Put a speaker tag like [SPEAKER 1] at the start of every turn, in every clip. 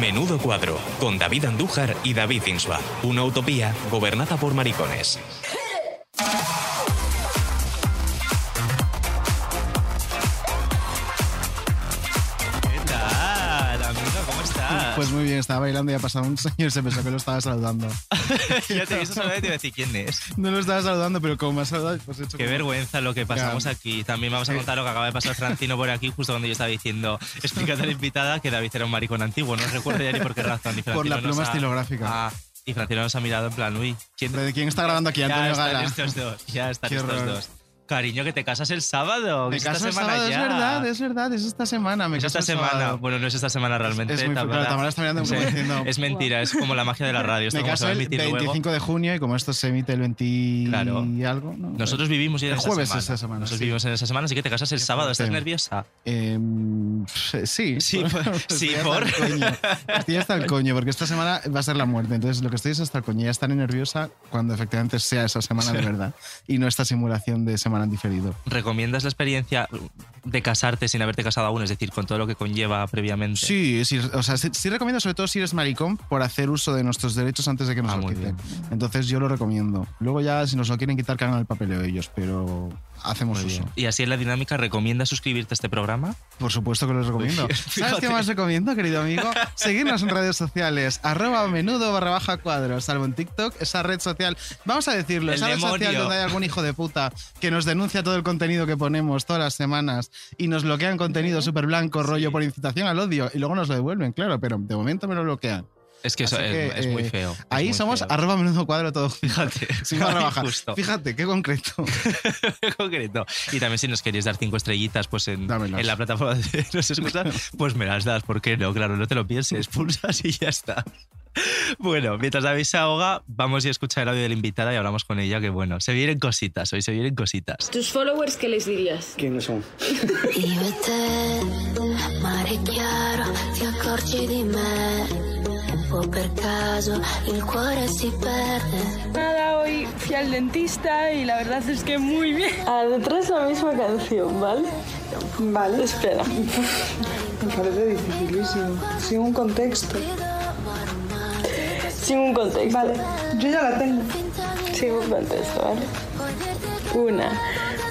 [SPEAKER 1] Menudo cuadro, con David Andújar y David Insua. Una utopía gobernada por maricones.
[SPEAKER 2] ¿Qué tal, amigo? ¿Cómo estás?
[SPEAKER 3] Pues muy bien, estaba bailando y ha pasado un sueño y se pensó que lo estaba saludando.
[SPEAKER 2] ya te he visto saludar y te iba a decir quién es.
[SPEAKER 3] No lo estaba saludando, pero como me ha saludado, pues he hecho
[SPEAKER 2] Qué
[SPEAKER 3] como-
[SPEAKER 2] vergüenza lo que pasamos aquí. También vamos a contar lo que acaba de pasar Francino por aquí, justo cuando yo estaba diciendo, explícate a la invitada que David era un maricón antiguo. No recuerdo ya ni por qué razón. Y
[SPEAKER 3] Por
[SPEAKER 2] Francino
[SPEAKER 3] la
[SPEAKER 2] nos
[SPEAKER 3] pluma
[SPEAKER 2] ha-
[SPEAKER 3] estilográfica.
[SPEAKER 2] Ah, y Francino nos ha mirado en plan, uy, ¿quién
[SPEAKER 3] ¿De quién está grabando aquí?
[SPEAKER 2] Ya
[SPEAKER 3] Antonio
[SPEAKER 2] están
[SPEAKER 3] Gala.
[SPEAKER 2] estos dos, ya están
[SPEAKER 3] Qué
[SPEAKER 2] estos
[SPEAKER 3] horror.
[SPEAKER 2] dos. Cariño, que te casas el sábado. que
[SPEAKER 3] Me
[SPEAKER 2] es esta
[SPEAKER 3] caso el
[SPEAKER 2] semana
[SPEAKER 3] sábado, es
[SPEAKER 2] ya.
[SPEAKER 3] verdad, es verdad, es esta semana. Me
[SPEAKER 2] Es
[SPEAKER 3] caso
[SPEAKER 2] esta
[SPEAKER 3] el
[SPEAKER 2] semana.
[SPEAKER 3] sábado.
[SPEAKER 2] Bueno, no es esta semana realmente.
[SPEAKER 3] es muy- claro, Tamara está mirando como
[SPEAKER 2] Sí,
[SPEAKER 3] diciendo,
[SPEAKER 2] Es mentira, es como la magia de la radio. Esto
[SPEAKER 3] Me
[SPEAKER 2] como se
[SPEAKER 3] caso
[SPEAKER 2] va a
[SPEAKER 3] el
[SPEAKER 2] emitir luego.
[SPEAKER 3] 25 de junio y como esto se emite el 20
[SPEAKER 2] Claro.
[SPEAKER 3] y algo, ¿no?
[SPEAKER 2] Nosotros vivimos ya en
[SPEAKER 3] El
[SPEAKER 2] esa
[SPEAKER 3] jueves
[SPEAKER 2] semana.
[SPEAKER 3] esa semana,
[SPEAKER 2] Nosotros
[SPEAKER 3] sí.
[SPEAKER 2] vivimos en esa semana, así que te casas el
[SPEAKER 3] Qué
[SPEAKER 2] sábado.
[SPEAKER 3] fuerte.
[SPEAKER 2] ¿Estás nerviosa?
[SPEAKER 3] Eh, sí.
[SPEAKER 2] Sí,
[SPEAKER 3] Bueno,
[SPEAKER 2] por-
[SPEAKER 3] estoy
[SPEAKER 2] sí,
[SPEAKER 3] Pues hasta
[SPEAKER 2] por.
[SPEAKER 3] el coño. Estoy hasta el coño, porque esta semana va a ser la muerte. Entonces, lo que estoy es hasta el coño. Ya estaré nerviosa cuando efectivamente sea esa semana de verdad y no esta simulación de semana en diferido.
[SPEAKER 2] ¿Recomiendas la experiencia de casarte sin haberte casado aún? Es decir, con todo lo que conlleva previamente.
[SPEAKER 3] Sí, sí, o sea, sí, sí recomiendo, sobre todo si eres maricón, por hacer uso de nuestros derechos antes de que nos
[SPEAKER 2] Ah,
[SPEAKER 3] lo
[SPEAKER 2] muy
[SPEAKER 3] quiten. Entonces, yo lo recomiendo. Luego, ya si nos lo quieren quitar, que hagan el papeleo ellos, pero hacemos
[SPEAKER 2] Muy
[SPEAKER 3] uso.
[SPEAKER 2] bien. Y así en la dinámica, ¿recomiendas suscribirte a este programa?
[SPEAKER 3] Por supuesto que los recomiendo.
[SPEAKER 2] Oye,
[SPEAKER 3] ¿Sabes
[SPEAKER 2] fíjate.
[SPEAKER 3] qué más recomiendo, querido amigo? Seguirnos en redes sociales, arroba menudo barra baja cuadro, salvo en TikTok, esa red social, vamos a decirlo,
[SPEAKER 2] El
[SPEAKER 3] esa red social
[SPEAKER 2] demonio.
[SPEAKER 3] donde hay algún hijo de puta que nos denuncia todo el contenido que ponemos todas las semanas y nos bloquean contenido súper blanco, rollo por incitación al odio, y luego nos lo devuelven, claro, pero de momento me lo bloquean.
[SPEAKER 2] Es que eso
[SPEAKER 3] Así
[SPEAKER 2] es,
[SPEAKER 3] que,
[SPEAKER 2] es muy
[SPEAKER 3] eh,
[SPEAKER 2] feo. es
[SPEAKER 3] Ahí
[SPEAKER 2] muy
[SPEAKER 3] somos
[SPEAKER 2] feo.
[SPEAKER 3] arroba menudo cuadro todo junto,
[SPEAKER 2] Fíjate,
[SPEAKER 3] sin barra baja.
[SPEAKER 2] Justo.
[SPEAKER 3] Fíjate, qué concreto.
[SPEAKER 2] en concreto. Y también si nos queréis dar cinco estrellitas, pues en,
[SPEAKER 3] Dámelas.
[SPEAKER 2] en la plataforma de nos escuchas, pues me las das, ¿por qué no? Claro, no te lo pienses, pulsas y ya está. Bueno, mientras David se ahoga, vamos a escuchar el audio de la invitada y hablamos con ella, que bueno, se vienen cositas, hoy se vienen cositas.
[SPEAKER 4] ¿Tus followers qué les dirías?
[SPEAKER 5] ¿Quiénes son?
[SPEAKER 6] Io e te, mare chiaro, ti accorgi di me. Un po' per caso il cuore si perde.
[SPEAKER 7] Nada, hoy fui al dentista y la verdad es que muy bien.
[SPEAKER 4] A Ah, detrás la misma canción, ¿vale?
[SPEAKER 7] Vale,
[SPEAKER 4] Espera.
[SPEAKER 7] me parece dificilísimo. Sin un contexto.
[SPEAKER 4] Sin un contexto.
[SPEAKER 7] Vale, yo ya la tengo.
[SPEAKER 4] Sin un contexto, ¿vale? Una,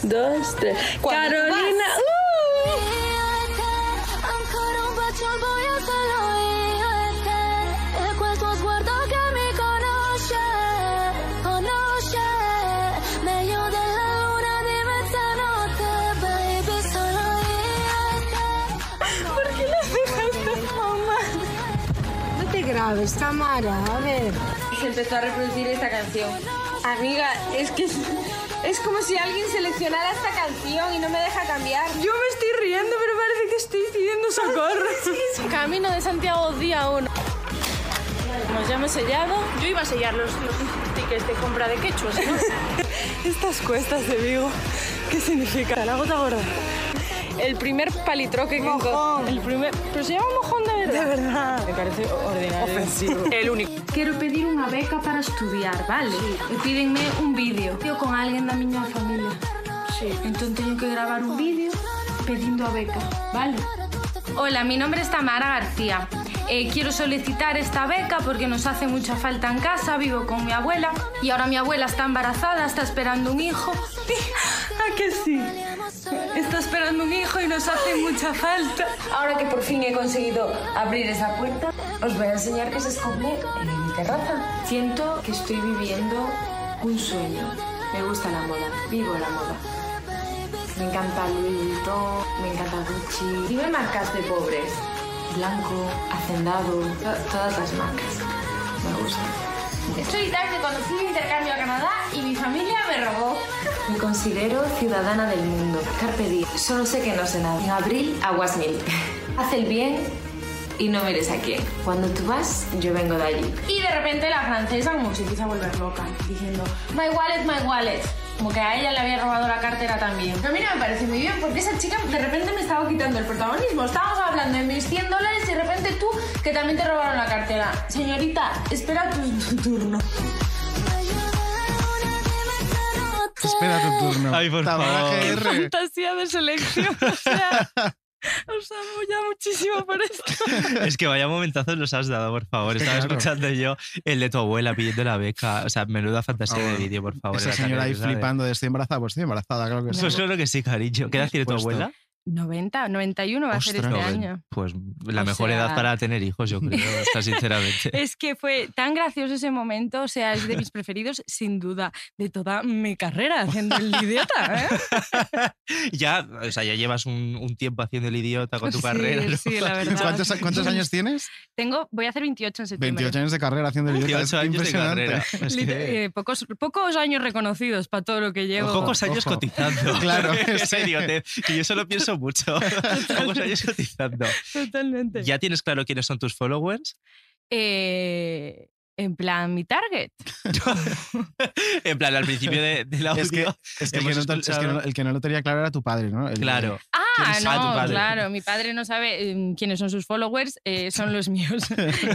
[SPEAKER 4] dos, tres. Carolina. ¡uh!
[SPEAKER 6] Io e te, ancora un bacio voglio solo io e te. E quel tuo sguardo che mi conosce, conosce. Meglio della luna di mezzanotte, baby, solo io e te. Perché la dejaste, mamá?
[SPEAKER 8] No te grabes, cámara, a ver.
[SPEAKER 7] Se empezó a reproducir esta canción. Amiga, es que es como si alguien seleccionara esta canción y no me deja cambiar. Yo me estoy riendo, pero parece que estoy pidiendo socorro.
[SPEAKER 8] Camino de Santiago día 1. Pues ya me he sellado. Yo iba a sellar los, los tickets de compra de quechua.
[SPEAKER 7] Estas cuestas de Vigo, ¿qué significa? La gota gorda. El primer palitroque que mojón. El primer, pero se llama mojón de verdad. De verdad. Me parece ordinario. Ofensivo. El único.
[SPEAKER 8] Quero pedir unha beca para estudiar, vale? E pídenme un vídeo. Eu con alguén da miña familia. Sí. Entón teño que gravar un vídeo pedindo a beca, vale? Hola, mi nombre es Tamara García. Eh, quiero solicitar esta beca porque nos hace mucha falta en casa, vivo con mi abuela y ahora mi abuela está embarazada, está esperando un hijo. ¿A que sí? Está esperando un hijo y nos hace mucha falta.
[SPEAKER 7] Ahora que por fin he conseguido abrir esa puerta, os voy a enseñar que se esconde en mi terraza.
[SPEAKER 8] Siento que estoy viviendo un sueño. Me gusta la moda, vivo la moda. Me encanta Louis Vuitton, me encanta Gucci. Dime marcas de pobres. Blanco, Hacendado, to- todas las marcas. Me gustan. Soy tarde cuando fui de intercambio a Canadá y mi familia me robó. Me considero ciudadana del mundo. Carpe diem. Solo sé que no sé nada. En abril, aguas mil. Haz el bien
[SPEAKER 9] y no mires a quién. Cuando tú vas, yo vengo de allí. Y de repente la francesa como se empieza a volver loca, diciendo, my wallet, my wallet. Como que a ella le había robado la cartera también. Pero a mí no me parece muy bien porque esa chica de repente me estaba quitando el protagonismo. Estábamos hablando de mis 100 dólares y de repente tú que también te robaron la cartera. Señorita, espera tu, tu turno.
[SPEAKER 3] Espera tu turno.
[SPEAKER 2] Ay, por
[SPEAKER 3] Tamara
[SPEAKER 2] favor.
[SPEAKER 3] GR.
[SPEAKER 8] Fantasía de selección. O sea, os amo ya muchísimo por esto.
[SPEAKER 2] Es que vaya momentazos nos has dado, por favor.
[SPEAKER 3] Es que
[SPEAKER 2] Estaba
[SPEAKER 3] claro.
[SPEAKER 2] escuchando yo el de tu abuela pidiendo la beca. O sea, menuda fantasía
[SPEAKER 3] Ah,
[SPEAKER 2] de
[SPEAKER 3] bueno.
[SPEAKER 2] vídeo, por favor.
[SPEAKER 3] Esa
[SPEAKER 2] la
[SPEAKER 3] señora ahí
[SPEAKER 2] tarde, ¿sabes?
[SPEAKER 3] flipando de estoy embarazada, pues estoy embarazada, claro que sí.
[SPEAKER 2] Pues claro que sí, cariño. ¿Qué edad tiene tu
[SPEAKER 3] Por supuesto.
[SPEAKER 2] abuela?
[SPEAKER 8] 90, 91 va a ser
[SPEAKER 3] Ostras.
[SPEAKER 8] este
[SPEAKER 2] Joven.
[SPEAKER 8] año.
[SPEAKER 2] Pues la
[SPEAKER 8] O
[SPEAKER 2] mejor
[SPEAKER 8] sea-
[SPEAKER 2] edad para tener hijos, yo creo, o sea, sinceramente.
[SPEAKER 8] Es que fue tan gracioso ese momento, o sea, es de mis preferidos, sin duda, de toda mi carrera haciendo el idiota. ¿eh?
[SPEAKER 2] ya, o sea, ya llevas un, un tiempo haciendo el idiota con tu
[SPEAKER 8] Sí,
[SPEAKER 2] carrera. ¿no?
[SPEAKER 8] sí, la verdad.
[SPEAKER 3] ¿Cuántos, cuántos años tienes?
[SPEAKER 8] Tengo, voy a hacer 28 en septiembre.
[SPEAKER 3] 28 años de carrera haciendo el idiota. es
[SPEAKER 2] 18 años de
[SPEAKER 3] impresionante.
[SPEAKER 2] carrera. Es
[SPEAKER 8] Lit-
[SPEAKER 2] que-
[SPEAKER 8] eh, pocos, pocos años reconocidos para todo lo que llevo.
[SPEAKER 2] Pocos años
[SPEAKER 3] ojo.
[SPEAKER 2] cotizando.
[SPEAKER 3] Claro,
[SPEAKER 2] en
[SPEAKER 3] sí.
[SPEAKER 2] serio, te- que yo solo pienso mucho. Pocos años cotizando.
[SPEAKER 8] Totalmente.
[SPEAKER 2] ¿Ya tienes claro quiénes son tus followers?
[SPEAKER 8] Eh, en plan, mi target.
[SPEAKER 2] en plan, al principio de, del audio.
[SPEAKER 3] Es que, es que el, que
[SPEAKER 2] hemos
[SPEAKER 3] no, es que no- el que no lo tenía claro era tu padre, ¿no? El-
[SPEAKER 2] Claro.
[SPEAKER 8] Ah,
[SPEAKER 2] ¿Quién sabe tu
[SPEAKER 8] no,
[SPEAKER 2] padre?
[SPEAKER 8] claro, mi padre no sabe eh, quiénes son sus followers, eh, son los míos.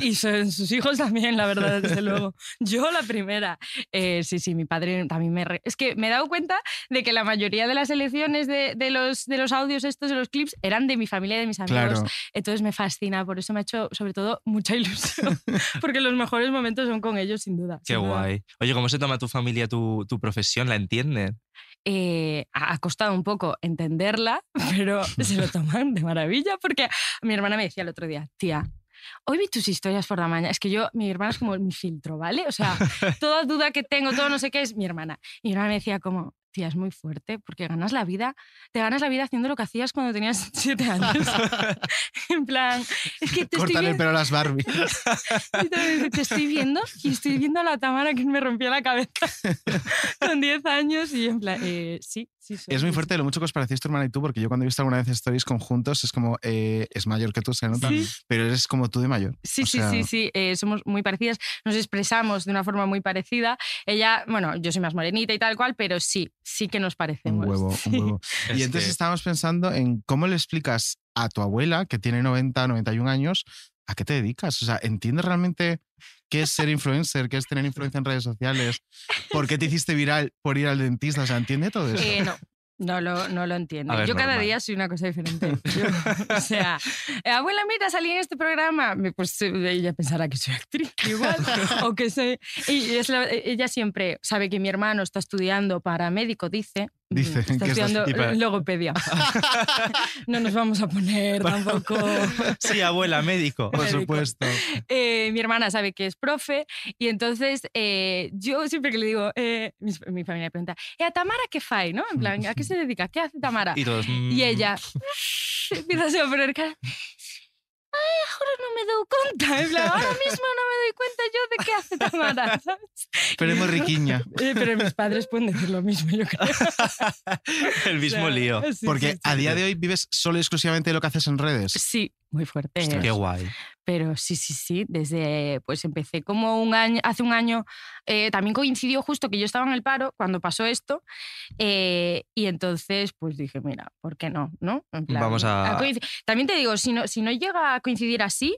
[SPEAKER 8] y son sus hijos también, la verdad, desde luego. Yo la primera. Eh, sí, sí, mi padre también me... re- Es que me he dado cuenta de que la mayoría de las elecciones de, de los, de los audios estos, de los clips, eran de mi familia y de mis amigos.
[SPEAKER 3] Claro.
[SPEAKER 8] Entonces me fascina, por eso me ha hecho sobre todo mucha ilusión, porque los mejores momentos son con ellos, sin duda.
[SPEAKER 2] Qué
[SPEAKER 8] sin duda.
[SPEAKER 2] guay. Oye, ¿cómo se toma tu familia tu, tu profesión? ¿La entienden?
[SPEAKER 8] eh, ha ha costado un poco entenderla, pero se lo toman de maravilla porque mi hermana me decía el otro día, tía, hoy vi tus historias por la mañana. Es que yo, mi hermana es como mi filtro, ¿vale? O sea, toda duda que tengo, todo no sé qué es mi hermana. Y mi hermana me decía como, tía, es muy fuerte porque ganas la vida, te ganas la vida haciendo lo que hacías cuando tenías siete años. en plan, es que te estoy
[SPEAKER 3] Cortar el
[SPEAKER 8] viendo,
[SPEAKER 3] pelo a las Barbie.
[SPEAKER 8] literalmente, te estoy viendo y estoy viendo a la Tamara que me rompió la cabeza con 10 años y en plan, eh, sí, sí. soy,
[SPEAKER 3] Es muy
[SPEAKER 8] sí,
[SPEAKER 3] fuerte lo mucho que os parecéis tu hermana y tú, porque yo cuando he visto alguna vez stories conjuntos es como, eh, es mayor que tú, se nota,
[SPEAKER 8] Sí.
[SPEAKER 3] pero eres como tú de mayor.
[SPEAKER 8] Sí,
[SPEAKER 3] O
[SPEAKER 8] sí,
[SPEAKER 3] sea,
[SPEAKER 8] sí, sí, eh, somos muy parecidas, nos expresamos de una forma muy parecida. Ella, bueno, yo soy más morenita y tal cual, pero sí, sí que nos
[SPEAKER 3] Un
[SPEAKER 8] parecemos.
[SPEAKER 3] huevo, un
[SPEAKER 8] Sí.
[SPEAKER 3] huevo.
[SPEAKER 2] Es
[SPEAKER 3] Y entonces
[SPEAKER 2] que-
[SPEAKER 3] estábamos pensando en cómo le explicas a tu abuela, que tiene 90, 91 años, a qué te dedicas. O sea, ¿entiendes realmente qué es ser influencer, qué es tener influencia en redes sociales? ¿Por qué te hiciste viral por ir al dentista? O sea, ¿entiende todo eso?
[SPEAKER 8] Eh, no. No lo, no lo entiendo.
[SPEAKER 2] A ver,
[SPEAKER 8] Yo cada
[SPEAKER 2] normal.
[SPEAKER 8] día soy una cosa diferente. Yo, o sea, eh, abuela, mira, salí en este programa. Me- Pues eh, ella pensará que soy actriz igual. o que soy... Y es la- eh, ella siempre sabe que mi hermano está estudiando para médico, dice. mm,
[SPEAKER 3] Dice que
[SPEAKER 8] Está
[SPEAKER 3] estás-
[SPEAKER 8] estudiando
[SPEAKER 2] y para-
[SPEAKER 8] logopedia. no nos vamos a poner tampoco...
[SPEAKER 2] Sí, abuela, médico.
[SPEAKER 3] Por
[SPEAKER 8] médico.
[SPEAKER 3] supuesto.
[SPEAKER 8] Eh, mi hermana sabe que es profe y entonces eh, yo siempre que le digo, eh, mi, mi familia me pregunta, ¿y a Tamara qué fai? ¿No? En plan, ¿a qué se dedica? ¿Qué hace Tamara?
[SPEAKER 2] Y todos. mm,
[SPEAKER 8] Y ella empieza así a poner cara. Ay, juro, no me doy cuenta. En plan, ahora mismo no me doy cuenta yo de qué hace Tamara, ¿sabes?
[SPEAKER 3] Pero es muy riquiña.
[SPEAKER 8] Eh, pero mis padres pueden decir lo mismo, yo creo.
[SPEAKER 2] El mismo
[SPEAKER 8] O sea,
[SPEAKER 2] lío.
[SPEAKER 8] sí,
[SPEAKER 3] Porque
[SPEAKER 8] sí, sí.
[SPEAKER 3] a día de hoy vives solo y exclusivamente de lo que haces en redes.
[SPEAKER 8] Sí, muy fuerte. eh.
[SPEAKER 2] Qué guay.
[SPEAKER 8] Pero sí, sí, sí, desde pues empecé como un año, hace un año, eh, también coincidió justo que yo estaba en el paro cuando pasó esto eh, y entonces pues dije, mira, ¿por qué no? ¿No? En plan,
[SPEAKER 2] Vamos a-
[SPEAKER 8] coinci- también te digo, si no, si no llega a coincidir así,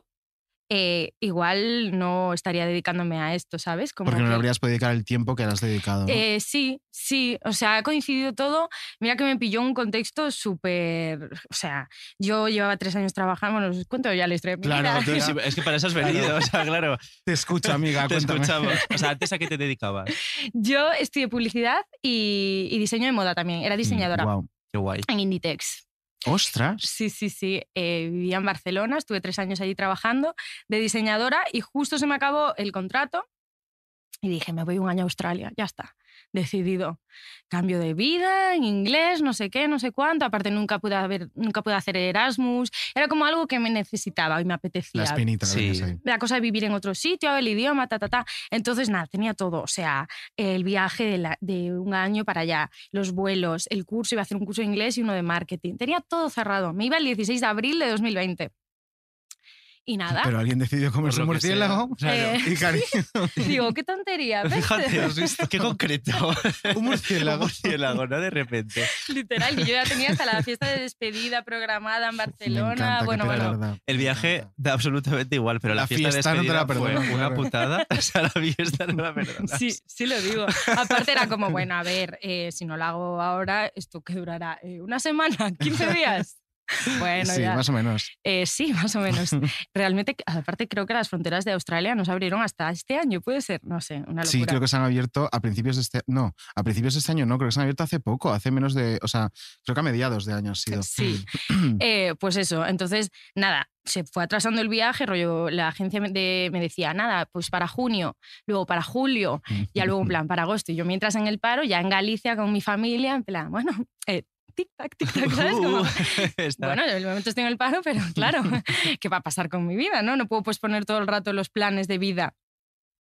[SPEAKER 8] eh, igual no estaría dedicándome a esto, ¿sabes? Como
[SPEAKER 3] Porque no
[SPEAKER 8] que-
[SPEAKER 3] le habrías podido dedicar el tiempo que le has dedicado. ¿no?
[SPEAKER 8] eh, sí, sí, o sea, ha coincidido todo. Mira que me pilló un contexto súper. O sea, yo llevaba tres años trabajando, bueno, os cuento ya la historia. de mi
[SPEAKER 3] Claro,
[SPEAKER 8] vida.
[SPEAKER 3] tú
[SPEAKER 2] Sí, Es que para eso has venido. O sea, claro,
[SPEAKER 3] Te escucho, amiga,
[SPEAKER 2] te
[SPEAKER 3] ah, cuéntame.
[SPEAKER 2] escuchamos. O sea, ¿antes a qué te dedicabas?
[SPEAKER 8] Yo estudié publicidad y, y diseño de moda también. Era diseñadora
[SPEAKER 3] Mm, Guau.
[SPEAKER 2] Qué guay.
[SPEAKER 8] en Inditex.
[SPEAKER 3] Ostras.
[SPEAKER 8] Sí, sí, sí. Eh, vivía en Barcelona, estuve tres años allí trabajando de diseñadora y justo se me acabó el contrato y dije, me voy un año a Australia, ya está, decidido. Cambio de vida, en inglés, no sé qué, no sé cuánto. Aparte nunca pude, haber, nunca pude hacer Erasmus. Era como algo que me necesitaba y me apetecía
[SPEAKER 3] La espinita, la
[SPEAKER 2] Sí.
[SPEAKER 3] tenías ahí.
[SPEAKER 8] la cosa de vivir en otro sitio, el idioma, ta, ta, ta. Entonces, nada, tenía todo. O sea, el viaje de, la- de un año para allá, los vuelos, el curso, iba a hacer un curso de inglés y uno de marketing. Tenía todo cerrado. Me iba el 16 de abril de 2020. y nada.
[SPEAKER 3] Pero alguien decidió comerse un
[SPEAKER 2] Por lo que sea. Eh,
[SPEAKER 3] murciélago.
[SPEAKER 2] Claro.
[SPEAKER 3] Y cariño,
[SPEAKER 8] Digo, qué tontería, ¿ves?
[SPEAKER 2] Fíjate, ¿has visto? qué concreto.
[SPEAKER 3] un
[SPEAKER 2] Un
[SPEAKER 3] murciélago.
[SPEAKER 2] murciélago, ¿no? De repente.
[SPEAKER 8] Literal, que yo ya tenía hasta la fiesta de despedida programada en Barcelona.
[SPEAKER 3] Me encanta, qué
[SPEAKER 8] bueno, bueno.
[SPEAKER 3] petarda.
[SPEAKER 2] El
[SPEAKER 3] Me
[SPEAKER 2] viaje
[SPEAKER 3] encanta.
[SPEAKER 2] da absolutamente igual, pero la,
[SPEAKER 3] La
[SPEAKER 2] fiesta, de
[SPEAKER 3] fiesta no te la
[SPEAKER 2] despedida fue
[SPEAKER 3] perdono,
[SPEAKER 2] una
[SPEAKER 3] claro.
[SPEAKER 2] putada. O sea, la fiesta no la perdonas.
[SPEAKER 8] Sí, sí lo digo. Aparte era como, bueno, a ver, eh, si no lo hago ahora, ¿esto qué durará? Eh, ¿Una semana? ¿15 días? Bueno,
[SPEAKER 3] sí,
[SPEAKER 8] ya.
[SPEAKER 3] más o menos.
[SPEAKER 8] Eh, sí, más o menos. Realmente, aparte creo que las fronteras de Australia no se abrieron hasta este año, puede ser, no sé, una locura.
[SPEAKER 3] Sí, creo que se han abierto a principios de este No, a principios de este año no, creo que se han abierto hace poco, hace menos de. O sea, creo que a mediados de año ha sido.
[SPEAKER 8] Sí. Eh, pues eso, entonces, nada, se fue atrasando el viaje, rollo, la agencia me, de- me decía, nada, pues para junio, luego para julio, ya luego en plan para agosto. Y yo mientras en el paro, ya en Galicia con mi familia, en plan, bueno, eh, tic-tac, tic-tac, ¿sabes? Como,
[SPEAKER 2] Uh, está-
[SPEAKER 8] bueno, de momento estoy en el paro, pero claro, ¿qué va a pasar con mi vida? No, no puedo posponer todo el rato los planes de vida.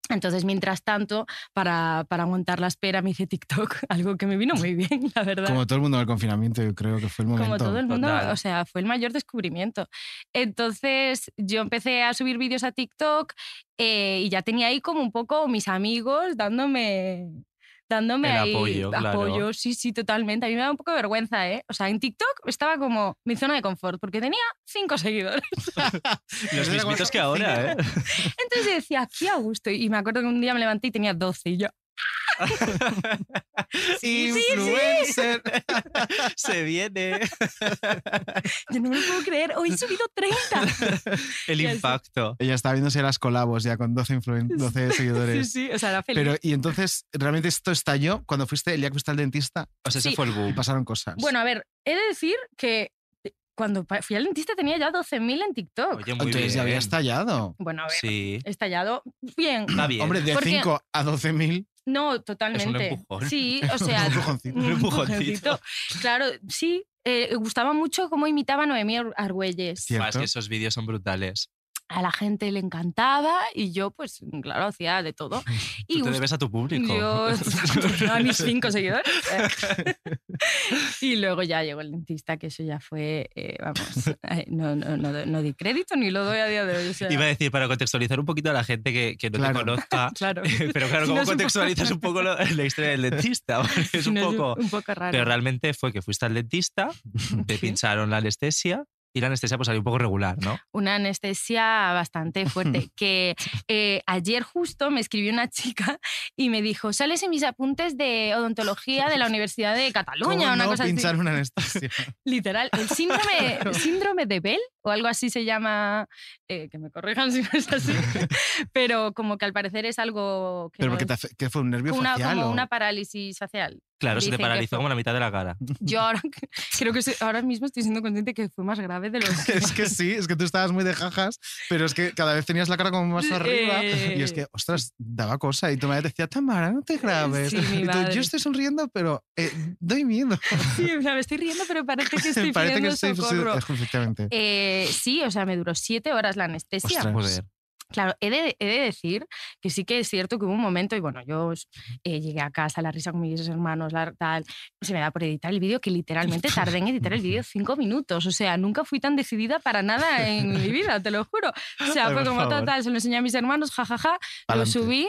[SPEAKER 8] Entonces, mientras tanto, para, para aguantar la espera, me hice TikTok, algo que me vino muy bien, la verdad.
[SPEAKER 3] Como todo el mundo en el confinamiento, yo creo que fue el momento.
[SPEAKER 8] Como todo el mundo,
[SPEAKER 2] Total.
[SPEAKER 8] o sea, fue el mayor descubrimiento. Entonces yo empecé a subir vídeos a TikTok eh, y ya tenía ahí como un poco mis amigos dándome... Dándome
[SPEAKER 2] El
[SPEAKER 8] ahí
[SPEAKER 2] apoyo, claro.
[SPEAKER 8] apoyo, sí, sí, totalmente. A mí me da un poco de vergüenza, ¿eh? O sea, en TikTok estaba como mi zona de confort, porque tenía cinco seguidores.
[SPEAKER 2] Los mismitos que ahora, ¿eh?
[SPEAKER 8] Entonces yo decía, aquí a gusto. Y me acuerdo que un día me levanté y tenía 12 y yo, Sí, sí, sí.
[SPEAKER 3] Influencer.
[SPEAKER 2] Se viene
[SPEAKER 8] yo no me lo puedo creer, hoy he subido 30.
[SPEAKER 2] el
[SPEAKER 8] Ya sé.
[SPEAKER 2] impacto.
[SPEAKER 3] Ella está viéndose las colabos ya con 12, influen- 12
[SPEAKER 8] sí,
[SPEAKER 3] seguidores.
[SPEAKER 8] sí, o sea, era feliz.
[SPEAKER 3] Pero, y entonces, ¿realmente esto estalló cuando fuiste el día que fuiste al dentista
[SPEAKER 2] O sea,
[SPEAKER 8] Sí.
[SPEAKER 2] Pues ese fue el
[SPEAKER 3] y
[SPEAKER 2] boom.
[SPEAKER 3] pasaron cosas?
[SPEAKER 8] Bueno, a ver, he de decir que eh, cuando pa- fui al dentista tenía ya 12.000 en TikTok.
[SPEAKER 2] Oye, muy
[SPEAKER 3] entonces
[SPEAKER 2] bien.
[SPEAKER 3] ya había estallado.
[SPEAKER 8] Bueno, a ver,
[SPEAKER 2] Sí.
[SPEAKER 8] estallado bien.
[SPEAKER 2] Está bien.
[SPEAKER 3] Hombre, de
[SPEAKER 8] Porque-
[SPEAKER 3] 5 a 12.000.
[SPEAKER 8] No, totalmente.
[SPEAKER 2] empujón.
[SPEAKER 8] Sí, o sea,
[SPEAKER 3] Un empujoncito.
[SPEAKER 8] un
[SPEAKER 2] Un empujoncito.
[SPEAKER 8] empujoncito. Claro, sí. eh, gustaba mucho cómo imitaba a Noemí Ar- Argüelles.
[SPEAKER 3] Cierto.
[SPEAKER 2] Más que esos vídeos son brutales.
[SPEAKER 8] A la gente le encantaba y yo, pues, claro, hacía de todo. Y
[SPEAKER 2] Tú te
[SPEAKER 8] gust-
[SPEAKER 2] debes a tu público.
[SPEAKER 8] Yo a mis cinco seguidores. y luego ya llegó el dentista, que eso ya fue, eh, vamos, eh, no, no, no, no di crédito ni lo doy a día de hoy. o sea,
[SPEAKER 2] Iba a decir, para contextualizar un poquito a la gente que, que no
[SPEAKER 3] Claro.
[SPEAKER 2] te conozca,
[SPEAKER 8] claro.
[SPEAKER 2] pero claro,
[SPEAKER 8] Si
[SPEAKER 2] como
[SPEAKER 8] no es un
[SPEAKER 2] contextualizas
[SPEAKER 8] poco-
[SPEAKER 2] un poco lo- la historia del dentista, Porque es
[SPEAKER 8] Si
[SPEAKER 2] un
[SPEAKER 8] no,
[SPEAKER 2] poco...
[SPEAKER 8] un poco raro.
[SPEAKER 2] Pero realmente fue que fuiste al dentista, te pincharon la anestesia y la anestesia pues salió un poco regular, ¿no?
[SPEAKER 8] Una anestesia bastante fuerte. que eh, ayer justo me escribió una chica y me dijo: Sales en mis apuntes de odontología de la Universidad de Cataluña,
[SPEAKER 3] ¿Cómo
[SPEAKER 8] una
[SPEAKER 3] no
[SPEAKER 8] cosa así.
[SPEAKER 3] pinchar una anestesia?
[SPEAKER 8] Literal, el síndrome, síndrome de Bell o algo así se llama, eh, que me corrijan si no es así, pero como que al parecer es algo que
[SPEAKER 3] ¿Pero
[SPEAKER 8] no
[SPEAKER 3] porque te
[SPEAKER 8] es-
[SPEAKER 3] hace- que fue un nervio
[SPEAKER 8] como una,
[SPEAKER 3] facial?
[SPEAKER 8] como
[SPEAKER 3] o-
[SPEAKER 8] una parálisis facial.
[SPEAKER 2] Claro, se te
[SPEAKER 8] Dicen que
[SPEAKER 2] paralizó
[SPEAKER 8] fue- ah,
[SPEAKER 2] como la mitad de la cara.
[SPEAKER 8] Yo ahora creo que soy- ahora mismo estoy siendo consciente que fue más grave de lo que...
[SPEAKER 3] Es que sí, es que tú estabas muy de jajas, pero es que cada vez tenías la cara como más arriba. Y
[SPEAKER 8] eh.
[SPEAKER 3] es que, ostras, daba cosa. Y tu madre te decía, Tamara, no te grabes.
[SPEAKER 8] Sí, mi
[SPEAKER 3] Y tú,
[SPEAKER 8] madre.
[SPEAKER 3] yo estoy sonriendo, pero eh, doy miedo.
[SPEAKER 8] Sí, o sea, me estoy riendo, pero parece que estoy
[SPEAKER 3] Parece que
[SPEAKER 8] pidiendo
[SPEAKER 3] estoy pues,
[SPEAKER 8] socorro.
[SPEAKER 3] es- efectivamente.
[SPEAKER 8] Eh, sí, o sea, me duró siete horas la anestesia.
[SPEAKER 3] Ostras.
[SPEAKER 2] Joder.
[SPEAKER 8] Claro, he de, he de decir que sí que es cierto que hubo un momento, y bueno, yo eh, llegué a casa, la risa con mis hermanos, la tal, se me da por editar el vídeo, que literalmente tardé en editar el vídeo cinco minutos. O sea, nunca fui tan decidida para nada en mi vida, te lo juro. O sea,
[SPEAKER 3] Ay,
[SPEAKER 8] fue
[SPEAKER 3] por
[SPEAKER 8] como
[SPEAKER 3] favor.
[SPEAKER 8] total, se lo enseñé a mis hermanos, jajaja, lo
[SPEAKER 3] Pa'lante.
[SPEAKER 8] subí.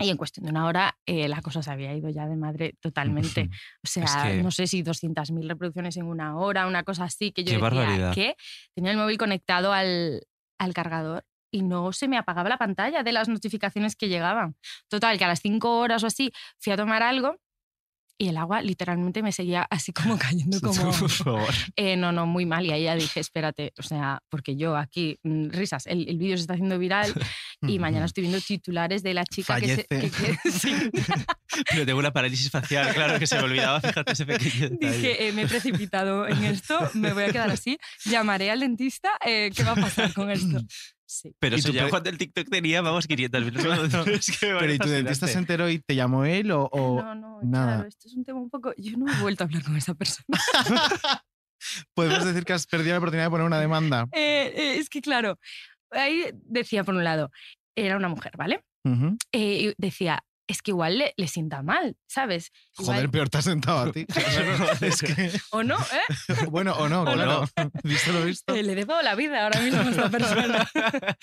[SPEAKER 8] Y en cuestión de una hora eh, la cosa se había ido ya de madre totalmente. O sea,
[SPEAKER 2] que-
[SPEAKER 8] no sé si 200.000 reproducciones en una hora, una cosa así, que
[SPEAKER 2] Qué
[SPEAKER 8] yo decía
[SPEAKER 2] barbaridad.
[SPEAKER 8] que tenía el móvil conectado al, al cargador y no se me apagaba la pantalla de las notificaciones que llegaban. Total, que a las 5 horas o así fui a tomar algo y el agua literalmente me seguía así como cayendo como...
[SPEAKER 2] Por favor.
[SPEAKER 8] Eh, no, no, muy mal. Y ahí ya dije, espérate, o sea, porque yo aquí, mm, risas, el, el vídeo se está haciendo viral y mañana estoy viendo titulares de la chica que se- que
[SPEAKER 3] Fallece.
[SPEAKER 8] que- sí.
[SPEAKER 2] Pero tengo una parálisis facial, claro, que se me olvidaba, fíjate ese pequeño detalle.
[SPEAKER 8] Dije, eh, me he precipitado en esto, me voy a quedar así, llamaré al dentista, eh, ¿qué va a pasar con esto? Sí.
[SPEAKER 2] Pero
[SPEAKER 3] ¿Y
[SPEAKER 2] eso
[SPEAKER 3] tú
[SPEAKER 2] ya
[SPEAKER 3] pe-
[SPEAKER 2] cuando el TikTok tenía, vamos, 500 mil
[SPEAKER 3] Pero ¿y tu dentista se enteró y te llamó él o...? o-
[SPEAKER 8] no, no,
[SPEAKER 3] nada.
[SPEAKER 8] claro, esto es un tema un poco... Yo no he vuelto a hablar con esa persona.
[SPEAKER 3] Podemos decir que has perdido la oportunidad de poner una demanda.
[SPEAKER 8] Eh, eh, es que claro, ahí decía por un lado, era una mujer, ¿vale?
[SPEAKER 3] Ujú.
[SPEAKER 8] Eh, y decía, es que igual le, le sienta mal, ¿sabes? Igual-
[SPEAKER 3] Joder, peor te has sentado a ti. es que,
[SPEAKER 8] O no, ¿eh?
[SPEAKER 3] bueno, o no,
[SPEAKER 8] O
[SPEAKER 3] claro. ¿Visto lo visto?
[SPEAKER 8] Eh, Le debo la vida ahora mismo a esta persona.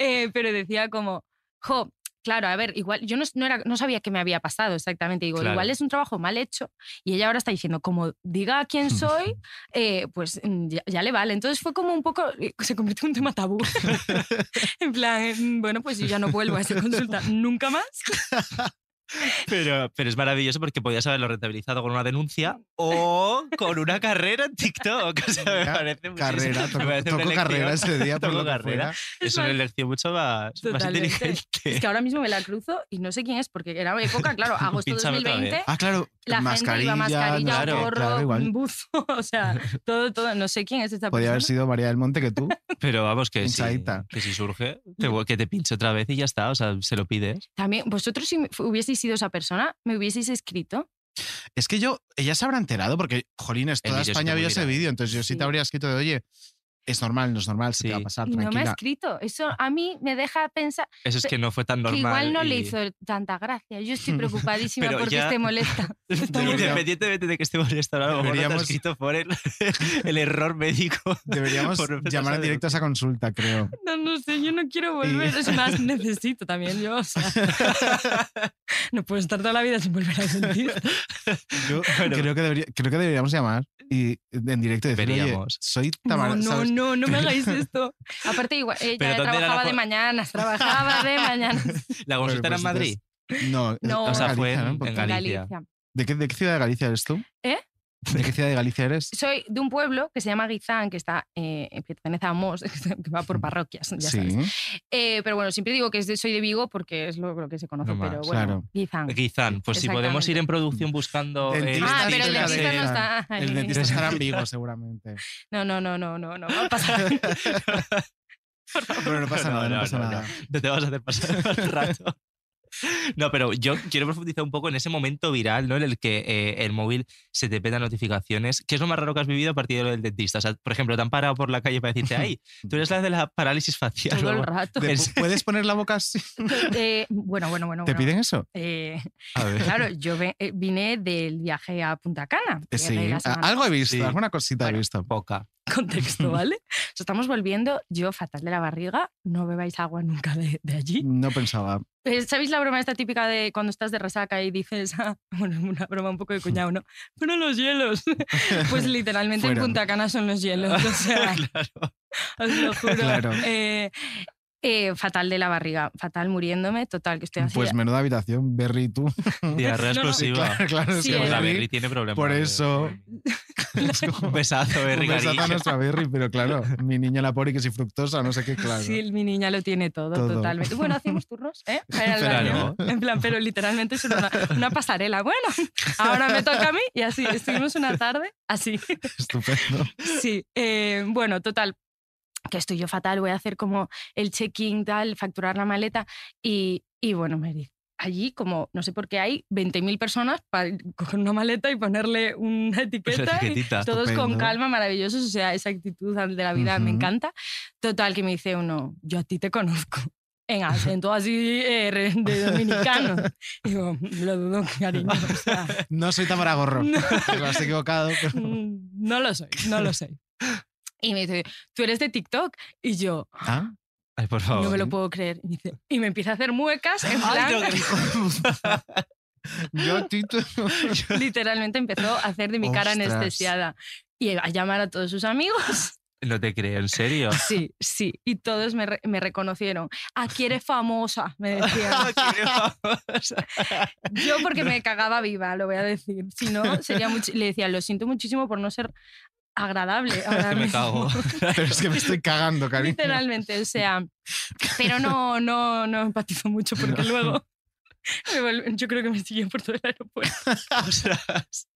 [SPEAKER 8] Eh, pero decía como, jo, claro, a ver, igual, yo no, no era, no sabía qué me había pasado exactamente. Digo,
[SPEAKER 2] Claro.
[SPEAKER 8] igual es un trabajo mal hecho. Y ella ahora está diciendo, como diga quién soy, eh, pues mm, ya, ya le vale. Entonces fue como un poco, eh, se convirtió en un tema tabú. en plan, eh, mm, bueno, pues yo ya no vuelvo a esa consulta nunca más.
[SPEAKER 2] Pero, pero es maravilloso porque podías haberlo rentabilizado con una denuncia o con una carrera en TikTok. O sea, me
[SPEAKER 3] Ya,
[SPEAKER 2] parece muchísimo-
[SPEAKER 3] Carrera,
[SPEAKER 2] me
[SPEAKER 3] tocó,
[SPEAKER 2] parece una
[SPEAKER 3] tocó carrera
[SPEAKER 2] elección-
[SPEAKER 3] ese día por
[SPEAKER 2] tocó
[SPEAKER 3] lo que
[SPEAKER 2] carrera.
[SPEAKER 3] fuera.
[SPEAKER 2] Es una elección mucho más, más
[SPEAKER 8] Totalmente. Es
[SPEAKER 2] inteligente.
[SPEAKER 8] que ahora mismo me la cruzo y no sé quién es, porque era época, claro, agosto
[SPEAKER 2] Pínchame otra vez.
[SPEAKER 8] 2020.
[SPEAKER 3] Ah, claro,
[SPEAKER 8] la gente
[SPEAKER 3] mascarilla,
[SPEAKER 8] iba mascarilla,
[SPEAKER 3] no sé qué,
[SPEAKER 8] gorro,
[SPEAKER 3] claro, igual.
[SPEAKER 8] buzo, o sea, todo, todo. No sé quién es esta
[SPEAKER 3] Podía haber
[SPEAKER 8] persona.
[SPEAKER 3] sido María del Monte que tú.
[SPEAKER 2] Pero vamos, que si,
[SPEAKER 3] Pinchadita.
[SPEAKER 2] que si surge, te vu- que te pinche otra vez y ya está. O sea, se lo pides.
[SPEAKER 8] También, vosotros si me- fu- hubieseis sido esa persona, me hubieseis escrito.
[SPEAKER 3] Es que yo, ella se habrá enterado porque, jolines,
[SPEAKER 2] El
[SPEAKER 3] toda
[SPEAKER 2] vídeo sí
[SPEAKER 3] España
[SPEAKER 2] está muy
[SPEAKER 3] vio ese
[SPEAKER 2] viral.
[SPEAKER 3] vídeo, entonces yo sí
[SPEAKER 8] Sí.
[SPEAKER 3] te habría escrito de, oye, es normal, no es normal, se te va a
[SPEAKER 2] Sí.
[SPEAKER 3] pasar,
[SPEAKER 8] Y no me ha
[SPEAKER 3] Ah, tranquila.
[SPEAKER 8] escrito. Eso a mí me deja pensar
[SPEAKER 2] Eso es que no fue tan normal.
[SPEAKER 8] que igual no le
[SPEAKER 2] y-
[SPEAKER 8] hizo tanta gracia. Yo estoy preocupadísima
[SPEAKER 2] Pero
[SPEAKER 8] porque
[SPEAKER 2] ya-
[SPEAKER 8] esté molesta. Está
[SPEAKER 2] Pero
[SPEAKER 3] muy bien.
[SPEAKER 2] Independientemente de que esté molestado, a lo mejor no te has
[SPEAKER 3] Deberíamos-
[SPEAKER 2] escrito por el, el error médico.
[SPEAKER 3] Deberíamos
[SPEAKER 2] Por empezar
[SPEAKER 3] llamar
[SPEAKER 2] a
[SPEAKER 3] en directo a esa consulta, creo.
[SPEAKER 8] No, no sé, yo no quiero volver. Es más, necesito también yo. o sea. no puedo estar toda la vida sin volver al dentista.
[SPEAKER 3] Yo creo, que debería- creo que deberíamos llamar y en directo decir, oye,
[SPEAKER 2] Deberíamos.
[SPEAKER 3] soy
[SPEAKER 8] No,
[SPEAKER 3] Tamara,
[SPEAKER 8] no,
[SPEAKER 3] ¿sabes?
[SPEAKER 8] no, no me hagáis esto. Aparte, igual,
[SPEAKER 2] Pero
[SPEAKER 8] ella
[SPEAKER 2] ¿dónde era la
[SPEAKER 8] trabajaba de
[SPEAKER 2] jo-
[SPEAKER 8] mañanas, trabajaba de mañanas.
[SPEAKER 2] La
[SPEAKER 3] Bueno,
[SPEAKER 2] consulta era
[SPEAKER 3] pues
[SPEAKER 2] en Madrid.
[SPEAKER 3] No,
[SPEAKER 8] No.
[SPEAKER 3] en
[SPEAKER 8] O sea,
[SPEAKER 2] fue
[SPEAKER 3] Galicia, ¿no?
[SPEAKER 2] en-
[SPEAKER 3] Porque-
[SPEAKER 2] en Galicia.
[SPEAKER 3] ¿De qué, de qué ciudad de Galicia eres tú?
[SPEAKER 8] ¿Eh?
[SPEAKER 3] ¿De qué ciudad de Galicia eres?
[SPEAKER 8] Soy de un pueblo que se llama Guizán, que está eh, que pertenece a Mos, que va por parroquias, ya sabes. Eh, pero bueno, siempre digo que es de- soy de Vigo porque es lo, lo que se conoce,
[SPEAKER 2] No más,
[SPEAKER 8] pero bueno,
[SPEAKER 3] claro.
[SPEAKER 8] Guizán.
[SPEAKER 2] Guizán, pues si podemos ir en producción buscando. eh,
[SPEAKER 3] ah. Dentista
[SPEAKER 8] Ah, pero el
[SPEAKER 3] cerca de
[SPEAKER 8] dentista no
[SPEAKER 3] Guizán.
[SPEAKER 8] está.
[SPEAKER 3] El dentista estará en Vigo, seguramente.
[SPEAKER 8] No, no, no, no, no, no, va a pasar.
[SPEAKER 3] Bueno, no pasa
[SPEAKER 2] No,
[SPEAKER 3] nada, no,
[SPEAKER 2] no,
[SPEAKER 3] pasa
[SPEAKER 2] no,
[SPEAKER 3] nada.
[SPEAKER 2] No te vas a hacer pasar mal rato. No, pero yo quiero profundizar un poco en ese momento viral, ¿no? En el que eh, el móvil se te peta notificaciones. ¿Qué es lo más raro que has vivido a partir de lo del dentista? O sea, por ejemplo, te han parado por la calle para decirte, ay, tú eres la de la parálisis facial.
[SPEAKER 8] Todo
[SPEAKER 2] o
[SPEAKER 8] el
[SPEAKER 2] algo".
[SPEAKER 8] rato.
[SPEAKER 3] De-
[SPEAKER 2] ¿En serio?
[SPEAKER 3] ¿Puedes poner la boca así?
[SPEAKER 8] Eh, bueno, bueno, bueno.
[SPEAKER 3] ¿Te
[SPEAKER 8] bueno.
[SPEAKER 3] piden eso?
[SPEAKER 8] Eh,
[SPEAKER 2] A ver.
[SPEAKER 8] claro, yo ve- eh, vine del viaje a Punta Cana.
[SPEAKER 3] Eh, Sí.
[SPEAKER 8] llegué la
[SPEAKER 3] Ah,
[SPEAKER 8] semana
[SPEAKER 3] Algo he visto,
[SPEAKER 2] Sí.
[SPEAKER 3] alguna cosita he visto.
[SPEAKER 2] Poca.
[SPEAKER 8] contexto, ¿vale? O sea, estamos volviendo, yo fatal de la barriga, no bebáis agua nunca de, de allí.
[SPEAKER 3] No pensaba.
[SPEAKER 8] Eh, ¿Sabéis la broma esta típica de cuando estás de resaca y dices, ah, bueno, es una broma un poco de cuñado, ¿no? Pero los hielos. Pues literalmente
[SPEAKER 3] Fuera.
[SPEAKER 8] en Punta Cana son los hielos, o sea,
[SPEAKER 2] Claro.
[SPEAKER 8] os lo juro.
[SPEAKER 3] Claro.
[SPEAKER 8] Eh, eh, fatal de la barriga, fatal muriéndome, total, que estoy así.
[SPEAKER 3] Pues menuda habitación, Berry tú.
[SPEAKER 2] Diarrea
[SPEAKER 8] No, no. Sí,
[SPEAKER 2] explosiva.
[SPEAKER 3] claro, claro, es
[SPEAKER 8] Sí,
[SPEAKER 3] que
[SPEAKER 2] Pues la
[SPEAKER 8] Berry-
[SPEAKER 2] Berry tiene problemas.
[SPEAKER 3] Mm. por
[SPEAKER 2] de-
[SPEAKER 3] eso. es como-
[SPEAKER 2] Un besazo, eh, Berry.
[SPEAKER 3] un besazo a
[SPEAKER 2] cariño.
[SPEAKER 3] nuestra Berry, pero claro, mi niña la pori que si fructosa, no sé qué, claro.
[SPEAKER 8] Sí, mi niña lo tiene todo,
[SPEAKER 3] Todo.
[SPEAKER 8] totalmente. Bueno, hacemos turnos, ¿eh? Para ir al
[SPEAKER 2] Claro.
[SPEAKER 8] baño. En plan, pero literalmente es una, una pasarela. Bueno, ahora me toca a mí y así. Estuvimos una tarde así.
[SPEAKER 3] Estupendo.
[SPEAKER 8] Sí. eh, bueno, total. Que estoy yo fatal, voy a hacer como el check-in, tal, facturar la maleta. Y, y bueno, me di- Allí, como no sé por qué hay 20.000 personas para coger una maleta y ponerle
[SPEAKER 2] Pues
[SPEAKER 8] una
[SPEAKER 2] la
[SPEAKER 8] etiqueta. y-
[SPEAKER 2] etiquetita.
[SPEAKER 8] todos con
[SPEAKER 3] Estupendo.
[SPEAKER 8] calma, maravillosos, o sea, esa actitud de la vida me
[SPEAKER 3] Ujú.
[SPEAKER 8] encanta. Total, que me dice uno, yo a ti te conozco, en acento así eh, re- de dominicano. Y digo, lo dudo, cariño, o sea,
[SPEAKER 3] No soy Tamara Gorro.
[SPEAKER 8] No.
[SPEAKER 3] Te lo has equivocado. pero-
[SPEAKER 8] mm, no lo soy, no lo soy. Y me dice, ¿tú eres de TikTok? Y yo,
[SPEAKER 3] Ah,
[SPEAKER 2] Ay, por favor.
[SPEAKER 8] no me lo puedo creer. Y, dice- y me empieza a hacer muecas, en plan,
[SPEAKER 2] Ay, no, que hijo de puta.
[SPEAKER 3] Yo a ti te-
[SPEAKER 8] literalmente empezó a hacer de mi cara
[SPEAKER 3] Ostras.
[SPEAKER 8] anestesiada. Y a llamar a todos sus amigos.
[SPEAKER 2] No te creo, en serio.
[SPEAKER 8] Sí, sí. Y todos me, re- me reconocieron. Aquí eres famosa, me decían. Yo porque me cagaba viva, lo voy a decir. Si no, sería mucho... Le decía, lo siento muchísimo por no ser agradable. Ahora
[SPEAKER 2] Que me
[SPEAKER 8] mismo".
[SPEAKER 2] cago.
[SPEAKER 3] Pero es que me estoy cagando, cariño.
[SPEAKER 8] Literalmente, o sea... Pero no, no, no empatizo mucho porque luego... me vol- Yo creo que me siguió por todo el aeropuerto.
[SPEAKER 2] Ostras.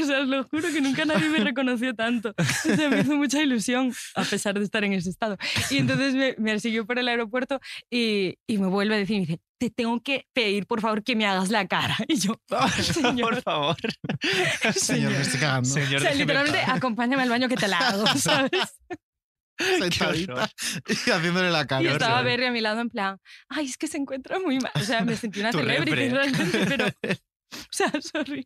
[SPEAKER 8] O sea, os lo juro que nunca nadie me reconoció tanto. O sea, me hizo mucha ilusión, a pesar de estar en ese estado. Y entonces me, me siguió por el aeropuerto y, y me vuelve a decir, me dice, te tengo que pedir, por favor, que me hagas la cara. Y yo, "Oh,
[SPEAKER 2] Por
[SPEAKER 8] señor,
[SPEAKER 2] favor.
[SPEAKER 3] Señor, me estoy cagando.
[SPEAKER 2] Señor,
[SPEAKER 8] o sea,
[SPEAKER 2] déjeme en
[SPEAKER 8] literalmente,
[SPEAKER 2] paz.
[SPEAKER 8] acompáñame al baño que te la hago, ¿sabes?
[SPEAKER 3] sentadita y haciéndole la cara.
[SPEAKER 8] Y estaba
[SPEAKER 3] horror.
[SPEAKER 8] Berry a mi lado en plan, ay, es que se encuentra muy mal. O sea, me sentí una
[SPEAKER 2] Tu
[SPEAKER 8] celebrity
[SPEAKER 2] repre.
[SPEAKER 8] realmente, pero... O sea, sorry.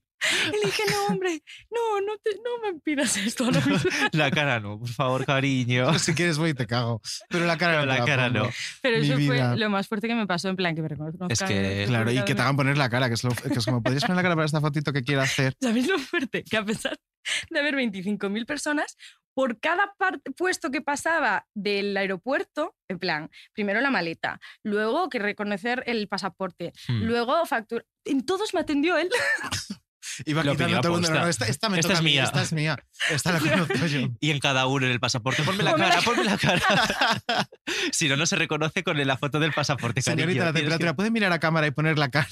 [SPEAKER 8] Y le dije, no, hombre, no, no, te, no me pidas esto ahora mismo".
[SPEAKER 2] La cara no, por favor, cariño.
[SPEAKER 3] Pues, Si quieres voy y te cago. Pero la cara
[SPEAKER 2] Pero
[SPEAKER 3] no.
[SPEAKER 2] la
[SPEAKER 3] te
[SPEAKER 2] cara
[SPEAKER 3] pongo.
[SPEAKER 2] no.
[SPEAKER 8] Pero
[SPEAKER 3] Mi
[SPEAKER 8] eso
[SPEAKER 3] vida.
[SPEAKER 8] fue lo más fuerte que me pasó, en plan, que me reconozcan.
[SPEAKER 2] Es que,
[SPEAKER 3] Claro, y que te
[SPEAKER 8] públicamente.
[SPEAKER 3] hagan poner la cara, que es, lo, que es como, ¿podrías poner la cara para esta fotito que quiero hacer?
[SPEAKER 8] ¿Sabéis lo fuerte? Que a pesar de haber 25.000 personas, por cada par- puesto que pasaba del aeropuerto, en plan, primero la maleta, luego que reconocer el pasaporte,
[SPEAKER 3] Mm.
[SPEAKER 2] Hmm.
[SPEAKER 8] luego factura. En todos me atendió él.
[SPEAKER 3] Iba
[SPEAKER 2] Lo pidió
[SPEAKER 3] quitando
[SPEAKER 2] a
[SPEAKER 3] todo el mundo.
[SPEAKER 2] posta.
[SPEAKER 3] No, esta, esta me
[SPEAKER 2] Esta
[SPEAKER 3] toca
[SPEAKER 2] es
[SPEAKER 3] a mí,
[SPEAKER 2] mía.
[SPEAKER 3] Esta es mía. Esta la conozco yo.
[SPEAKER 2] Y en cada uno en el pasaporte. Ponme la
[SPEAKER 8] Ponme la
[SPEAKER 2] cara, ponme la cara. si no, no se reconoce con la foto del pasaporte, cariño.
[SPEAKER 3] Señorita, la
[SPEAKER 2] Tienes que-
[SPEAKER 3] temperatura. ¿Puede mirar a cámara y poner la cara?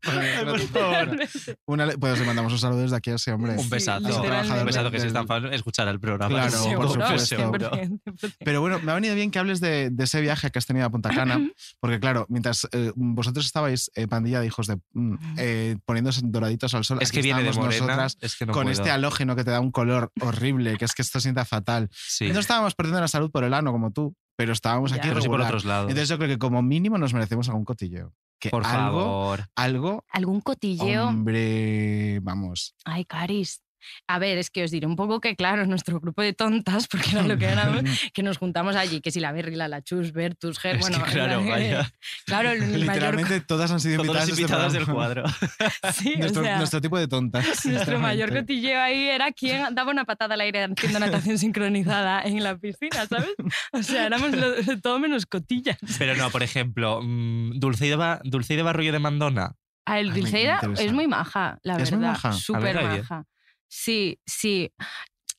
[SPEAKER 3] Poner la
[SPEAKER 2] por
[SPEAKER 3] temperatura.
[SPEAKER 2] favor.
[SPEAKER 3] Una le- pues le mandamos un saludo desde aquí a ese hombre.
[SPEAKER 2] Un besazo.
[SPEAKER 3] Es un
[SPEAKER 8] literalmente.
[SPEAKER 3] trabajador
[SPEAKER 2] Un besazo que
[SPEAKER 3] del-
[SPEAKER 2] si es tan fan, escuchará el programa.
[SPEAKER 3] Claro,
[SPEAKER 2] Seguro,
[SPEAKER 3] por supuesto.
[SPEAKER 2] seguro.
[SPEAKER 8] 100%, 100%.
[SPEAKER 3] Pero bueno, me ha venido bien que hables de, de ese viaje que has tenido a Punta Cana, porque claro, mientras eh, vosotros estabais eh, pandilla de hijos de mm, eh, poniéndose doraditos al sol,
[SPEAKER 2] Es que
[SPEAKER 3] aquí
[SPEAKER 2] viene de
[SPEAKER 3] estábamos
[SPEAKER 2] morena.
[SPEAKER 3] nosotras
[SPEAKER 2] es que no
[SPEAKER 3] con
[SPEAKER 2] puedo.
[SPEAKER 3] este halógeno que te da un color horrible, que es que esto sienta fatal.
[SPEAKER 2] Sí.
[SPEAKER 3] No estábamos perdiendo la salud por el ano como tú, pero estábamos aquí
[SPEAKER 8] Ya.
[SPEAKER 2] Pero sí por
[SPEAKER 3] regular.
[SPEAKER 2] otros lados.
[SPEAKER 3] Entonces yo creo que como mínimo nos merecemos algún cotilleo. Que
[SPEAKER 2] por
[SPEAKER 3] algo,
[SPEAKER 2] favor.
[SPEAKER 3] algo,
[SPEAKER 8] Algún cotilleo.
[SPEAKER 3] hombre, vamos.
[SPEAKER 8] Ay, Caris. A ver, es que os diré un poco que, claro, nuestro grupo de tontas, porque era lo que éramos, que nos juntamos allí, que si la Berry, la Lachus, Bertus, Ger,
[SPEAKER 2] Es
[SPEAKER 8] bueno,
[SPEAKER 2] que claro,
[SPEAKER 8] la-
[SPEAKER 2] vaya.
[SPEAKER 8] claro, el mayor-
[SPEAKER 3] Literalmente todas han sido
[SPEAKER 2] Todos los
[SPEAKER 3] invitadas, a este
[SPEAKER 2] invitados del
[SPEAKER 3] programa.
[SPEAKER 2] cuadro.
[SPEAKER 8] sí, o
[SPEAKER 3] Nuestro,
[SPEAKER 8] sea,
[SPEAKER 3] nuestro tipo de tontas.
[SPEAKER 8] nuestro mayor
[SPEAKER 3] sinceramente.
[SPEAKER 8] cotilleo ahí era quien daba una patada al aire haciendo natación sincronizada en la piscina, ¿sabes? O sea, éramos lo- todo menos cotillas.
[SPEAKER 2] Pero no, por ejemplo, mm, Dulce y de Ba- Dulce y de Barroyo de Mandona.
[SPEAKER 8] A el
[SPEAKER 3] Ay, me
[SPEAKER 8] Dulceida
[SPEAKER 3] interesa.
[SPEAKER 8] es muy maja, la
[SPEAKER 3] ¿Es muy
[SPEAKER 8] verdad.
[SPEAKER 3] maja? A ver,
[SPEAKER 8] Súper
[SPEAKER 2] Gaia.
[SPEAKER 8] maja. Sí, sí.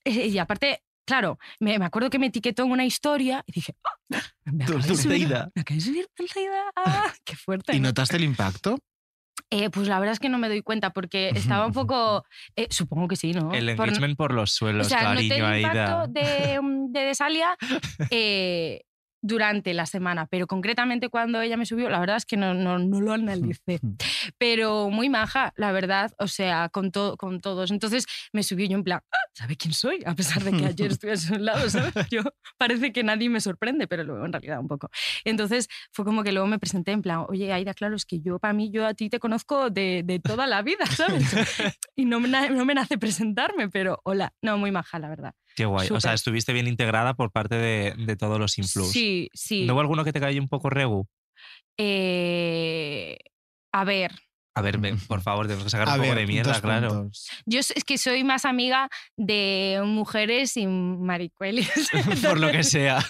[SPEAKER 8] Eh, Y aparte, claro, me, me acuerdo que me etiquetó en una historia y dije, ¡Ah! me acaba de subir-
[SPEAKER 2] Dulceida.
[SPEAKER 8] me acaba de subir Dulceida. Ah, ¡Qué fuerte!
[SPEAKER 3] ¿Y
[SPEAKER 8] ¿no?
[SPEAKER 3] notaste el impacto?
[SPEAKER 8] Eh, pues la verdad es que no me doy cuenta porque estaba un poco... eh, supongo que sí, ¿no?
[SPEAKER 2] El
[SPEAKER 8] Por-
[SPEAKER 2] engagement por los
[SPEAKER 8] o
[SPEAKER 2] suelos,
[SPEAKER 8] sea,
[SPEAKER 2] cariño,
[SPEAKER 8] noté el
[SPEAKER 2] Aida.
[SPEAKER 8] impacto de, mm, de Desalia eh, durante la semana, pero concretamente cuando ella me subió, la verdad es que no, no, no lo analicé. Pero muy maja, la verdad, o sea, con, to- con todos. Entonces me subió yo en plan, "Ah, ¿sabe quién soy? A pesar de que ayer estuve a su lado, ¿sabes? Yo parece que nadie me sorprende, pero luego en realidad un poco. Entonces fue como que luego me presenté en plan, oye, Aida, claro, es que yo para mí, yo a ti te conozco de, de toda la vida, ¿sabes? y no me, na- no me nace presentarme, pero hola, no, muy maja, la verdad.
[SPEAKER 2] Qué guay. O sea,
[SPEAKER 8] Súper.
[SPEAKER 2] estuviste bien integrada por parte de, de todos los influx.
[SPEAKER 8] Sí, sí.
[SPEAKER 2] ¿No hubo alguno que te cayó un poco regu?
[SPEAKER 8] Eh, a ver,
[SPEAKER 2] A ver, ven, por favor, tenemos que sacar un poco de mierda,
[SPEAKER 3] dos
[SPEAKER 2] claro.
[SPEAKER 3] puntos.
[SPEAKER 8] yo es que soy más amiga de mujeres y maricuelis.
[SPEAKER 2] por lo que sea.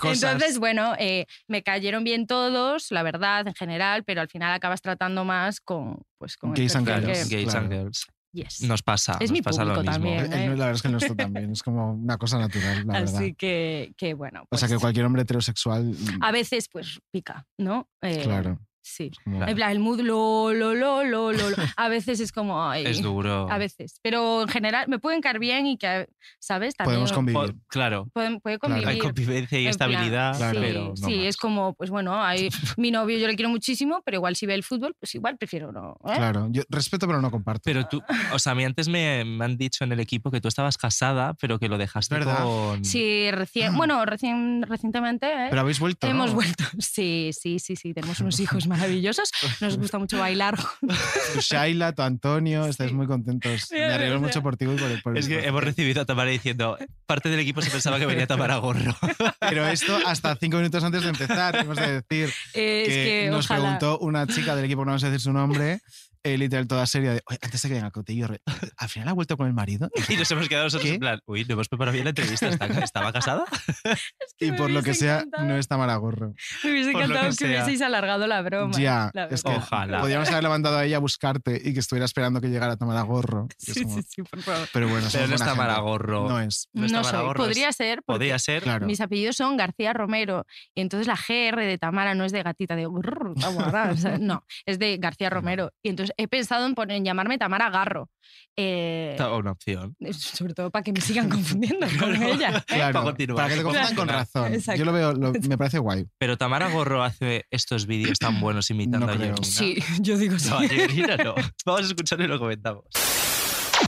[SPEAKER 3] Cosas.
[SPEAKER 8] Entonces, bueno, eh, me cayeron bien todos, la verdad, en general, pero al final acabas tratando más con, pues, con el
[SPEAKER 3] Gays and
[SPEAKER 8] perfil
[SPEAKER 3] girls.
[SPEAKER 8] que-
[SPEAKER 2] Gays
[SPEAKER 3] claro.
[SPEAKER 2] and girls.
[SPEAKER 8] Yes.
[SPEAKER 2] Nos pasa.
[SPEAKER 8] Es
[SPEAKER 2] nos
[SPEAKER 8] mi
[SPEAKER 2] pasa lo
[SPEAKER 8] público
[SPEAKER 2] mismo.
[SPEAKER 3] El- el-
[SPEAKER 8] también.
[SPEAKER 3] Eh, la verdad es que el nuestro también es como una cosa natural, la verdad.
[SPEAKER 8] Eh, Así que, que, bueno.
[SPEAKER 3] o sea, que
[SPEAKER 8] pues,
[SPEAKER 3] cualquier hombre heterosexual. mm,
[SPEAKER 8] A veces, pues, pica, ¿no? Eh,
[SPEAKER 3] Claro.
[SPEAKER 8] Sí.
[SPEAKER 3] es como-
[SPEAKER 8] En plan, el mood, lo, lo, lo, lo, lo, lo. A veces es como, ay,
[SPEAKER 2] Es duro.
[SPEAKER 8] a veces. Pero en general me pueden caer bien y que, ¿sabes? También
[SPEAKER 3] Podemos
[SPEAKER 2] Po-
[SPEAKER 3] convivir.
[SPEAKER 2] claro.
[SPEAKER 8] pueden- puede
[SPEAKER 3] Claro.
[SPEAKER 8] convivir.
[SPEAKER 2] Hay convivencia y
[SPEAKER 8] en plan,
[SPEAKER 2] estabilidad,
[SPEAKER 3] Claro.
[SPEAKER 8] sí,
[SPEAKER 2] pero no
[SPEAKER 8] sí,
[SPEAKER 2] más.
[SPEAKER 8] es como, pues bueno, hay, mi novio yo le quiero muchísimo, pero igual si ve el fútbol, pues igual prefiero no. ¿eh?
[SPEAKER 3] Claro. Yo respeto, pero no comparto.
[SPEAKER 2] Pero tú, o sea, a mí antes me, me han dicho en el equipo que tú estabas casada, pero que lo dejaste
[SPEAKER 3] ¿Verdad?
[SPEAKER 2] con...
[SPEAKER 8] Sí, recién, bueno, recién, recientemente ¿eh?
[SPEAKER 3] Mm. Ah. Pero habéis vuelto. ¿no?
[SPEAKER 8] hemos vuelto. Sí, sí, sí, sí, tenemos unos hijos maravillosos, nos gusta mucho bailar.
[SPEAKER 3] Tú, Shaila, tu Antonio, estáis muy contentos.
[SPEAKER 8] Sí,
[SPEAKER 3] Me
[SPEAKER 8] es
[SPEAKER 3] alegro
[SPEAKER 8] verdad.
[SPEAKER 3] mucho por ti y por el pueblo.
[SPEAKER 2] Es que hemos recibido a Tamara diciendo, parte del equipo se pensaba que venía Tamara Gorro.
[SPEAKER 3] Pero esto hasta cinco minutos antes de empezar, hemos de decir.
[SPEAKER 8] Eh, es
[SPEAKER 3] que
[SPEAKER 8] que,
[SPEAKER 3] nos
[SPEAKER 8] ojalá.
[SPEAKER 3] preguntó una chica del equipo, no vamos a decir su nombre, eh, literal toda seria, de, "Oye, antes de que venga el cotillo, re- ¿al final ha vuelto con el marido?
[SPEAKER 2] Y nos hemos quedado nosotros
[SPEAKER 3] ¿Qué?
[SPEAKER 2] en plan, uy, no hemos preparado bien la entrevista, ¿está- ¿estaba casada?
[SPEAKER 8] Es
[SPEAKER 3] Y
[SPEAKER 8] me
[SPEAKER 3] por lo que
[SPEAKER 8] hubiese
[SPEAKER 3] sea,
[SPEAKER 8] encantado-
[SPEAKER 3] no es Tamara Gorro.
[SPEAKER 8] Me hubiese
[SPEAKER 2] por lo
[SPEAKER 8] encantado
[SPEAKER 2] que
[SPEAKER 8] que,
[SPEAKER 2] sea.
[SPEAKER 8] hubieseis alargado la broma.
[SPEAKER 3] ya,
[SPEAKER 8] la
[SPEAKER 3] es que
[SPEAKER 8] verdad.
[SPEAKER 2] Ojalá.
[SPEAKER 3] podríamos haber mandado a ella a buscarte y que estuviera esperando que llegara Tamara Gorro. Y es
[SPEAKER 8] Sí,
[SPEAKER 3] como-
[SPEAKER 8] sí, sí, por favor.
[SPEAKER 3] Pero bueno,
[SPEAKER 2] Pero
[SPEAKER 3] somos
[SPEAKER 2] no es
[SPEAKER 3] buena
[SPEAKER 2] Tamara
[SPEAKER 3] gente.
[SPEAKER 2] Gorro.
[SPEAKER 3] No es,
[SPEAKER 2] No es
[SPEAKER 8] No
[SPEAKER 2] Tamara
[SPEAKER 8] soy.
[SPEAKER 2] Gorro,
[SPEAKER 8] Podría ser. porque
[SPEAKER 2] Podría ser.
[SPEAKER 3] claro.
[SPEAKER 8] Mis apellidos son García Romero y entonces la GR de Tamara no es de gatita de grrr, Tamara, o sea, no, es de García Romero. Y entonces he pensado en, poner, en llamarme Tamara Garro, eh,
[SPEAKER 2] Estaba una opción.
[SPEAKER 8] sobre todo para que me sigan confundiendo con
[SPEAKER 2] Claro.
[SPEAKER 8] ella. ¿eh?
[SPEAKER 3] Claro,
[SPEAKER 2] para continuar.
[SPEAKER 3] que te confundan con
[SPEAKER 2] Claro.
[SPEAKER 3] razón.
[SPEAKER 8] Exacto.
[SPEAKER 3] Yo lo veo, lo- me parece guay.
[SPEAKER 2] Pero Tamara Gorro hace estos vídeos tan buenos imitando
[SPEAKER 3] No
[SPEAKER 2] a
[SPEAKER 3] creo.
[SPEAKER 2] Georgina.
[SPEAKER 8] Sí, yo digo sí.
[SPEAKER 2] No, a Georgina no. Vamos a escucharlo y lo comentamos.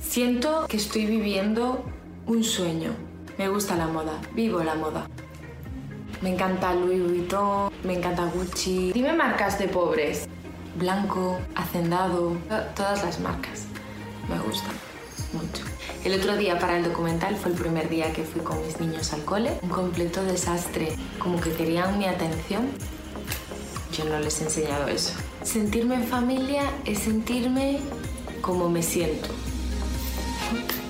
[SPEAKER 10] Siento que estoy viviendo un sueño.
[SPEAKER 11] Me gusta la moda, vivo la moda. Me encanta Louis Vuitton, me encanta Gucci. Dime marcas de pobres. Blanco, Hacendado, to- todas las marcas. Me gustan mucho. El otro día para el documental fue el primer día que fui con mis niños al cole. Un completo desastre. Como que querían mi atención. Yo no les he enseñado eso. Sentirme en familia es sentirme como me siento.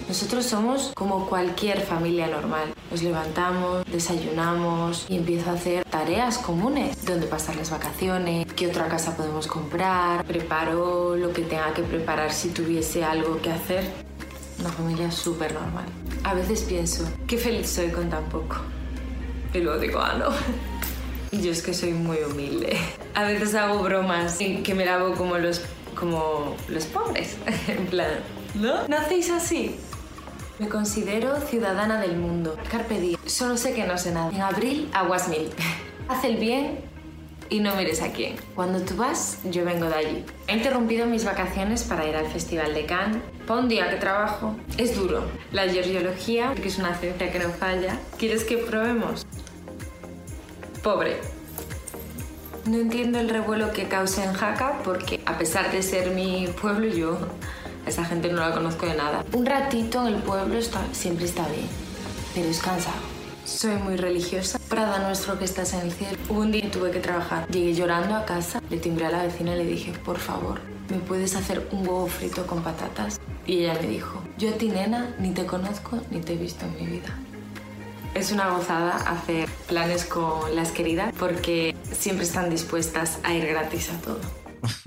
[SPEAKER 11] Nosotros somos como cualquier familia normal. Nos levantamos, desayunamos y empiezo a hacer tareas comunes. ¿Dónde pasar las vacaciones? ¿Qué otra casa podemos comprar? Preparo lo que tenga que preparar si tuviese algo que hacer. Una familia súper normal. A veces pienso, qué feliz soy con tan poco. Y luego digo, ah, no. Y Yo es que soy muy humilde. A veces hago bromas en que me lavo como los, como los pobres. En plan, ¿no? ¿Nacéis así? Me considero ciudadana del mundo. Carpe diem. Solo sé que no sé nada. En abril, aguas mil. Haz el bien y no mires a quién. Cuando tú vas, yo vengo de allí. He interrumpido mis vacaciones para ir al Festival de Cannes. Para un día que trabajo, es duro. La georgiología, que es una ciencia que no falla. ¿Quieres que probemos? Pobre. No entiendo el revuelo que causa en Jaca porque a pesar de ser mi pueblo yo a esa gente no la conozco de nada. Un ratito en el pueblo está, siempre está bien, pero es cansado. Soy muy religiosa. Prada nuestro que estás en el cielo. Hubo un día que tuve que trabajar. Llegué llorando a casa, le timbré a la vecina y le dije, por favor, ¿me puedes hacer un huevo frito con patatas? Y ella me dijo, yo a ti nena ni te conozco ni te he visto en mi vida. Es una gozada hacer planes con las queridas porque siempre están dispuestas a ir gratis a todo.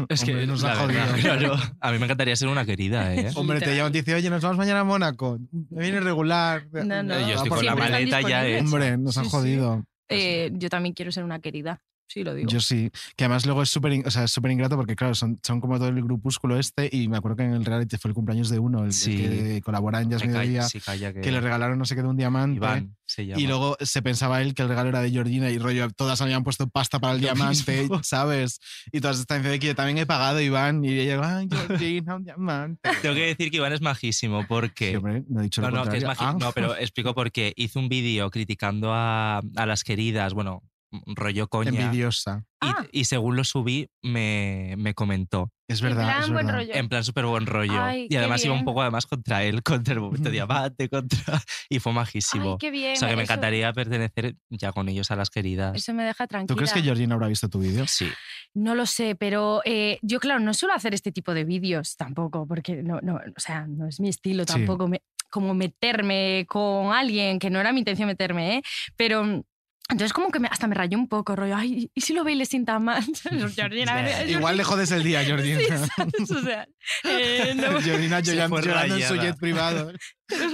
[SPEAKER 2] Es que
[SPEAKER 3] nos
[SPEAKER 2] la
[SPEAKER 3] ha
[SPEAKER 2] verdad,
[SPEAKER 3] jodido.
[SPEAKER 2] claro, a mí me encantaría ser una querida, ¿eh?
[SPEAKER 3] Hombre, te llaman y te dicen, oye, nos vamos mañana a Mónaco. Me viene regular.
[SPEAKER 8] No, no.
[SPEAKER 2] Yo
[SPEAKER 3] Ah,
[SPEAKER 2] estoy
[SPEAKER 3] por
[SPEAKER 2] con la
[SPEAKER 3] favor.
[SPEAKER 8] están
[SPEAKER 2] maleta ya
[SPEAKER 8] disponibles.
[SPEAKER 2] hecha.
[SPEAKER 3] Hombre, nos han
[SPEAKER 8] Sí, sí.
[SPEAKER 3] jodido.
[SPEAKER 8] Eh, yo también quiero ser una querida. Sí, lo digo.
[SPEAKER 3] Yo sí, que además luego es súper in- o sea, es súper ingrato porque, claro, son, son como todo el grupúsculo este. Y me acuerdo que en el reality fue el cumpleaños de uno, el, el
[SPEAKER 2] Sí.
[SPEAKER 3] que colabora en Jazz
[SPEAKER 2] Me calla-
[SPEAKER 3] Mediodía,
[SPEAKER 2] sí, calla que,
[SPEAKER 3] que le regalaron no sé qué de un diamante.
[SPEAKER 2] Iván se llama.
[SPEAKER 3] Y luego se pensaba él que el regalo era de Georgina y rollo, todas habían puesto pasta para el
[SPEAKER 2] Lo
[SPEAKER 3] diamante,
[SPEAKER 2] mismo.
[SPEAKER 3] ¿sabes? Y todas están diciendo que yo también he pagado, Iván. Y ella, ay, Georgina, un diamante.
[SPEAKER 2] Tengo que decir que Iván es majísimo porque...
[SPEAKER 3] Sí, hombre, no he dicho
[SPEAKER 2] No,
[SPEAKER 3] lo
[SPEAKER 2] no, que es
[SPEAKER 3] contrario.
[SPEAKER 2] magi-
[SPEAKER 3] Ah.
[SPEAKER 2] no, pero explico por qué. Hizo un vídeo criticando a, a las queridas, bueno, un rollo coña.
[SPEAKER 3] Envidiosa.
[SPEAKER 2] Y,
[SPEAKER 8] Ah.
[SPEAKER 2] y según lo subí, me, me comentó.
[SPEAKER 3] Es
[SPEAKER 8] En
[SPEAKER 3] verdad.
[SPEAKER 8] plan,
[SPEAKER 3] es
[SPEAKER 8] buen
[SPEAKER 3] verdad.
[SPEAKER 8] rollo.
[SPEAKER 2] En plan súper buen rollo.
[SPEAKER 8] Ay,
[SPEAKER 2] y
[SPEAKER 8] qué
[SPEAKER 2] además iba un
[SPEAKER 8] bien.
[SPEAKER 2] poco además contra él, contra el movimiento diamante, contra... Y fue majísimo.
[SPEAKER 8] Ay, qué bien.
[SPEAKER 2] o sea, que me
[SPEAKER 8] eso-
[SPEAKER 2] encantaría pertenecer ya con ellos a las queridas.
[SPEAKER 8] Eso me deja tranquila.
[SPEAKER 3] ¿Tú crees que Georgina habrá visto tu vídeo?
[SPEAKER 2] Sí.
[SPEAKER 8] No lo sé, pero eh, yo, claro, no suelo hacer este tipo de vídeos tampoco, porque no, no, o sea, no es mi estilo
[SPEAKER 3] Sí.
[SPEAKER 8] tampoco. me- como meterme con alguien, que no era mi intención meterme, ¿eh? Pero. mm, Entonces, como que me- hasta me rayó un poco, rollo, ay, ¿y si lo veis le sienta mal? Georgina,
[SPEAKER 3] Igual le jodes el día, Georgina.
[SPEAKER 8] ¿sabes? O sea, eh, no,
[SPEAKER 3] Georgina
[SPEAKER 2] Se
[SPEAKER 3] llorando,
[SPEAKER 2] fue
[SPEAKER 3] llorando en su
[SPEAKER 2] rayada.
[SPEAKER 3] jet privado.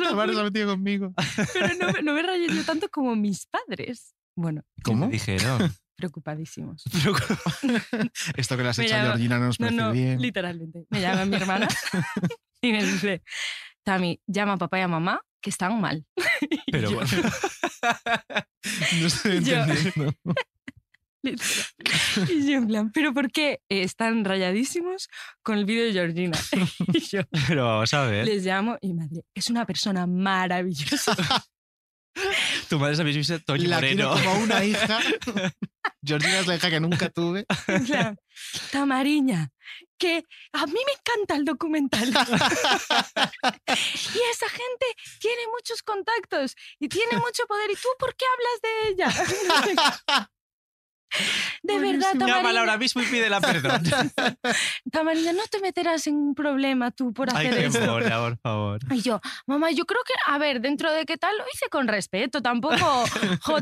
[SPEAKER 3] Los bares se ha metido conmigo.
[SPEAKER 8] pero no, me- no me rayé yo tanto como mis padres. Bueno,
[SPEAKER 3] ¿Cómo?
[SPEAKER 2] Me dijeron.
[SPEAKER 8] preocupadísimos.
[SPEAKER 2] Pero-
[SPEAKER 3] Esto que le has
[SPEAKER 8] Me
[SPEAKER 3] hecho a
[SPEAKER 8] llama-
[SPEAKER 3] Georgina no nos
[SPEAKER 8] No,
[SPEAKER 3] parece
[SPEAKER 8] no,
[SPEAKER 3] bien.
[SPEAKER 8] literalmente. Me llama mi hermana y me dice, Tami, llama a papá y a mamá que están mal. Y
[SPEAKER 2] Pero
[SPEAKER 8] yo,
[SPEAKER 2] bueno.
[SPEAKER 3] No estoy
[SPEAKER 8] Yo-
[SPEAKER 3] entendiendo.
[SPEAKER 8] literal. Y yo en plan, ¿pero por qué eh, están rayadísimos con el vídeo de Georgina? Y yo
[SPEAKER 2] Pero vamos a ver.
[SPEAKER 8] les llamo y madre, es una persona maravillosa.
[SPEAKER 2] Tu madre se habéis visto Toño
[SPEAKER 3] La quiero
[SPEAKER 2] Moreno.
[SPEAKER 3] como una hija. Georgina es la hija que nunca tuve.
[SPEAKER 8] En plan, Tamariña, que a mí me encanta el documental. y esa gente tiene muchos contactos y tiene mucho poder. ¿Y tú por qué hablas de ella? de verdad,
[SPEAKER 2] Llámala ahora
[SPEAKER 8] Tamariña,
[SPEAKER 2] mismo y pídela perdón.
[SPEAKER 8] Tamariña, no te meterás en un problema tú por
[SPEAKER 2] Ay,
[SPEAKER 8] hacer
[SPEAKER 2] qué
[SPEAKER 8] esto.
[SPEAKER 2] mona, por favor.
[SPEAKER 8] Y yo, mamá, yo creo que, a ver, dentro de qué tal, lo hice con respeto. Tampoco, jo,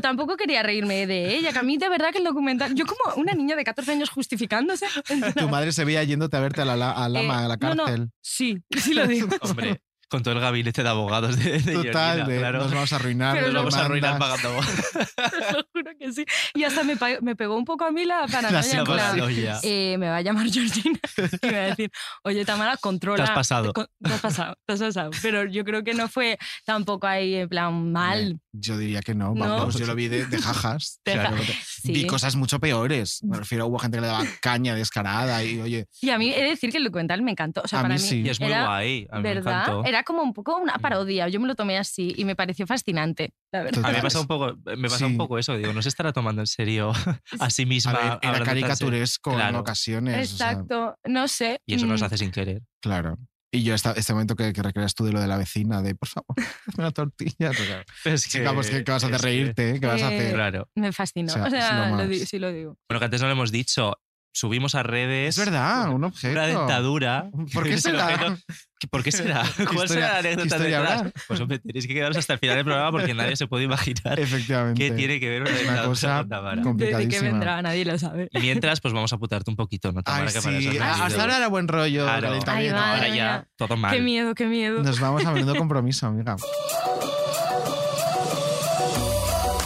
[SPEAKER 8] tampoco quería reírme de ella. Que a mí, de verdad, que el documental. Yo, como una niña de 14 años justificándose. en plan,
[SPEAKER 3] Tu madre se veía yéndote a verte a la, a Lama,
[SPEAKER 8] Eh,
[SPEAKER 3] a la
[SPEAKER 8] no, no.
[SPEAKER 3] cárcel.
[SPEAKER 8] Sí, sí lo digo.
[SPEAKER 2] Hombre, con todo el gabinete de abogados de, de
[SPEAKER 3] Total,
[SPEAKER 2] Georgina,
[SPEAKER 3] de,
[SPEAKER 2] claro.
[SPEAKER 3] nos vamos a arruinar.
[SPEAKER 8] Pero
[SPEAKER 2] Nos
[SPEAKER 3] nos
[SPEAKER 2] vamos a arruinar
[SPEAKER 3] mandas.
[SPEAKER 2] pagando
[SPEAKER 8] Te lo juro que sí. Y hasta me, pa- me pegó un poco a mí la
[SPEAKER 3] La
[SPEAKER 8] paranoia. en
[SPEAKER 3] psicosis.
[SPEAKER 8] plan,
[SPEAKER 2] paranoia.
[SPEAKER 8] eh, me va a llamar Georgina y me va a decir, oye, Tamara, controla.
[SPEAKER 2] Te has pasado.
[SPEAKER 8] co- Te has pasado, te has pasado. Pero yo creo que no fue tampoco ahí en plan mal.
[SPEAKER 3] Yo diría que no,
[SPEAKER 8] No.
[SPEAKER 3] vamos, yo lo vi de, de jajas.
[SPEAKER 8] De
[SPEAKER 3] O sea,
[SPEAKER 8] ja-
[SPEAKER 3] luego te-
[SPEAKER 8] sí.
[SPEAKER 3] Vi cosas mucho peores. Me refiero, hubo gente que le daba caña descarada y, oye,
[SPEAKER 8] Y a mí he de decir que el documental me encantó. O sea,
[SPEAKER 3] A
[SPEAKER 8] para
[SPEAKER 3] mí
[SPEAKER 8] mí
[SPEAKER 3] sí.
[SPEAKER 2] Y es muy
[SPEAKER 8] era-
[SPEAKER 2] guay. A mí me
[SPEAKER 8] ¿Verdad?
[SPEAKER 2] encantó.
[SPEAKER 8] Era como un poco una parodia. Yo me lo tomé así y me pareció fascinante, la verdad.
[SPEAKER 2] A mí me pasa
[SPEAKER 3] Totales.
[SPEAKER 2] un poco, me pasa
[SPEAKER 3] Sí.
[SPEAKER 2] un poco eso, digo, no se estará tomando en serio a sí
[SPEAKER 3] a
[SPEAKER 2] misma.
[SPEAKER 3] ver, era
[SPEAKER 2] hablando tan serio.
[SPEAKER 3] caricaturesco en
[SPEAKER 2] Claro.
[SPEAKER 3] ocasiones. o sea,
[SPEAKER 8] Exacto. No sé.
[SPEAKER 2] Y eso nos
[SPEAKER 8] mm,
[SPEAKER 2] hace sin querer.
[SPEAKER 3] claro. Y yo esta- este momento que, que recreas tú de lo de la vecina, de por favor, hazme una tortilla. o sea,
[SPEAKER 2] Es
[SPEAKER 3] Chica, pues que, que vas a hacer
[SPEAKER 2] es que-
[SPEAKER 3] reírte, ¿eh? que vas a
[SPEAKER 8] Eh,
[SPEAKER 3] hacer.
[SPEAKER 2] Claro.
[SPEAKER 8] Me fascinó.
[SPEAKER 3] O sea,
[SPEAKER 8] O sea,
[SPEAKER 3] es lo
[SPEAKER 8] lo
[SPEAKER 3] más.
[SPEAKER 8] di- sí lo digo.
[SPEAKER 2] Bueno, que antes no lo hemos dicho. Subimos a redes.
[SPEAKER 3] Es verdad, un objeto.
[SPEAKER 2] Una dentadura.
[SPEAKER 3] ¿Por qué
[SPEAKER 2] Es el
[SPEAKER 3] será?
[SPEAKER 2] objeto- ¿Qué- ¿Por qué será?
[SPEAKER 3] ¿Qué
[SPEAKER 2] ¿Cuál
[SPEAKER 3] historia-
[SPEAKER 2] será la
[SPEAKER 3] qué
[SPEAKER 2] anécdota
[SPEAKER 3] historia
[SPEAKER 2] detrás?
[SPEAKER 3] habrá?
[SPEAKER 2] Pues hombre, tenéis que quedaros hasta el final del programa porque nadie se puede imaginar
[SPEAKER 3] Efectivamente.
[SPEAKER 2] qué tiene que ver una
[SPEAKER 3] Es una
[SPEAKER 2] dentadura
[SPEAKER 3] cosa
[SPEAKER 2] con Tamara.
[SPEAKER 3] com-
[SPEAKER 8] ¿De, de qué
[SPEAKER 3] Complicadísima.
[SPEAKER 8] vendrá? Nadie lo sabe.
[SPEAKER 2] Mientras, pues vamos a putarte un poquito, ¿no, Tamara?
[SPEAKER 3] Ay,
[SPEAKER 2] que para
[SPEAKER 3] sí. Ah,
[SPEAKER 2] eso has
[SPEAKER 3] Hasta
[SPEAKER 2] venido.
[SPEAKER 3] ahora era buen rollo.
[SPEAKER 2] Claro.
[SPEAKER 3] calentamiento.
[SPEAKER 8] Ay,
[SPEAKER 2] Ahora
[SPEAKER 8] madre
[SPEAKER 2] ya,
[SPEAKER 8] mía.
[SPEAKER 2] todo mal.
[SPEAKER 8] Qué miedo, qué miedo.
[SPEAKER 3] Nos vamos abriendo compromiso, amiga.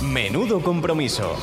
[SPEAKER 1] Menudo compromiso.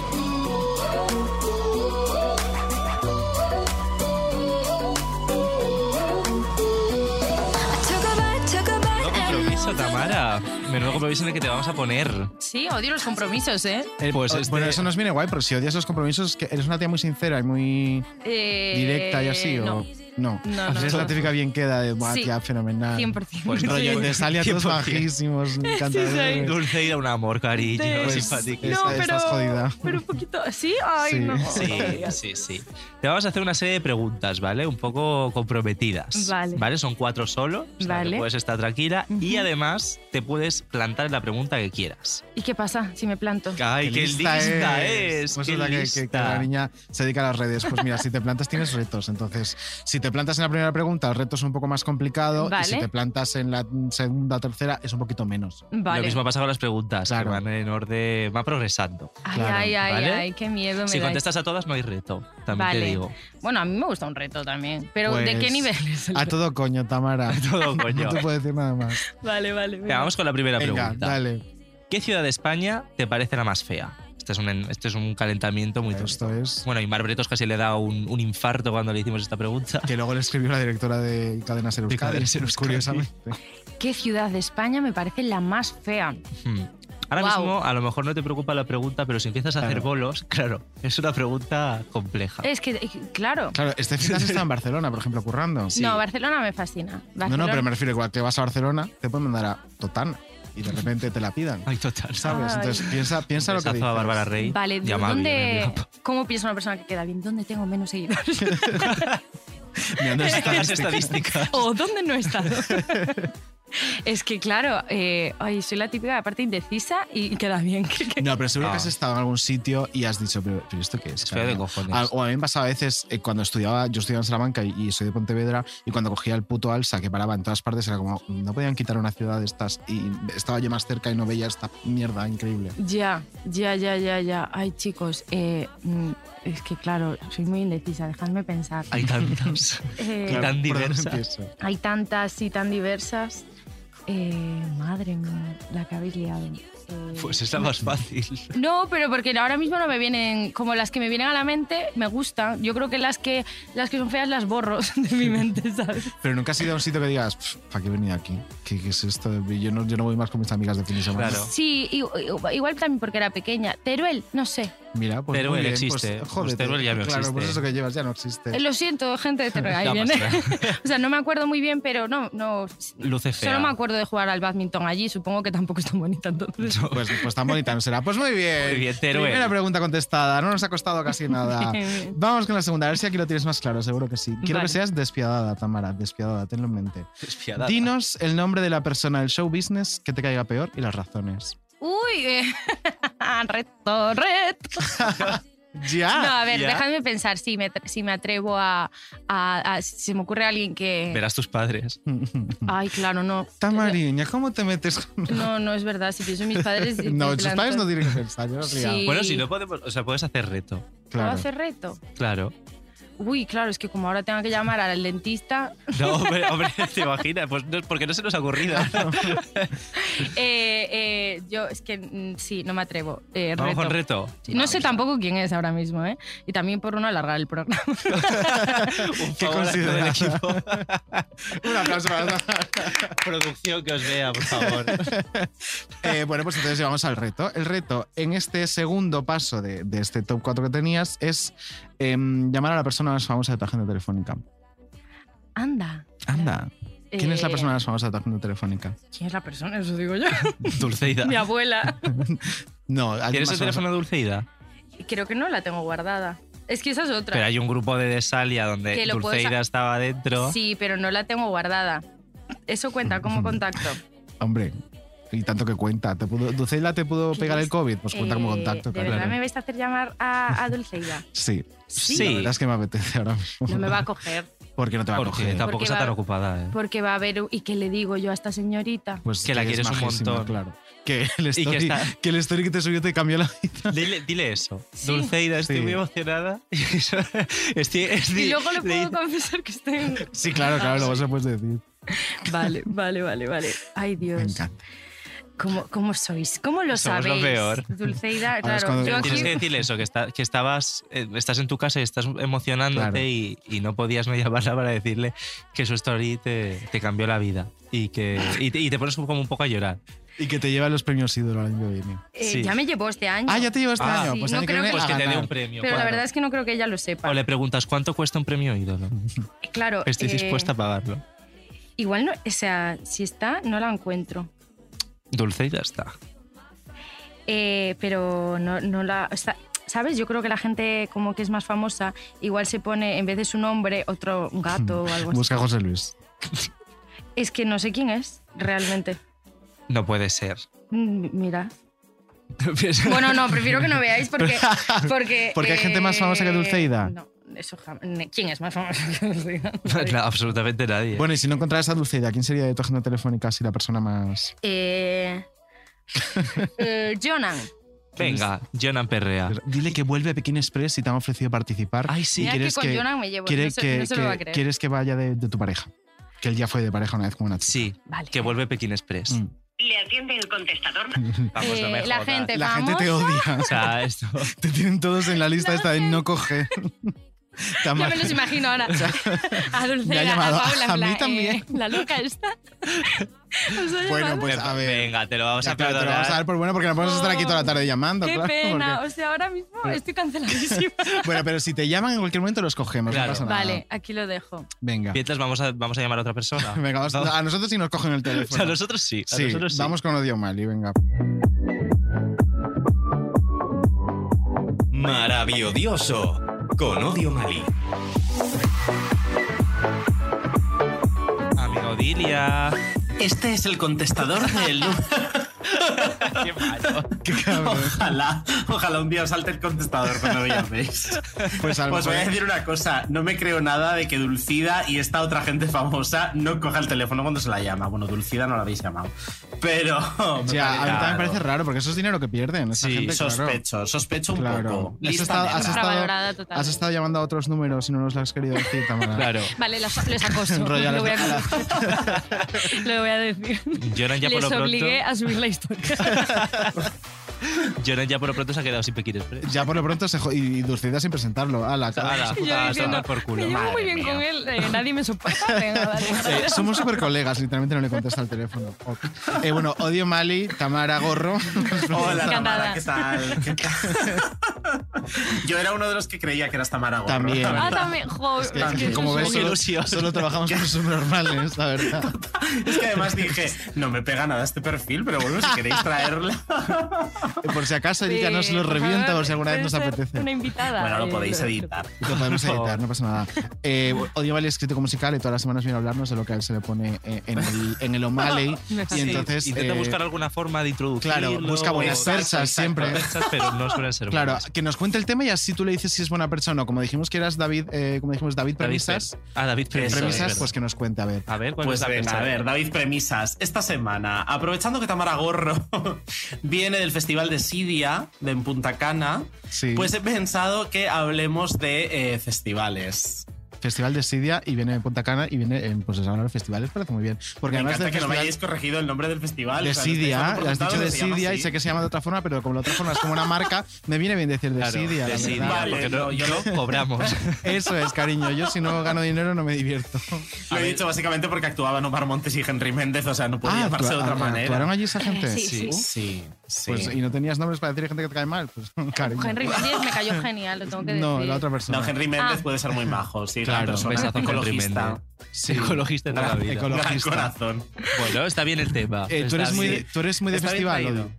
[SPEAKER 2] Menudo compromiso, Tamara. Menudo compromiso en el que te vamos a poner.
[SPEAKER 8] Sí, odio los compromisos, ¿eh?
[SPEAKER 2] Pues
[SPEAKER 3] O-
[SPEAKER 2] este-
[SPEAKER 3] Eh, Bueno, eso nos viene guay, pero si odias los compromisos, que eres una tía muy sincera y muy
[SPEAKER 8] Eh,
[SPEAKER 3] directa y así, ¿o
[SPEAKER 8] No,
[SPEAKER 3] no?
[SPEAKER 8] no,
[SPEAKER 3] Al final
[SPEAKER 8] no.
[SPEAKER 3] es la típica bien queda de "Buah,
[SPEAKER 8] Sí.
[SPEAKER 3] tía fenomenal.
[SPEAKER 8] 100%.
[SPEAKER 2] Pues
[SPEAKER 3] Rollo,
[SPEAKER 2] Sí.
[SPEAKER 3] te sale a todos
[SPEAKER 2] 100%.
[SPEAKER 3] bajísimos,
[SPEAKER 8] soy.
[SPEAKER 3] encantadores.
[SPEAKER 2] Dulce y da un amor, cariño,
[SPEAKER 8] Sí.
[SPEAKER 3] Pues,
[SPEAKER 2] simpático.
[SPEAKER 3] esta- estás jodida.
[SPEAKER 8] pero un poquito. ¿Sí? Ay,
[SPEAKER 3] Sí.
[SPEAKER 8] no.
[SPEAKER 2] Sí, sí, sí. Te vamos a hacer una serie de preguntas, ¿vale? Un poco comprometidas.
[SPEAKER 8] Vale.
[SPEAKER 2] Son cuatro solo. o sea, que
[SPEAKER 8] Vale.
[SPEAKER 2] Puedes estar tranquila y además te puedes plantar la pregunta que quieras.
[SPEAKER 8] ¿Y qué pasa si me planto?
[SPEAKER 2] ¡Ay, qué, lista, es!
[SPEAKER 3] Pues
[SPEAKER 2] qué
[SPEAKER 3] es la que, que- que la
[SPEAKER 2] lista.
[SPEAKER 3] niña se dedica a las redes. Pues mira, si te plantas tienes retos. Entonces, si te plantas en la primera pregunta, el reto es un poco más complicado. Y si
[SPEAKER 8] Vale.
[SPEAKER 3] te plantas en la segunda, tercera, es un poquito menos.
[SPEAKER 8] Vale.
[SPEAKER 2] Lo mismo pasa con las preguntas,
[SPEAKER 3] Claro.
[SPEAKER 2] que van en orden, va progresando.
[SPEAKER 8] Ay,
[SPEAKER 3] claro,
[SPEAKER 8] ay, ay,
[SPEAKER 2] ¿vale?
[SPEAKER 8] ay, qué miedo me
[SPEAKER 2] Si
[SPEAKER 8] da
[SPEAKER 2] contestas a todas no hay reto, también te
[SPEAKER 8] Vale.
[SPEAKER 2] digo.
[SPEAKER 8] Bueno, a mí me gusta un reto también. Pero ¿de qué
[SPEAKER 3] Pues,
[SPEAKER 8] nivel es el
[SPEAKER 3] A
[SPEAKER 8] reto?
[SPEAKER 3] todo coño, Tamara.
[SPEAKER 2] Todo coño.
[SPEAKER 3] No te puedo decir nada más.
[SPEAKER 8] Vale, vale.
[SPEAKER 2] Venga, vamos con la primera
[SPEAKER 3] Venga,
[SPEAKER 2] pregunta.
[SPEAKER 3] dale.
[SPEAKER 2] ¿Qué ciudad de España te parece la más fea? Este es un, este es un calentamiento muy tonto.
[SPEAKER 3] Esto es.
[SPEAKER 2] Bueno, y Mar Bretos casi le da un, un infarto cuando le hicimos esta pregunta.
[SPEAKER 3] Que luego le escribió la directora de Cadenas en
[SPEAKER 2] De
[SPEAKER 3] Euskadi,
[SPEAKER 2] Cadena Ser Euskadi.
[SPEAKER 3] Curiosamente.
[SPEAKER 8] ¿Qué ciudad de España me parece la más fea?
[SPEAKER 2] Hmm. Ahora
[SPEAKER 8] Guau.
[SPEAKER 2] mismo, a lo mejor no te preocupa la pregunta, pero si empiezas a hacer
[SPEAKER 3] Claro.
[SPEAKER 2] bolos, claro, es una pregunta compleja.
[SPEAKER 8] Es que, eh, claro.
[SPEAKER 3] Ah. Claro, este fin de semana está en Barcelona, por ejemplo, currando.
[SPEAKER 8] No, Barcelona me fascina.
[SPEAKER 3] No, no,
[SPEAKER 8] Barcelona-
[SPEAKER 3] pero me refiero igual que vas a Barcelona, te pueden mandar a Totana y de repente te la pidan.
[SPEAKER 2] Ay, total.
[SPEAKER 3] ¿Sabes?
[SPEAKER 8] Ay.
[SPEAKER 3] Entonces piensa, piensa lo que
[SPEAKER 2] Besazo
[SPEAKER 3] dices.
[SPEAKER 2] a Bárbara Rey.
[SPEAKER 8] Vale,
[SPEAKER 2] y a Mavi,
[SPEAKER 8] ¿dónde,
[SPEAKER 2] amiga.
[SPEAKER 8] ¿cómo piensa una persona que queda bien? ¿Dónde tengo menos seguidores?
[SPEAKER 3] Mirando las
[SPEAKER 2] Las
[SPEAKER 3] estadísticas.
[SPEAKER 2] estadísticas.
[SPEAKER 8] ¿O dónde no he estado? es que, claro, eh, ay, soy la típica, aparte, indecisa y queda bien. que- que-
[SPEAKER 3] No, pero seguro que has
[SPEAKER 2] Ah.
[SPEAKER 3] estado en algún sitio y has dicho, pero, pero ¿esto qué es?
[SPEAKER 2] Es feo de
[SPEAKER 3] cariño?".
[SPEAKER 2] cojones.
[SPEAKER 3] A- O a mí me pasaba a veces eh, cuando estudiaba, yo estudiaba en Salamanca y, y soy de Pontevedra, y cuando cogía el puto alza que paraba en todas partes, era como, no podían quitar una ciudad de estas y estaba yo más cerca y no veía esta mierda increíble.
[SPEAKER 8] Ya, ya, ya, ya, ya. Ay, chicos, eh, mm, es que, claro, soy muy indecisa, dejadme pensar.
[SPEAKER 2] Hay tantos.
[SPEAKER 8] Eh,
[SPEAKER 2] Claro. tan
[SPEAKER 3] ¿por dónde
[SPEAKER 2] diversa.
[SPEAKER 3] empiezo?
[SPEAKER 8] Hay tantas y tan diversas. Eh, madre mía, la que habéis liado. Eh,
[SPEAKER 2] Pues es la más fácil.
[SPEAKER 8] No, pero porque ahora mismo no me vienen como las que me vienen a la mente, me gustan. Yo creo que las que las que son feas las borro de mi mente, ¿sabes?
[SPEAKER 3] Pero nunca has ido a un sitio que digas, "Pf, ¿para qué he venido aquí? ¿Qué, qué es esto? de- Yo no, yo no voy más con mis amigas de fin de semana.
[SPEAKER 2] Claro.
[SPEAKER 8] Sí, i- i- igual también porque era pequeña. Teruel, no sé.
[SPEAKER 3] Mira, pues
[SPEAKER 2] Teruel
[SPEAKER 3] muy bien,
[SPEAKER 2] existe.
[SPEAKER 3] Pues,
[SPEAKER 2] Pues
[SPEAKER 3] jódete.
[SPEAKER 2] Teruel ya no
[SPEAKER 3] Claro, pues
[SPEAKER 2] existe.
[SPEAKER 3] eso que llevas ya no
[SPEAKER 8] Eh,
[SPEAKER 3] existe.
[SPEAKER 8] Lo siento, gente de Teruel. Ahí
[SPEAKER 2] No
[SPEAKER 8] viene.
[SPEAKER 2] pasa
[SPEAKER 8] o sea, no me acuerdo muy bien, pero no, no.
[SPEAKER 2] Luce fea.
[SPEAKER 8] Solo me acuerdo de jugar al badminton allí. Supongo que tampoco es tan bonita entonces.
[SPEAKER 3] Pues, pues tan bonita no será. Pues muy bien.
[SPEAKER 2] Muy bien, Teruel.
[SPEAKER 3] Primera pregunta contestada. No nos ha costado casi nada. Vamos con la segunda. A ver si aquí lo tienes más claro. Seguro que sí. Quiero
[SPEAKER 8] Vale.
[SPEAKER 3] que seas despiadada, Tamara. Despiadada. Tenlo en mente.
[SPEAKER 2] Despiadada.
[SPEAKER 3] Dinos el nombre de la persona del show business que te caiga peor y las razones.
[SPEAKER 8] Uy, eh, reto, reto.
[SPEAKER 3] Ah, ¡Ya!
[SPEAKER 8] no, a ver,
[SPEAKER 2] ya.
[SPEAKER 8] dejadme pensar si me, si me atrevo a, a- a- Si se me ocurre alguien que.
[SPEAKER 2] Verás tus padres.
[SPEAKER 8] Ay, claro, no.
[SPEAKER 3] Tamariña, ¿cómo te metes con.?
[SPEAKER 8] No, no es verdad. Si pienso en mis padres.
[SPEAKER 3] No,
[SPEAKER 8] me
[SPEAKER 3] tus
[SPEAKER 8] planto.
[SPEAKER 3] padres no tienen que pensar. Yo lo he
[SPEAKER 8] Sí.
[SPEAKER 3] liado.
[SPEAKER 2] Bueno, si no podemos. O sea, puedes hacer reto.
[SPEAKER 8] ¿Puedo
[SPEAKER 3] Claro.
[SPEAKER 8] hacer reto?
[SPEAKER 2] Claro.
[SPEAKER 8] uy, claro, es que como ahora tengo que llamar al dentista,
[SPEAKER 2] No, hombre, hombre, te imaginas, pues no, porque no se nos ha ocurrido.
[SPEAKER 8] eh, eh, yo es que mm, sí, no me atrevo. Eh,
[SPEAKER 2] Vamos con
[SPEAKER 8] reto.
[SPEAKER 2] reto.
[SPEAKER 8] Sí, No sé tampoco quién es ahora mismo, ¿eh? Y también por uno alargar el programa.
[SPEAKER 2] Un
[SPEAKER 3] ¿Qué
[SPEAKER 2] favor a todo el
[SPEAKER 3] consideras?
[SPEAKER 2] equipo.
[SPEAKER 3] Un aplauso para
[SPEAKER 2] Producción que os vea, por favor.
[SPEAKER 3] Eh, bueno, pues entonces llegamos al reto. El reto en este segundo paso de, de este top 4 que tenías es em, llamar a la persona más famosa de tu agenda telefónica.
[SPEAKER 8] Anda.
[SPEAKER 3] Anda, ¿quién es la
[SPEAKER 8] eh,
[SPEAKER 3] persona más famosa de tu agenda telefónica?
[SPEAKER 8] ¿Quién es la persona? Eso digo yo.
[SPEAKER 2] Dulceida.
[SPEAKER 8] Mi abuela.
[SPEAKER 3] No, alguien
[SPEAKER 2] ¿Tienes
[SPEAKER 3] más
[SPEAKER 2] el
[SPEAKER 3] famoso.
[SPEAKER 2] teléfono de Dulceida?
[SPEAKER 8] Creo que no la tengo guardada. Es que esa es otra.
[SPEAKER 2] Pero hay un grupo de Desalia donde
[SPEAKER 8] Que lo puedes
[SPEAKER 2] Dulceida
[SPEAKER 8] a-
[SPEAKER 2] estaba dentro.
[SPEAKER 8] Sí, pero no la tengo guardada. Eso cuenta como contacto.
[SPEAKER 3] Hombre, y tanto que cuenta. ¿Te pudo, ¿Dulceida te pudo
[SPEAKER 8] ¿Qué
[SPEAKER 3] pegar el
[SPEAKER 8] es?
[SPEAKER 3] COVID? Pues cuenta como
[SPEAKER 8] Eh,
[SPEAKER 3] contacto,
[SPEAKER 8] ¿De
[SPEAKER 3] claro.
[SPEAKER 8] verdad me vais a hacer llamar a, a Dulceida?
[SPEAKER 3] Sí.
[SPEAKER 8] Sí.
[SPEAKER 3] La verdad es que me apetece ahora mismo.
[SPEAKER 8] No me va a coger.
[SPEAKER 3] Porque no te va a
[SPEAKER 2] Porque
[SPEAKER 3] coger.
[SPEAKER 2] tampoco
[SPEAKER 8] Porque
[SPEAKER 2] está tan
[SPEAKER 8] va-
[SPEAKER 2] ocupada. ¿eh?
[SPEAKER 8] Porque va a haber... ¿Y qué le digo yo a esta señorita?
[SPEAKER 3] Pues
[SPEAKER 2] Que la
[SPEAKER 3] es
[SPEAKER 2] quieres un
[SPEAKER 3] majísima,
[SPEAKER 2] montón.
[SPEAKER 3] Claro. Que el,
[SPEAKER 2] que
[SPEAKER 3] story,
[SPEAKER 2] está-
[SPEAKER 3] que el story que te subió te cambió la vida.
[SPEAKER 2] Dile, dile eso.
[SPEAKER 8] Sí.
[SPEAKER 2] Dulceida, estoy
[SPEAKER 3] Sí.
[SPEAKER 2] muy emocionada. estoy,
[SPEAKER 3] Pues
[SPEAKER 2] estoy-
[SPEAKER 8] Y luego le puedo
[SPEAKER 2] le-
[SPEAKER 8] confesar que estoy... en-
[SPEAKER 3] Sí, claro, claro, lo vas a puedes decir.
[SPEAKER 8] Vale, vale, vale, vale. Ay, Dios.
[SPEAKER 3] Me encanta.
[SPEAKER 8] ¿Cómo, cómo sois? ¿Cómo lo
[SPEAKER 2] Somos lo
[SPEAKER 8] sabéis?
[SPEAKER 2] peor.
[SPEAKER 8] Dulceida,
[SPEAKER 3] Ahora es
[SPEAKER 8] claro.
[SPEAKER 3] cuando-
[SPEAKER 8] Yo aquí...
[SPEAKER 2] Tienes que decirle eso, que, está- que estabas, eh, estás en tu casa y estás emocionándote
[SPEAKER 3] Claro.
[SPEAKER 2] y, y no podías no llamarla para decirle que su story te, te cambió la vida y que y te, y te pones como un poco a llorar.
[SPEAKER 3] Y que te lleva los premios ídolo al año que viene.
[SPEAKER 8] eh,
[SPEAKER 2] sí.
[SPEAKER 8] Ya me llevó este año.
[SPEAKER 3] Ah, ya te lleva este
[SPEAKER 2] Ah,
[SPEAKER 3] año.
[SPEAKER 8] sí,
[SPEAKER 3] Pues
[SPEAKER 8] no
[SPEAKER 3] año que
[SPEAKER 8] creo
[SPEAKER 3] viene
[SPEAKER 8] que-
[SPEAKER 2] Pues
[SPEAKER 3] a
[SPEAKER 2] que te dé
[SPEAKER 3] ganar.
[SPEAKER 2] un premio.
[SPEAKER 8] Pero la
[SPEAKER 2] claro.
[SPEAKER 8] verdad es que no creo que ella lo sepa.
[SPEAKER 2] O le preguntas, ¿cuánto cuesta un premio ídolo?
[SPEAKER 8] Eh, Claro.
[SPEAKER 2] Estoy
[SPEAKER 8] eh,
[SPEAKER 2] dispuesta a pagarlo.
[SPEAKER 8] Igual no, o sea, si está, no la encuentro.
[SPEAKER 2] Dulceida está.
[SPEAKER 8] Eh, pero no, no la. o sea, ¿Sabes? Yo creo que la gente como que es más famosa, igual se pone en vez de su nombre otro un gato o algo así.
[SPEAKER 3] Busca a José Luis.
[SPEAKER 8] Es que no sé quién es realmente.
[SPEAKER 2] No puede ser.
[SPEAKER 8] Mm, Mira. Bueno, no, prefiero que no veáis porque. Porque, eh,
[SPEAKER 3] Porque hay gente más famosa que Dulceida.
[SPEAKER 8] No, eso jamás. ¿Quién es más famosa que Dulceida?
[SPEAKER 2] No, absolutamente nadie.
[SPEAKER 3] Bueno, y si no encontraras a Dulceida, ¿quién sería de tu agenda telefónica si la persona más.
[SPEAKER 8] Eh, eh, Jonan.
[SPEAKER 2] Venga, Jonan
[SPEAKER 8] Ah.
[SPEAKER 2] Perrea.
[SPEAKER 3] Dile que vuelve a Pekín Express y te han ofrecido participar.
[SPEAKER 2] Ay, sí.
[SPEAKER 8] Mira que
[SPEAKER 3] ¿quieres
[SPEAKER 8] con
[SPEAKER 3] que-
[SPEAKER 8] Jonan me llevo.
[SPEAKER 3] Quiere
[SPEAKER 8] no se,
[SPEAKER 3] que,
[SPEAKER 8] no se lo
[SPEAKER 3] que-
[SPEAKER 8] va a creer.
[SPEAKER 3] Quieres que vaya de, de tu pareja. Que él ya fue de pareja una vez con una chica.
[SPEAKER 2] Sí,
[SPEAKER 8] Vale.
[SPEAKER 2] que vuelve Pekín Express.
[SPEAKER 3] Mm.
[SPEAKER 12] Le atiende el contestador.
[SPEAKER 2] Vamos, no
[SPEAKER 8] Eh,
[SPEAKER 2] me
[SPEAKER 8] la
[SPEAKER 2] jodas.
[SPEAKER 8] gente
[SPEAKER 3] La
[SPEAKER 8] famosa.
[SPEAKER 3] gente te odia.
[SPEAKER 2] O sea, esto.
[SPEAKER 3] Te tienen todos en la lista esta de no coger. Te ama-
[SPEAKER 8] Ya me los imagino ahora. A
[SPEAKER 3] me
[SPEAKER 8] Dulceida,
[SPEAKER 3] ha llamado.
[SPEAKER 8] a Paula, en
[SPEAKER 3] A mí
[SPEAKER 8] plan,
[SPEAKER 3] también.
[SPEAKER 8] eh, la loca está.
[SPEAKER 3] Bueno, pues a ver.
[SPEAKER 2] Venga, te lo vamos
[SPEAKER 3] Ya,
[SPEAKER 2] a
[SPEAKER 3] claro, te
[SPEAKER 2] perdonar.
[SPEAKER 3] lo vamos a dar por bueno porque no podemos estar aquí toda la tarde llamando.
[SPEAKER 8] Oh. Qué
[SPEAKER 3] claro,
[SPEAKER 8] pena,
[SPEAKER 3] porque- Ah.
[SPEAKER 8] o sea, ahora mismo estoy canceladísima.
[SPEAKER 3] Bueno, pero si te llaman en cualquier momento los cogemos.
[SPEAKER 2] Claro.
[SPEAKER 3] No pasa nada.
[SPEAKER 8] vale, aquí lo dejo.
[SPEAKER 3] Venga.
[SPEAKER 2] Mientras vamos a, vamos a llamar a otra persona.
[SPEAKER 3] Venga, vamos-
[SPEAKER 2] Vamos.
[SPEAKER 3] a nosotros sí nos cogen el
[SPEAKER 2] O sea,
[SPEAKER 3] teléfono.
[SPEAKER 2] a nosotros sí. A
[SPEAKER 3] sí,
[SPEAKER 2] nosotros sí.
[SPEAKER 3] vamos con Odio Mali, venga.
[SPEAKER 1] Maravilloso. Con Odio Mali.
[SPEAKER 2] Amiga Odilia.
[SPEAKER 5] Este es el contestador del... nu-
[SPEAKER 2] Qué malo.
[SPEAKER 3] Qué cabrón.
[SPEAKER 5] Ojalá, ojalá un día os salte el contestador cuando me llaméis.
[SPEAKER 3] Pues a lo
[SPEAKER 5] Os voy a
[SPEAKER 3] mejor-
[SPEAKER 5] decir una cosa, no me creo nada de que Dulcida y esta otra gente famosa no coja el teléfono cuando se la llama. Bueno, Dulcida no la habéis llamado, pero... me
[SPEAKER 3] Sí, a a mí también me
[SPEAKER 5] raro.
[SPEAKER 3] parece raro porque eso es dinero que pierden. Esa
[SPEAKER 2] pues Sí,
[SPEAKER 3] gente, claro.
[SPEAKER 5] Sospecho, sospecho un
[SPEAKER 3] Claro.
[SPEAKER 5] poco.
[SPEAKER 3] Has
[SPEAKER 5] Lista
[SPEAKER 3] estado- has
[SPEAKER 5] negra.
[SPEAKER 3] estado-
[SPEAKER 8] Valorada total.
[SPEAKER 3] Has estado llamando a otros números y no nos lo has querido decir, Tamara.
[SPEAKER 2] Claro.
[SPEAKER 8] Vale, los, los acoso.
[SPEAKER 3] Enrolla
[SPEAKER 8] lo,
[SPEAKER 3] las-
[SPEAKER 8] voy a,
[SPEAKER 3] a
[SPEAKER 8] lo voy a decir.
[SPEAKER 2] Jonan ya, por
[SPEAKER 8] Les
[SPEAKER 2] lo pronto, Ah,
[SPEAKER 8] obligué a subir la historia.
[SPEAKER 2] Jonan ya por lo pronto se ha quedado sin Pekín Express.
[SPEAKER 3] Ya por lo pronto se jo- y Dulceida sin presentarlo. Ala,
[SPEAKER 2] Ala,
[SPEAKER 8] Y yo
[SPEAKER 2] a
[SPEAKER 8] diciendo,
[SPEAKER 2] tomar por
[SPEAKER 8] me
[SPEAKER 2] culo.
[SPEAKER 8] llevo muy bien con él, eh, nadie me soporta. Venga, vale.
[SPEAKER 3] Eh, somos súper colegas, literalmente no le contesta el teléfono. Ok. Eh, bueno, Odio Mali, Tamara Gorro.
[SPEAKER 5] Hola,
[SPEAKER 8] Encantada.
[SPEAKER 5] Tamara, ¿qué tal? ¿Qué tal? Yo era uno de los que creía que eras Tamara Gorro.
[SPEAKER 3] También.
[SPEAKER 8] Ah, también, jo,
[SPEAKER 3] Es que,
[SPEAKER 8] es que
[SPEAKER 3] como
[SPEAKER 8] eso
[SPEAKER 3] ves,
[SPEAKER 8] es-
[SPEAKER 3] solo,
[SPEAKER 2] ilusión.
[SPEAKER 3] solo trabajamos con subnormales, la verdad.
[SPEAKER 5] Es que además dije, no me pega nada este perfil, pero bueno, si queréis traerla.
[SPEAKER 3] Eh, Por si acaso ya nos
[SPEAKER 8] Eh,
[SPEAKER 3] lo revienta por si alguna vez
[SPEAKER 8] puede
[SPEAKER 3] nos
[SPEAKER 8] ser Una
[SPEAKER 3] apetece.
[SPEAKER 8] invitada.
[SPEAKER 5] Bueno, lo
[SPEAKER 8] eh,
[SPEAKER 5] podéis editar.
[SPEAKER 3] Lo podemos
[SPEAKER 2] Por favor.
[SPEAKER 3] editar, no pasa nada. Eh, Odio Mali es crítico musical y todas las semanas viene a hablarnos de lo que a él se le pone eh, en el, en el O'Malley. Y entonces.
[SPEAKER 2] Intenta
[SPEAKER 3] eh,
[SPEAKER 2] buscar alguna forma de introducirlo.
[SPEAKER 3] Claro, busca buenas
[SPEAKER 2] o-
[SPEAKER 3] persas
[SPEAKER 2] Exacto,
[SPEAKER 3] siempre.
[SPEAKER 2] persas, pero no suelen ser
[SPEAKER 3] Claro,
[SPEAKER 2] buenas.
[SPEAKER 3] que nos cuente el tema y así tú le dices si es buena persona o no. Como dijimos que eras David, eh, como dijimos David Premisas.
[SPEAKER 2] Ah, David Premisas.
[SPEAKER 3] Premisas, pues que nos cuente, a ver.
[SPEAKER 2] A ver, ¿cuál es
[SPEAKER 5] Pues
[SPEAKER 2] la
[SPEAKER 5] venga,
[SPEAKER 2] fecha?
[SPEAKER 5] a ver, David Premisas. Esta semana, aprovechando que Tamara Gorro viene del Festival de Sidia, de en Punta Cana, pues he pensado que hablemos de eh, festivales.
[SPEAKER 3] Festival de Sidia y viene de Punta Cana y viene, eh, pues ahora los festivales, parece muy bien. Porque
[SPEAKER 5] Me
[SPEAKER 3] además
[SPEAKER 5] encanta
[SPEAKER 3] del
[SPEAKER 5] que no me
[SPEAKER 3] festival-
[SPEAKER 5] hayáis corregido el nombre del festival.
[SPEAKER 3] de
[SPEAKER 5] o sea, lo
[SPEAKER 3] Sidia,
[SPEAKER 5] estáis dando por
[SPEAKER 3] has
[SPEAKER 5] sentado
[SPEAKER 3] dicho
[SPEAKER 5] que
[SPEAKER 3] de
[SPEAKER 5] se llama
[SPEAKER 3] Sidia y
[SPEAKER 5] así.
[SPEAKER 3] sé que se llama de otra forma, pero como la otra forma es como una marca, me viene bien decir de
[SPEAKER 2] Claro,
[SPEAKER 3] Sidia. la
[SPEAKER 2] Desidia,
[SPEAKER 3] verdad.
[SPEAKER 2] porque no,
[SPEAKER 5] yo
[SPEAKER 2] no cobramos.
[SPEAKER 3] Eso es, cariño. Yo si no gano dinero no me divierto.
[SPEAKER 5] Lo he dicho básicamente porque actuaban Omar Montes y Henry Méndez, o sea, no podía
[SPEAKER 3] Ah,
[SPEAKER 5] llamarse de
[SPEAKER 3] actua-
[SPEAKER 5] otra
[SPEAKER 3] actua-
[SPEAKER 5] manera.
[SPEAKER 3] ¿actuaron allí
[SPEAKER 8] Eh,
[SPEAKER 3] esa gente? Sí,
[SPEAKER 5] Sí,
[SPEAKER 3] sí.
[SPEAKER 5] sí. sí.
[SPEAKER 3] Pues, y no tenías nombres para decir gente que te cae mal. Pues, cariño.
[SPEAKER 8] Henry Méndez me cayó genial, lo tengo que decir.
[SPEAKER 3] No, la otra persona.
[SPEAKER 5] No, Henry Méndez puede ser muy majo, sí, gran
[SPEAKER 2] Claro, un
[SPEAKER 5] persona,
[SPEAKER 2] besazo a Henry
[SPEAKER 5] ecologista.
[SPEAKER 2] Méndez. Ecologista de toda la
[SPEAKER 5] Gran-
[SPEAKER 2] vida.
[SPEAKER 5] gran corazón.
[SPEAKER 2] Bueno, está bien el tema.
[SPEAKER 3] Eh,
[SPEAKER 2] Está
[SPEAKER 3] tú, eres muy
[SPEAKER 2] bien.
[SPEAKER 3] de, tú eres muy de
[SPEAKER 5] Está bien
[SPEAKER 3] festival,
[SPEAKER 5] traído.
[SPEAKER 3] Lodi.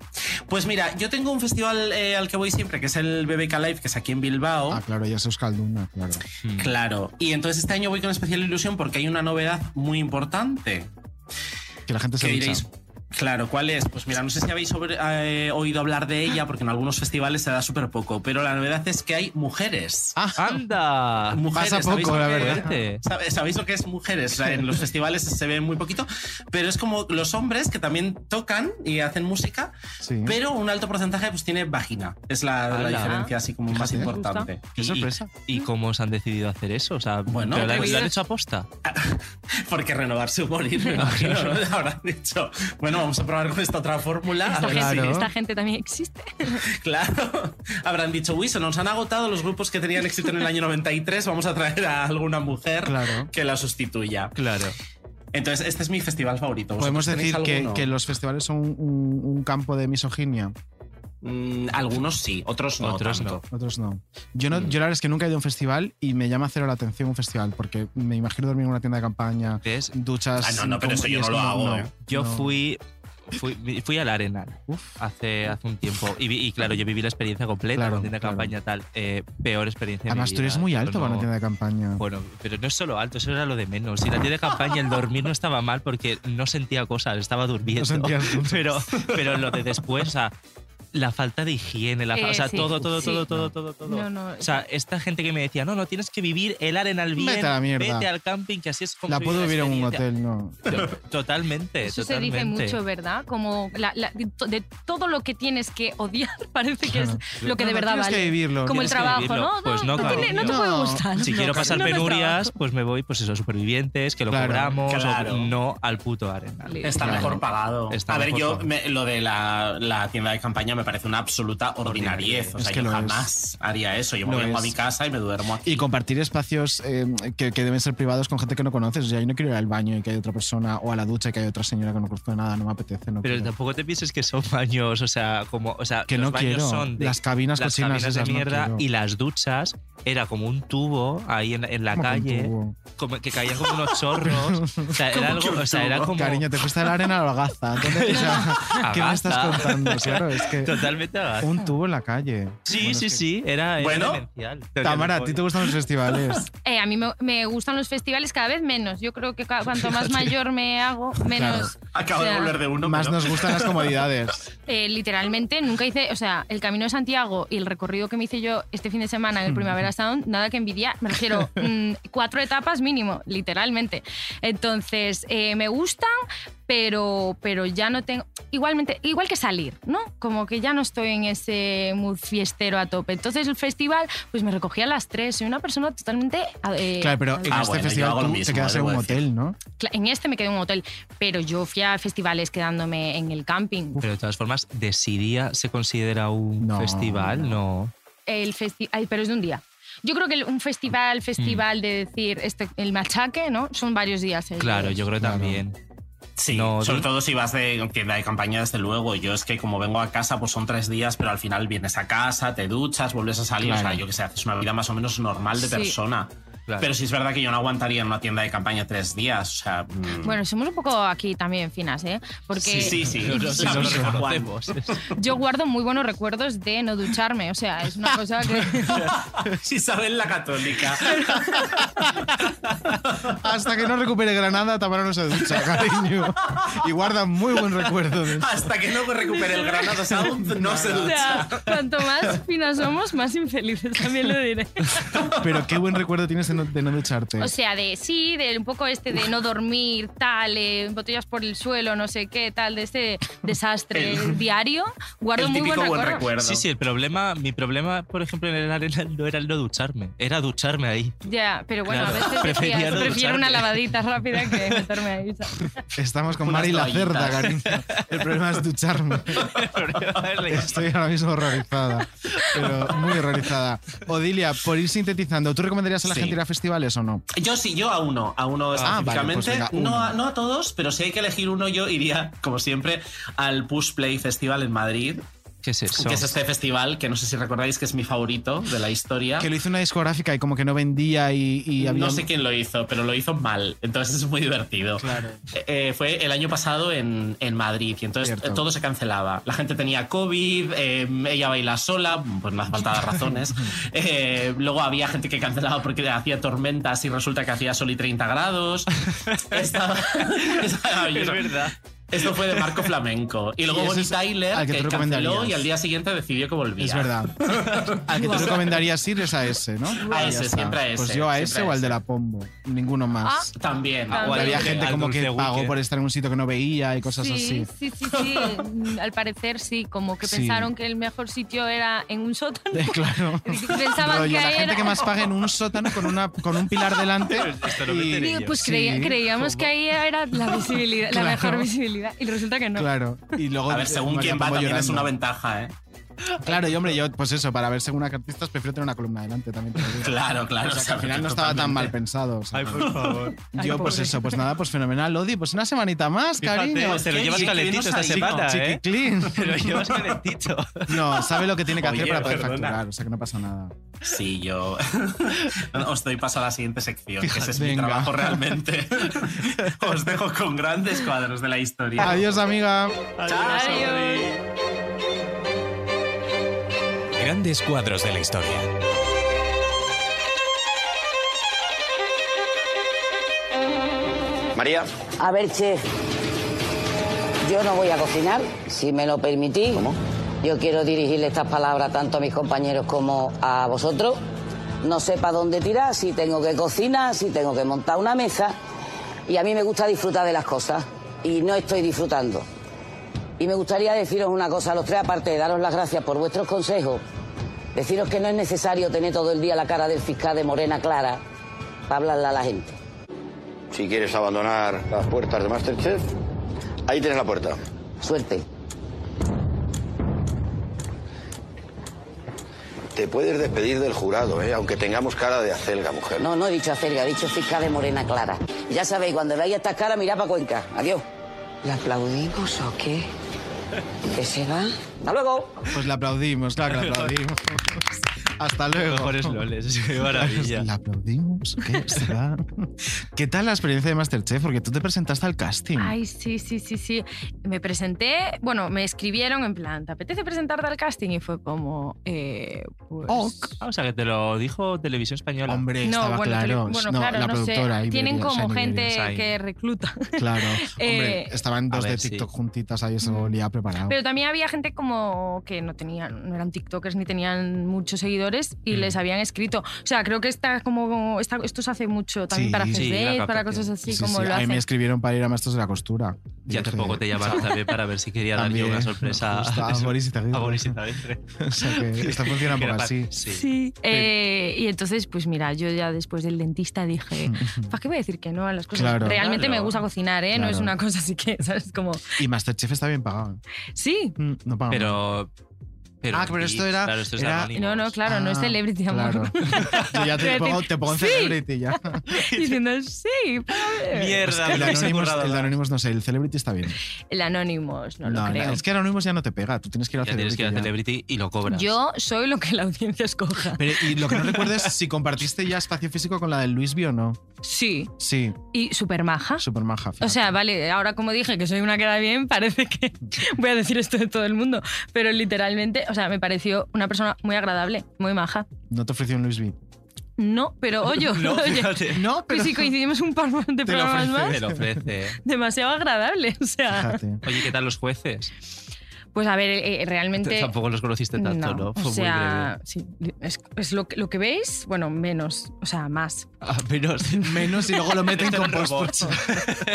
[SPEAKER 5] Pues mira, yo tengo un festival eh, al que voy siempre, que es el BBK Live, que es aquí en Bilbao.
[SPEAKER 3] Ah, claro, ya es Euskalduna, claro.
[SPEAKER 5] Claro. Y entonces este año voy con especial ilusión porque hay una novedad muy importante.
[SPEAKER 3] Que la gente se
[SPEAKER 5] ¿Qué
[SPEAKER 3] ducha.
[SPEAKER 5] diréis? Claro, ¿cuál es? Pues mira, no sé si habéis sobre- eh, oído hablar de ella, porque en algunos festivales se da súper poco, pero la novedad es que hay mujeres.
[SPEAKER 3] Ah,
[SPEAKER 2] ¡Anda!
[SPEAKER 5] Mujeres,
[SPEAKER 2] Ah, Pasa
[SPEAKER 5] ¿sabéis
[SPEAKER 2] poco,
[SPEAKER 5] lo
[SPEAKER 2] la
[SPEAKER 5] que-
[SPEAKER 2] verdad.
[SPEAKER 5] sabe- ¿Sabéis lo que es mujeres? O sea, en los festivales se ve muy poquito, pero es como los hombres que también tocan y hacen música,
[SPEAKER 3] Sí.
[SPEAKER 5] pero un alto porcentaje pues tiene vagina. Es la, la
[SPEAKER 2] Mm. Ala.
[SPEAKER 5] diferencia así como más
[SPEAKER 2] Fíjate.
[SPEAKER 5] importante.
[SPEAKER 2] Qué sorpresa. ¿Y, cómo os han decidido hacer eso? O sea,
[SPEAKER 5] Bueno,
[SPEAKER 2] ¿pero lo, han-
[SPEAKER 5] pues-
[SPEAKER 2] lo han hecho aposta.
[SPEAKER 5] Porque renovarse o morir, me imagino, ¿no? Habrán dicho, bueno, vamos a probar con esta otra fórmula. a
[SPEAKER 8] Esta,
[SPEAKER 5] ver si-
[SPEAKER 8] gente, esta gente también existe.
[SPEAKER 5] Claro, habrán dicho, uy, se nos han agotado los grupos que tenían éxito en el año 93, vamos a traer a alguna mujer
[SPEAKER 3] Claro.
[SPEAKER 5] que la sustituya.
[SPEAKER 2] Claro.
[SPEAKER 5] Entonces, este es mi festival favorito.
[SPEAKER 3] Podemos
[SPEAKER 5] ¿Vosotros tenéis
[SPEAKER 3] decir que,
[SPEAKER 5] alguno?
[SPEAKER 3] que los festivales son un, un- un campo de misoginia.
[SPEAKER 5] Mm, algunos sí, otros no.
[SPEAKER 2] Otros
[SPEAKER 5] tanto.
[SPEAKER 3] Otros no. Yo,
[SPEAKER 2] Mm.
[SPEAKER 3] no, yo la verdad es que nunca he ido a un festival y me llama cero la atención un festival porque me imagino dormir en una tienda de campaña,
[SPEAKER 2] ¿Ves?
[SPEAKER 3] duchas.
[SPEAKER 5] Ah, no, no, pero
[SPEAKER 3] como-
[SPEAKER 5] eso
[SPEAKER 3] y
[SPEAKER 5] yo
[SPEAKER 3] es
[SPEAKER 5] no lo
[SPEAKER 3] como,
[SPEAKER 5] hago,
[SPEAKER 3] no,
[SPEAKER 5] ¿eh?
[SPEAKER 2] Yo
[SPEAKER 3] no.
[SPEAKER 2] fui, fui, fui al Arenal hace, hace un tiempo y, vi- y claro, yo viví la experiencia completa,
[SPEAKER 3] Claro,
[SPEAKER 2] la tienda de
[SPEAKER 3] claro.
[SPEAKER 2] campaña tal. eh, peor experiencia. de mi
[SPEAKER 3] Además, tú eres
[SPEAKER 2] vida.
[SPEAKER 3] muy
[SPEAKER 2] Yo
[SPEAKER 3] alto para
[SPEAKER 2] no-
[SPEAKER 3] una tienda de campaña.
[SPEAKER 2] Bueno, pero no es solo alto, eso era lo de menos. Y la tienda de campaña, el dormir no estaba mal porque no sentía cosas, estaba durmiendo.
[SPEAKER 3] No sentías mucho.
[SPEAKER 2] pero, pero lo de después, o sea, la falta de higiene, la fa-
[SPEAKER 8] Eh,
[SPEAKER 2] o sea,
[SPEAKER 8] sí.
[SPEAKER 2] todo, todo,
[SPEAKER 8] Sí.
[SPEAKER 2] todo, todo, todo, todo.
[SPEAKER 8] No, no.
[SPEAKER 2] O sea, esta gente que me decía, no, no, tienes que vivir el arenal bien,
[SPEAKER 3] Vete a la mierda.
[SPEAKER 2] vete al camping, que así es como
[SPEAKER 3] la
[SPEAKER 2] vivir
[SPEAKER 3] puedo vivir en un
[SPEAKER 2] experiencia".
[SPEAKER 3] hotel, no.
[SPEAKER 2] Yo- Totalmente,
[SPEAKER 8] Eso se
[SPEAKER 2] eh, totalmente.
[SPEAKER 8] dice mucho, ¿verdad? Como la- la- de, to- de todo lo que tienes que odiar, parece que es
[SPEAKER 3] Claro.
[SPEAKER 8] lo que
[SPEAKER 3] No,
[SPEAKER 8] de
[SPEAKER 3] no,
[SPEAKER 8] verdad
[SPEAKER 3] tienes
[SPEAKER 8] vale.
[SPEAKER 3] que vivirlo,
[SPEAKER 8] Como el
[SPEAKER 3] tienes que
[SPEAKER 8] trabajo,
[SPEAKER 2] vivirlo.
[SPEAKER 8] ¿no?
[SPEAKER 2] Pues no,
[SPEAKER 8] tiene- no te
[SPEAKER 3] cariño.
[SPEAKER 8] puede
[SPEAKER 3] No.
[SPEAKER 8] gustar.
[SPEAKER 2] Si quiero pasar
[SPEAKER 8] no es
[SPEAKER 2] penurias,
[SPEAKER 8] trabajo.
[SPEAKER 2] pues me voy, pues eso, supervivientes, que lo
[SPEAKER 3] Claro,
[SPEAKER 2] cobramos, o
[SPEAKER 5] claro.
[SPEAKER 2] no al puto arenal.
[SPEAKER 5] Está
[SPEAKER 3] Claro.
[SPEAKER 5] mejor pagado.
[SPEAKER 2] Está
[SPEAKER 5] a ver,
[SPEAKER 2] mejor
[SPEAKER 5] yo
[SPEAKER 2] pagado.
[SPEAKER 5] me- lo de la, la tienda de campaña me parece una absoluta ordinariez. O
[SPEAKER 3] Es
[SPEAKER 5] sea,
[SPEAKER 3] que
[SPEAKER 5] yo
[SPEAKER 3] lo es.
[SPEAKER 5] jamás haría eso. Yo me
[SPEAKER 3] Lo
[SPEAKER 5] vengo a
[SPEAKER 3] es.
[SPEAKER 5] mi casa y me duermo aquí.
[SPEAKER 3] Y compartir espacios eh, que, que deben ser privados con gente que no conoces. O sea, yo no quiero ir al baño y que hay otra persona, o a la ducha y que hay otra señora que no conozco de nada, no me apetece. No
[SPEAKER 2] Pero
[SPEAKER 3] quiero.
[SPEAKER 2] tampoco te pienses que son baños, o sea, como, o sea,
[SPEAKER 3] Que
[SPEAKER 2] los
[SPEAKER 3] no
[SPEAKER 2] baños
[SPEAKER 3] quiero.
[SPEAKER 2] son de
[SPEAKER 3] Las cabinas
[SPEAKER 2] las cabinas
[SPEAKER 3] cochinas esas
[SPEAKER 2] de
[SPEAKER 3] no
[SPEAKER 2] mierda
[SPEAKER 3] quiero.
[SPEAKER 2] y las duchas era como un tubo ahí en, en la
[SPEAKER 3] Como que un
[SPEAKER 2] calle,
[SPEAKER 3] tubo.
[SPEAKER 2] como que caían como unos chorros, o sea, era
[SPEAKER 5] ¿Cómo que
[SPEAKER 2] algo,
[SPEAKER 5] un
[SPEAKER 2] o sea, era
[SPEAKER 5] tubo?
[SPEAKER 2] como
[SPEAKER 3] Cariño, te fuiste de la arena a la gaza. ¿Dónde- o sea, ¿Qué me estás
[SPEAKER 2] Agaza.
[SPEAKER 3] contando? Claro, es que
[SPEAKER 2] totalmente agaza.
[SPEAKER 3] un tubo en la calle.
[SPEAKER 2] Sí,
[SPEAKER 3] Bueno, es
[SPEAKER 2] sí,
[SPEAKER 3] que-
[SPEAKER 2] sí, era, era
[SPEAKER 5] Bueno.
[SPEAKER 2] demencial.
[SPEAKER 3] Tamara, ¿a ti te gustan los festivales?
[SPEAKER 8] Eh, a mí me, me gustan los festivales cada vez menos. Yo creo que ca- cuanto más mayor me hago, menos.
[SPEAKER 5] Acabo
[SPEAKER 8] o sea,
[SPEAKER 5] de volver de uno.
[SPEAKER 3] Más
[SPEAKER 5] pero-
[SPEAKER 3] nos gustan las comodidades.
[SPEAKER 8] Eh, literalmente nunca hice, o sea, el camino de Santiago y el recorrido que me hice yo este fin de semana en el Primavera Sound, nada que envidiar, me refiero, mm, cuatro etapas mínimo, literalmente. Entonces, eh, me gustan, pero, pero ya no tengo, igualmente, igual que salir, ¿no? Como que ya no estoy en ese mood fiestero a tope. Entonces, el festival, pues me recogí a las tres, soy una persona totalmente... eh,
[SPEAKER 3] Claro, pero en
[SPEAKER 5] Ah,
[SPEAKER 3] este
[SPEAKER 5] bueno, yo
[SPEAKER 3] festival
[SPEAKER 5] hago
[SPEAKER 3] tú
[SPEAKER 5] lo
[SPEAKER 3] te
[SPEAKER 5] mismo,
[SPEAKER 3] quedas en
[SPEAKER 5] debo
[SPEAKER 3] un
[SPEAKER 5] decir.
[SPEAKER 3] hotel, ¿no?
[SPEAKER 8] Cla- En este me quedé en un hotel, pero yo fui a festivales quedándome en el camping.
[SPEAKER 2] Pero de todas formas, ¿de Siria se considera un
[SPEAKER 3] No,
[SPEAKER 2] festival? No.
[SPEAKER 8] El festi- ay, pero es de un día. Yo creo que el- un festival, festival de decir este, el machaque, ¿no? Son varios días. eh.
[SPEAKER 2] Claro, yo creo que
[SPEAKER 3] Claro.
[SPEAKER 2] también.
[SPEAKER 5] Sí,
[SPEAKER 2] No,
[SPEAKER 5] sobre
[SPEAKER 2] tú-
[SPEAKER 5] todo si vas de tienda de campaña, desde luego. Yo es que como vengo a casa, pues son tres días, pero al final vienes a casa, te duchas, vuelves a salir. O sea,
[SPEAKER 3] Claro.
[SPEAKER 5] yo que sé, haces una vida más o menos normal de
[SPEAKER 8] Sí.
[SPEAKER 5] persona.
[SPEAKER 2] Claro.
[SPEAKER 5] Pero sí es verdad que yo no aguantaría en una tienda de campaña tres días. O sea, mm,
[SPEAKER 8] Bueno, somos un poco aquí también finas, ¿eh? Porque
[SPEAKER 5] sí, sí, sí.
[SPEAKER 2] Lo- lo-
[SPEAKER 5] Sí,
[SPEAKER 2] lo
[SPEAKER 5] sí, sí.
[SPEAKER 2] reconocemos.
[SPEAKER 8] yo guardo muy buenos recuerdos de no ducharme. O sea, es una cosa que.
[SPEAKER 5] Isabel la Católica.
[SPEAKER 3] Hasta que no recupere Granada, Tamara no se ducha, cariño. Y guarda muy buen recuerdo de eso.
[SPEAKER 5] Hasta que no recupere el Granada Sound, no se
[SPEAKER 8] O
[SPEAKER 5] ducha.
[SPEAKER 8] sea, cuanto más finas somos, más infelices, también lo diré.
[SPEAKER 3] Pero qué buen recuerdo tienes de no, de no ducharte.
[SPEAKER 8] O sea, de sí, de un poco este de no dormir, tal, eh, botellas por el suelo, no sé qué, tal, de este desastre
[SPEAKER 2] El-
[SPEAKER 8] diario, guardo muy buen recuerdo.
[SPEAKER 2] Sí, sí, el problema, mi problema, por ejemplo, en el arena no era el no ducharme, era ducharme ahí.
[SPEAKER 8] Ya, pero bueno,
[SPEAKER 2] Claro.
[SPEAKER 8] a veces
[SPEAKER 2] Prefería
[SPEAKER 8] decías,
[SPEAKER 2] no
[SPEAKER 8] prefiero
[SPEAKER 2] ducharme".
[SPEAKER 8] una lavadita rápida que meterme ahí. ¿sabes?
[SPEAKER 3] Estamos con
[SPEAKER 2] Unas
[SPEAKER 3] Mari la
[SPEAKER 2] toallitas.
[SPEAKER 3] cerda, cariño. El problema es ducharme. Estoy ahora mismo horrorizada. Pero muy horrorizada. Odilia, por ir sintetizando, ¿tú recomendarías a la
[SPEAKER 5] Sí.
[SPEAKER 3] gente ir a festivales o no?
[SPEAKER 5] Yo sí, yo a uno, a uno
[SPEAKER 3] Ah, vale, pues
[SPEAKER 5] específicamente.
[SPEAKER 3] venga,
[SPEAKER 5] no,
[SPEAKER 3] uno.
[SPEAKER 5] a, no a todos, pero si hay que elegir uno, yo iría, como siempre, al Push Play Festival en Madrid.
[SPEAKER 2] ¿Qué es eso?
[SPEAKER 5] Que es este festival que no sé si recordáis que es mi favorito de la historia.
[SPEAKER 3] Que lo hizo una discográfica y como que no vendía y, y había...
[SPEAKER 5] Ah. No sé quién lo hizo, pero lo hizo mal. Entonces es muy divertido. Eh, eh, fue el año pasado en, en Madrid y entonces
[SPEAKER 3] Cierto.
[SPEAKER 5] eh, todo se cancelaba. La gente tenía COVID, eh, ella baila sola, pues no hace falta dar razones. Eh, luego había gente que cancelaba porque hacía tormentas y resulta que hacía sol y 30 grados. Estaba, estaba maravilloso. Esto fue de Marco Flamenco. Y luego
[SPEAKER 3] Y ese
[SPEAKER 5] Bonnie
[SPEAKER 3] es
[SPEAKER 5] Tyler,
[SPEAKER 3] al que
[SPEAKER 5] que,
[SPEAKER 3] tú
[SPEAKER 5] canceló
[SPEAKER 3] recomendarías.
[SPEAKER 5] y al día siguiente decidió que volvía.
[SPEAKER 3] Es verdad. Al que tú recomendarías ir es a ese, ¿no?
[SPEAKER 5] A
[SPEAKER 3] Y ya
[SPEAKER 5] ese,
[SPEAKER 3] está.
[SPEAKER 5] siempre a
[SPEAKER 3] Pues
[SPEAKER 5] ese,
[SPEAKER 3] yo a
[SPEAKER 5] siempre
[SPEAKER 3] ese
[SPEAKER 5] a
[SPEAKER 3] o al
[SPEAKER 5] ese.
[SPEAKER 3] de la Pombo. Ninguno más.
[SPEAKER 5] También.
[SPEAKER 8] Ah,
[SPEAKER 3] O había
[SPEAKER 8] al-
[SPEAKER 3] gente
[SPEAKER 2] al
[SPEAKER 3] como
[SPEAKER 2] Dulce
[SPEAKER 3] que pagó
[SPEAKER 2] Wicked.
[SPEAKER 3] por estar en un sitio que no veía y cosas
[SPEAKER 8] Sí,
[SPEAKER 3] así.
[SPEAKER 8] sí, sí, sí. mm, Al parecer sí, como que
[SPEAKER 3] Sí.
[SPEAKER 8] pensaron que el mejor sitio era en un sótano.
[SPEAKER 3] Eh, claro.
[SPEAKER 8] Pensaban
[SPEAKER 3] Rollo,
[SPEAKER 8] que
[SPEAKER 3] la gente
[SPEAKER 8] era-
[SPEAKER 3] que más paga en un sótano con, una, con un pilar delante. y-
[SPEAKER 8] Digo, pues creía-
[SPEAKER 3] Sí,
[SPEAKER 8] creíamos que ahí era la visibilidad, la
[SPEAKER 3] Claro.
[SPEAKER 8] mejor visibilidad, y resulta que no.
[SPEAKER 3] Claro. Y luego,
[SPEAKER 5] A ver, según
[SPEAKER 3] María
[SPEAKER 5] quién va,
[SPEAKER 3] Pombo
[SPEAKER 5] también es
[SPEAKER 3] llorando.
[SPEAKER 5] una ventaja, ¿eh?
[SPEAKER 3] Claro, y hombre, yo, pues eso, para ver según a qué artistas prefiero tener una columna delante también. te lo digo.
[SPEAKER 5] Claro, claro,
[SPEAKER 3] O sea, que al
[SPEAKER 5] claro,
[SPEAKER 3] final no estaba tan mal pensado. o sea.
[SPEAKER 2] Ay, por favor. Ay,
[SPEAKER 3] Yo, pues
[SPEAKER 2] pobre.
[SPEAKER 3] eso, pues nada, pues fenomenal, Odi. Pues una semanita más,
[SPEAKER 2] Fíjate,
[SPEAKER 3] cariño.
[SPEAKER 2] te lo
[SPEAKER 3] Qué
[SPEAKER 2] llevas
[SPEAKER 3] bien,
[SPEAKER 2] calentito
[SPEAKER 3] qué
[SPEAKER 2] esta
[SPEAKER 3] bien nos ha
[SPEAKER 2] semana,
[SPEAKER 3] ido.
[SPEAKER 2] ¿eh?
[SPEAKER 3] Chiquiclín.
[SPEAKER 2] Te lo llevas calentito.
[SPEAKER 3] No, sabe lo que tiene que hacer
[SPEAKER 5] Oye,
[SPEAKER 3] para poder
[SPEAKER 5] perdona.
[SPEAKER 3] facturar, o sea que no pasa nada.
[SPEAKER 5] Sí, yo os doy paso a la siguiente sección, que ese es mi
[SPEAKER 3] Venga.
[SPEAKER 5] trabajo realmente. os dejo con grandes cuadros de la historia.
[SPEAKER 3] Adiós, amiga.
[SPEAKER 1] Grandes cuadros de la historia.
[SPEAKER 13] María.
[SPEAKER 14] A ver, chef. Yo no voy a cocinar, si me lo permitís. Yo quiero dirigirle estas palabras tanto a mis compañeros como a vosotros. No sé para dónde tirar, si tengo que cocinar, si tengo que montar una mesa. Y a mí me gusta disfrutar de las cosas y no estoy disfrutando. Y me gustaría deciros una cosa a los tres, aparte de daros las gracias por vuestros consejos, deciros que no es necesario tener todo el día la cara del fiscal de Morena Clara para hablarle a la gente.
[SPEAKER 13] Si quieres abandonar las puertas de Masterchef, ahí tienes la puerta.
[SPEAKER 14] Suerte.
[SPEAKER 13] Te puedes despedir del jurado, ¿eh? aunque tengamos cara de acelga, mujer.
[SPEAKER 14] No, no he dicho acelga, he dicho fiscal de Morena Clara. Ya sabéis, cuando veáis estas caras, mirad para Cuenca. Adiós. ¿La aplaudimos o qué? ¿Que se va? ¡Hasta luego!
[SPEAKER 3] Pues la aplaudimos, claro que la aplaudimos. Hasta luego.
[SPEAKER 2] Mejores loles, qué maravilla.
[SPEAKER 3] La aplaudimos, ¿qué será? ¿Qué tal la experiencia de Masterchef? Porque tú te presentaste al casting.
[SPEAKER 8] Ay, sí, sí, sí, sí. Me presenté, bueno, me escribieron en plan, ¿te apetece presentarte al casting? Y fue como, eh, pues...
[SPEAKER 2] Ah, o sea, que te lo dijo Televisión Española.
[SPEAKER 3] Hombre,
[SPEAKER 8] no, bueno, tele- bueno, claro, no sé. Tienen como gente que recluta.
[SPEAKER 3] Claro, hombre,
[SPEAKER 8] Eh, Mm.
[SPEAKER 3] estaban dos de TikTok juntitas ahí, eso olía preparado.
[SPEAKER 8] Pero también había gente como que no tenían, no eran TikTokers ni tenían muchos seguidores
[SPEAKER 3] Mm.
[SPEAKER 8] y les habían escrito. O sea, creo que está como esta- esto se hace mucho también
[SPEAKER 3] Sí,
[SPEAKER 8] para
[SPEAKER 3] sí, la
[SPEAKER 8] Facebook, para
[SPEAKER 2] captación.
[SPEAKER 8] cosas así
[SPEAKER 3] Sí,
[SPEAKER 8] como
[SPEAKER 3] sí,
[SPEAKER 8] lo
[SPEAKER 3] a mí
[SPEAKER 8] hacen.
[SPEAKER 3] me escribieron para ir a Maestros de la Costura.
[SPEAKER 2] Ya
[SPEAKER 3] Dije,
[SPEAKER 2] tampoco te llamaron
[SPEAKER 3] "Chao".
[SPEAKER 2] también para ver si quería dar yo
[SPEAKER 3] También,
[SPEAKER 2] una sorpresa
[SPEAKER 3] justo, a Boris Izaguirre.
[SPEAKER 2] a Boris Izaguirre.
[SPEAKER 3] O sea que esto funciona un
[SPEAKER 2] Que
[SPEAKER 3] poco
[SPEAKER 2] era pa-
[SPEAKER 3] así.
[SPEAKER 8] Sí. Eh, y entonces, pues mira, yo ya después del dentista dije, ¿para qué voy a decir que no a las cosas?
[SPEAKER 3] Claro.
[SPEAKER 8] Realmente
[SPEAKER 3] Claro.
[SPEAKER 8] me gusta cocinar, ¿eh? No es
[SPEAKER 3] Claro.
[SPEAKER 8] una cosa así que, ¿sabes? Como,
[SPEAKER 3] Y Masterchef está bien pagado.
[SPEAKER 8] sí.
[SPEAKER 3] Mm, No pagamos.
[SPEAKER 2] Pero, pero.
[SPEAKER 3] Ah, pero esto
[SPEAKER 2] sí,
[SPEAKER 3] era-
[SPEAKER 2] Claro, esto es
[SPEAKER 3] era-
[SPEAKER 2] anónimo.
[SPEAKER 8] No, no, claro, no es
[SPEAKER 3] Ah,
[SPEAKER 8] celebrity, amor.
[SPEAKER 3] claro. Yo ya te
[SPEAKER 8] Pero
[SPEAKER 3] pongo,
[SPEAKER 8] ti-
[SPEAKER 3] te pongo en
[SPEAKER 8] sí.
[SPEAKER 3] celebrity ya.
[SPEAKER 8] Diciendo, sí, para ver".
[SPEAKER 3] Es que el Anonymous, el Anonymous no sé, el celebrity está bien.
[SPEAKER 8] El Anonymous, no, lo creo.
[SPEAKER 3] es que Anonymous ya no te pega, tú tienes que ir a
[SPEAKER 2] Ya tienes
[SPEAKER 3] celebrity.
[SPEAKER 2] que ir a
[SPEAKER 3] ya.
[SPEAKER 2] Celebrity y lo cobras.
[SPEAKER 8] Yo soy lo que la audiencia escoja.
[SPEAKER 3] Pero, y lo que no recuerdo es si compartiste ya espacio físico con la del Luisby o no.
[SPEAKER 8] Sí.
[SPEAKER 3] Sí,
[SPEAKER 8] Y súper maja.
[SPEAKER 3] súper maja.
[SPEAKER 8] O sea, vale, ahora como dije que soy una queda bien, parece que voy a decir esto de todo el mundo. Pero literalmente, o sea, me pareció una persona muy agradable, muy maja.
[SPEAKER 3] No te ofreció un Luisby.
[SPEAKER 8] No, pero oye,
[SPEAKER 2] No,
[SPEAKER 8] oye,
[SPEAKER 2] fíjate. No,
[SPEAKER 8] pues
[SPEAKER 2] pero-
[SPEAKER 8] si coincidimos un par de
[SPEAKER 2] Te lo
[SPEAKER 8] programas
[SPEAKER 2] ofrece.
[SPEAKER 8] más,
[SPEAKER 2] Te lo ofrece.
[SPEAKER 8] demasiado agradable, o sea.
[SPEAKER 2] Oye, ¿qué tal los jueces?
[SPEAKER 8] Pues a ver, eh, eh, realmente...
[SPEAKER 2] Tampoco los conociste tanto, ¿no? Fue
[SPEAKER 8] o
[SPEAKER 2] muy
[SPEAKER 8] sea, sí, es, es lo, que- lo que veis, bueno, menos, o sea, más.
[SPEAKER 2] Ah, menos. Menos
[SPEAKER 3] y luego lo meten con
[SPEAKER 2] robots.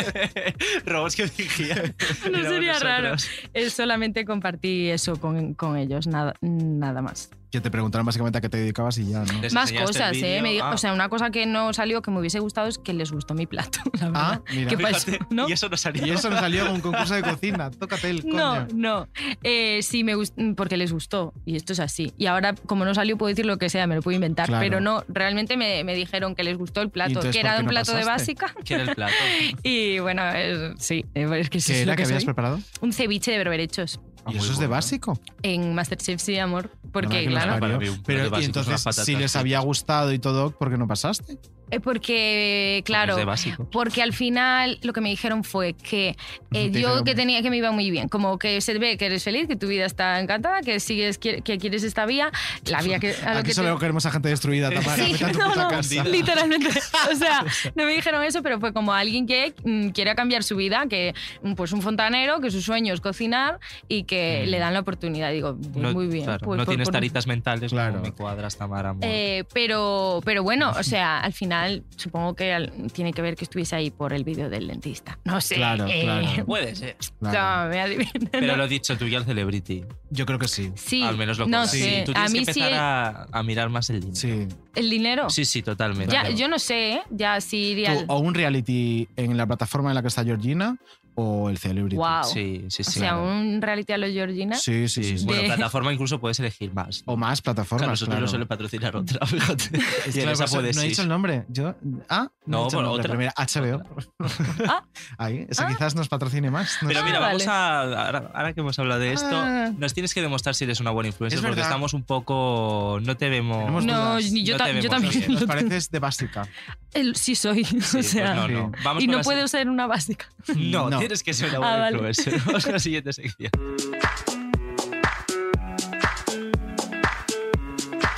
[SPEAKER 2] robots que dirigían.
[SPEAKER 8] No
[SPEAKER 2] Éramos
[SPEAKER 8] sería raro.
[SPEAKER 2] nosotros.
[SPEAKER 8] Es solamente compartí eso con, con ellos, nada, nada más.
[SPEAKER 3] Que te preguntaron básicamente a qué te dedicabas y ya, ¿no?
[SPEAKER 8] Más cosas, ¿eh? Me di-
[SPEAKER 2] Ah,
[SPEAKER 8] O sea, una cosa que no salió que me hubiese gustado es que les gustó mi plato, la verdad.
[SPEAKER 3] Ah, mira.
[SPEAKER 8] ¿Qué pasó?
[SPEAKER 2] Y eso no salió.
[SPEAKER 3] Y eso no salió con un concurso de cocina. Tócate el coño.
[SPEAKER 8] No, no. Eh, sí, me gust- mm, porque les gustó. Y esto es así. Y ahora, como no salió, puedo decir lo que sea, me lo puedo inventar.
[SPEAKER 3] Claro.
[SPEAKER 8] Pero no, realmente me, me dijeron que les gustó el plato,
[SPEAKER 3] entonces
[SPEAKER 8] que
[SPEAKER 3] por
[SPEAKER 8] era
[SPEAKER 3] qué
[SPEAKER 8] un
[SPEAKER 3] no
[SPEAKER 8] plato de
[SPEAKER 3] pasaste?
[SPEAKER 8] básica.
[SPEAKER 3] ¿Qué era el plato?
[SPEAKER 8] y bueno, eh, sí, eh, es que eso
[SPEAKER 3] ¿Qué
[SPEAKER 8] es
[SPEAKER 3] era
[SPEAKER 8] lo
[SPEAKER 3] que habías
[SPEAKER 8] soy.
[SPEAKER 3] preparado?
[SPEAKER 8] Un ceviche de berberechos.
[SPEAKER 3] ¿Y eso es de básico?
[SPEAKER 8] En Masterchef, sí, amor.
[SPEAKER 3] Madre
[SPEAKER 8] Porque,
[SPEAKER 3] que los
[SPEAKER 8] claro.
[SPEAKER 3] parió. Pero
[SPEAKER 2] plato
[SPEAKER 3] y
[SPEAKER 2] básico es unas
[SPEAKER 3] entonces,
[SPEAKER 2] patatas
[SPEAKER 3] si les
[SPEAKER 2] fritas.
[SPEAKER 3] había gustado y todo, ¿por qué no pasaste?
[SPEAKER 8] Eh, Porque, claro,
[SPEAKER 3] de básico.
[SPEAKER 8] porque al final lo que me dijeron fue que eh,
[SPEAKER 3] Te
[SPEAKER 8] yo
[SPEAKER 3] dijeron-
[SPEAKER 8] que tenía que me iba muy bien, como que se ve que eres feliz, que tu vida está encantada, que sigues que quieres esta vía, la vía que a lo
[SPEAKER 3] Aquí
[SPEAKER 8] que
[SPEAKER 3] solo
[SPEAKER 8] te-
[SPEAKER 3] queremos a gente destruida, Tamara.
[SPEAKER 8] Sí,
[SPEAKER 3] vete a tu
[SPEAKER 8] no,
[SPEAKER 3] puta
[SPEAKER 8] no,
[SPEAKER 3] casa.
[SPEAKER 8] literalmente. O sea, no me dijeron eso, pero fue como alguien que mm, quiere cambiar su vida, que mm, pues un fontanero, que su sueño es cocinar y que le dan la oportunidad. Digo, pues
[SPEAKER 2] Mm. No,
[SPEAKER 8] muy bien.
[SPEAKER 2] claro,
[SPEAKER 8] pues
[SPEAKER 2] no
[SPEAKER 8] por-
[SPEAKER 2] tienes
[SPEAKER 8] por-
[SPEAKER 2] taritas mentales, claro. me cuadras, Tamara. amor.
[SPEAKER 8] Eh, pero, pero bueno, o sea, al final supongo que al- tiene que ver que estuviese ahí por el vídeo del dentista. No sé.
[SPEAKER 2] Claro,
[SPEAKER 8] eh,
[SPEAKER 2] claro. Puede ser.
[SPEAKER 8] No, me adivino.
[SPEAKER 2] Pero lo he dicho tú y al celebrity.
[SPEAKER 3] Yo creo que sí.
[SPEAKER 8] Sí,
[SPEAKER 2] Al menos lo
[SPEAKER 8] no
[SPEAKER 2] cobras.
[SPEAKER 8] sé.
[SPEAKER 2] Tú
[SPEAKER 8] A
[SPEAKER 2] tienes
[SPEAKER 8] mí
[SPEAKER 2] que
[SPEAKER 8] sí
[SPEAKER 2] empezar
[SPEAKER 8] el-
[SPEAKER 2] a, a mirar más el dinero.
[SPEAKER 3] Sí.
[SPEAKER 8] ¿El dinero?
[SPEAKER 2] Sí, sí, totalmente.
[SPEAKER 8] Ya, yo no sé, ¿eh? ya sí iría.
[SPEAKER 3] Tú,
[SPEAKER 8] al-
[SPEAKER 3] o un reality en la plataforma en la que está Georgina o el celebrity.
[SPEAKER 8] Guau. Sí, o sea, un reality a los Georgina.
[SPEAKER 3] Sí, sí, sí.
[SPEAKER 2] Bueno,
[SPEAKER 8] De-
[SPEAKER 2] plataforma incluso puedes elegir más.
[SPEAKER 3] O más plataformas.
[SPEAKER 2] Claro, nosotros
[SPEAKER 3] claro.
[SPEAKER 2] no suele patrocinar otra, fíjate.
[SPEAKER 3] Es
[SPEAKER 2] y
[SPEAKER 3] que
[SPEAKER 2] en
[SPEAKER 3] la
[SPEAKER 2] esa
[SPEAKER 3] cosa-
[SPEAKER 2] puedes
[SPEAKER 3] no he
[SPEAKER 2] ir.
[SPEAKER 3] dicho el nombre. Yo, ah, no,
[SPEAKER 2] No,
[SPEAKER 3] he dicho el
[SPEAKER 2] bueno,
[SPEAKER 3] nombre.
[SPEAKER 2] otra.
[SPEAKER 3] Primera, HBO. Ahí,
[SPEAKER 2] Ah.
[SPEAKER 3] ese quizás nos patrocine más. no
[SPEAKER 2] Pero
[SPEAKER 3] sé.
[SPEAKER 2] mira,
[SPEAKER 8] Ah,
[SPEAKER 2] vamos a. Ahora, ahora que hemos hablado de esto,
[SPEAKER 3] Ah.
[SPEAKER 2] nos tienes que demostrar si eres una buena influencer,
[SPEAKER 3] Es
[SPEAKER 2] porque
[SPEAKER 3] verdad.
[SPEAKER 2] estamos un poco. No te vemos.
[SPEAKER 3] Tenemos
[SPEAKER 8] No, dudas. ni yo ta-
[SPEAKER 2] pues, te
[SPEAKER 8] yo
[SPEAKER 2] vemos
[SPEAKER 8] también.
[SPEAKER 2] bien.
[SPEAKER 3] Nos pareces de básica.
[SPEAKER 8] El- sí soy, o sea.
[SPEAKER 2] pues no, no. Vamos
[SPEAKER 8] y
[SPEAKER 2] con
[SPEAKER 8] no
[SPEAKER 2] la
[SPEAKER 8] puedo ser una básica.
[SPEAKER 2] No, tienes que ser una
[SPEAKER 8] Ah,
[SPEAKER 2] buena
[SPEAKER 8] vale.
[SPEAKER 2] influencer. Vamos a la siguiente sección.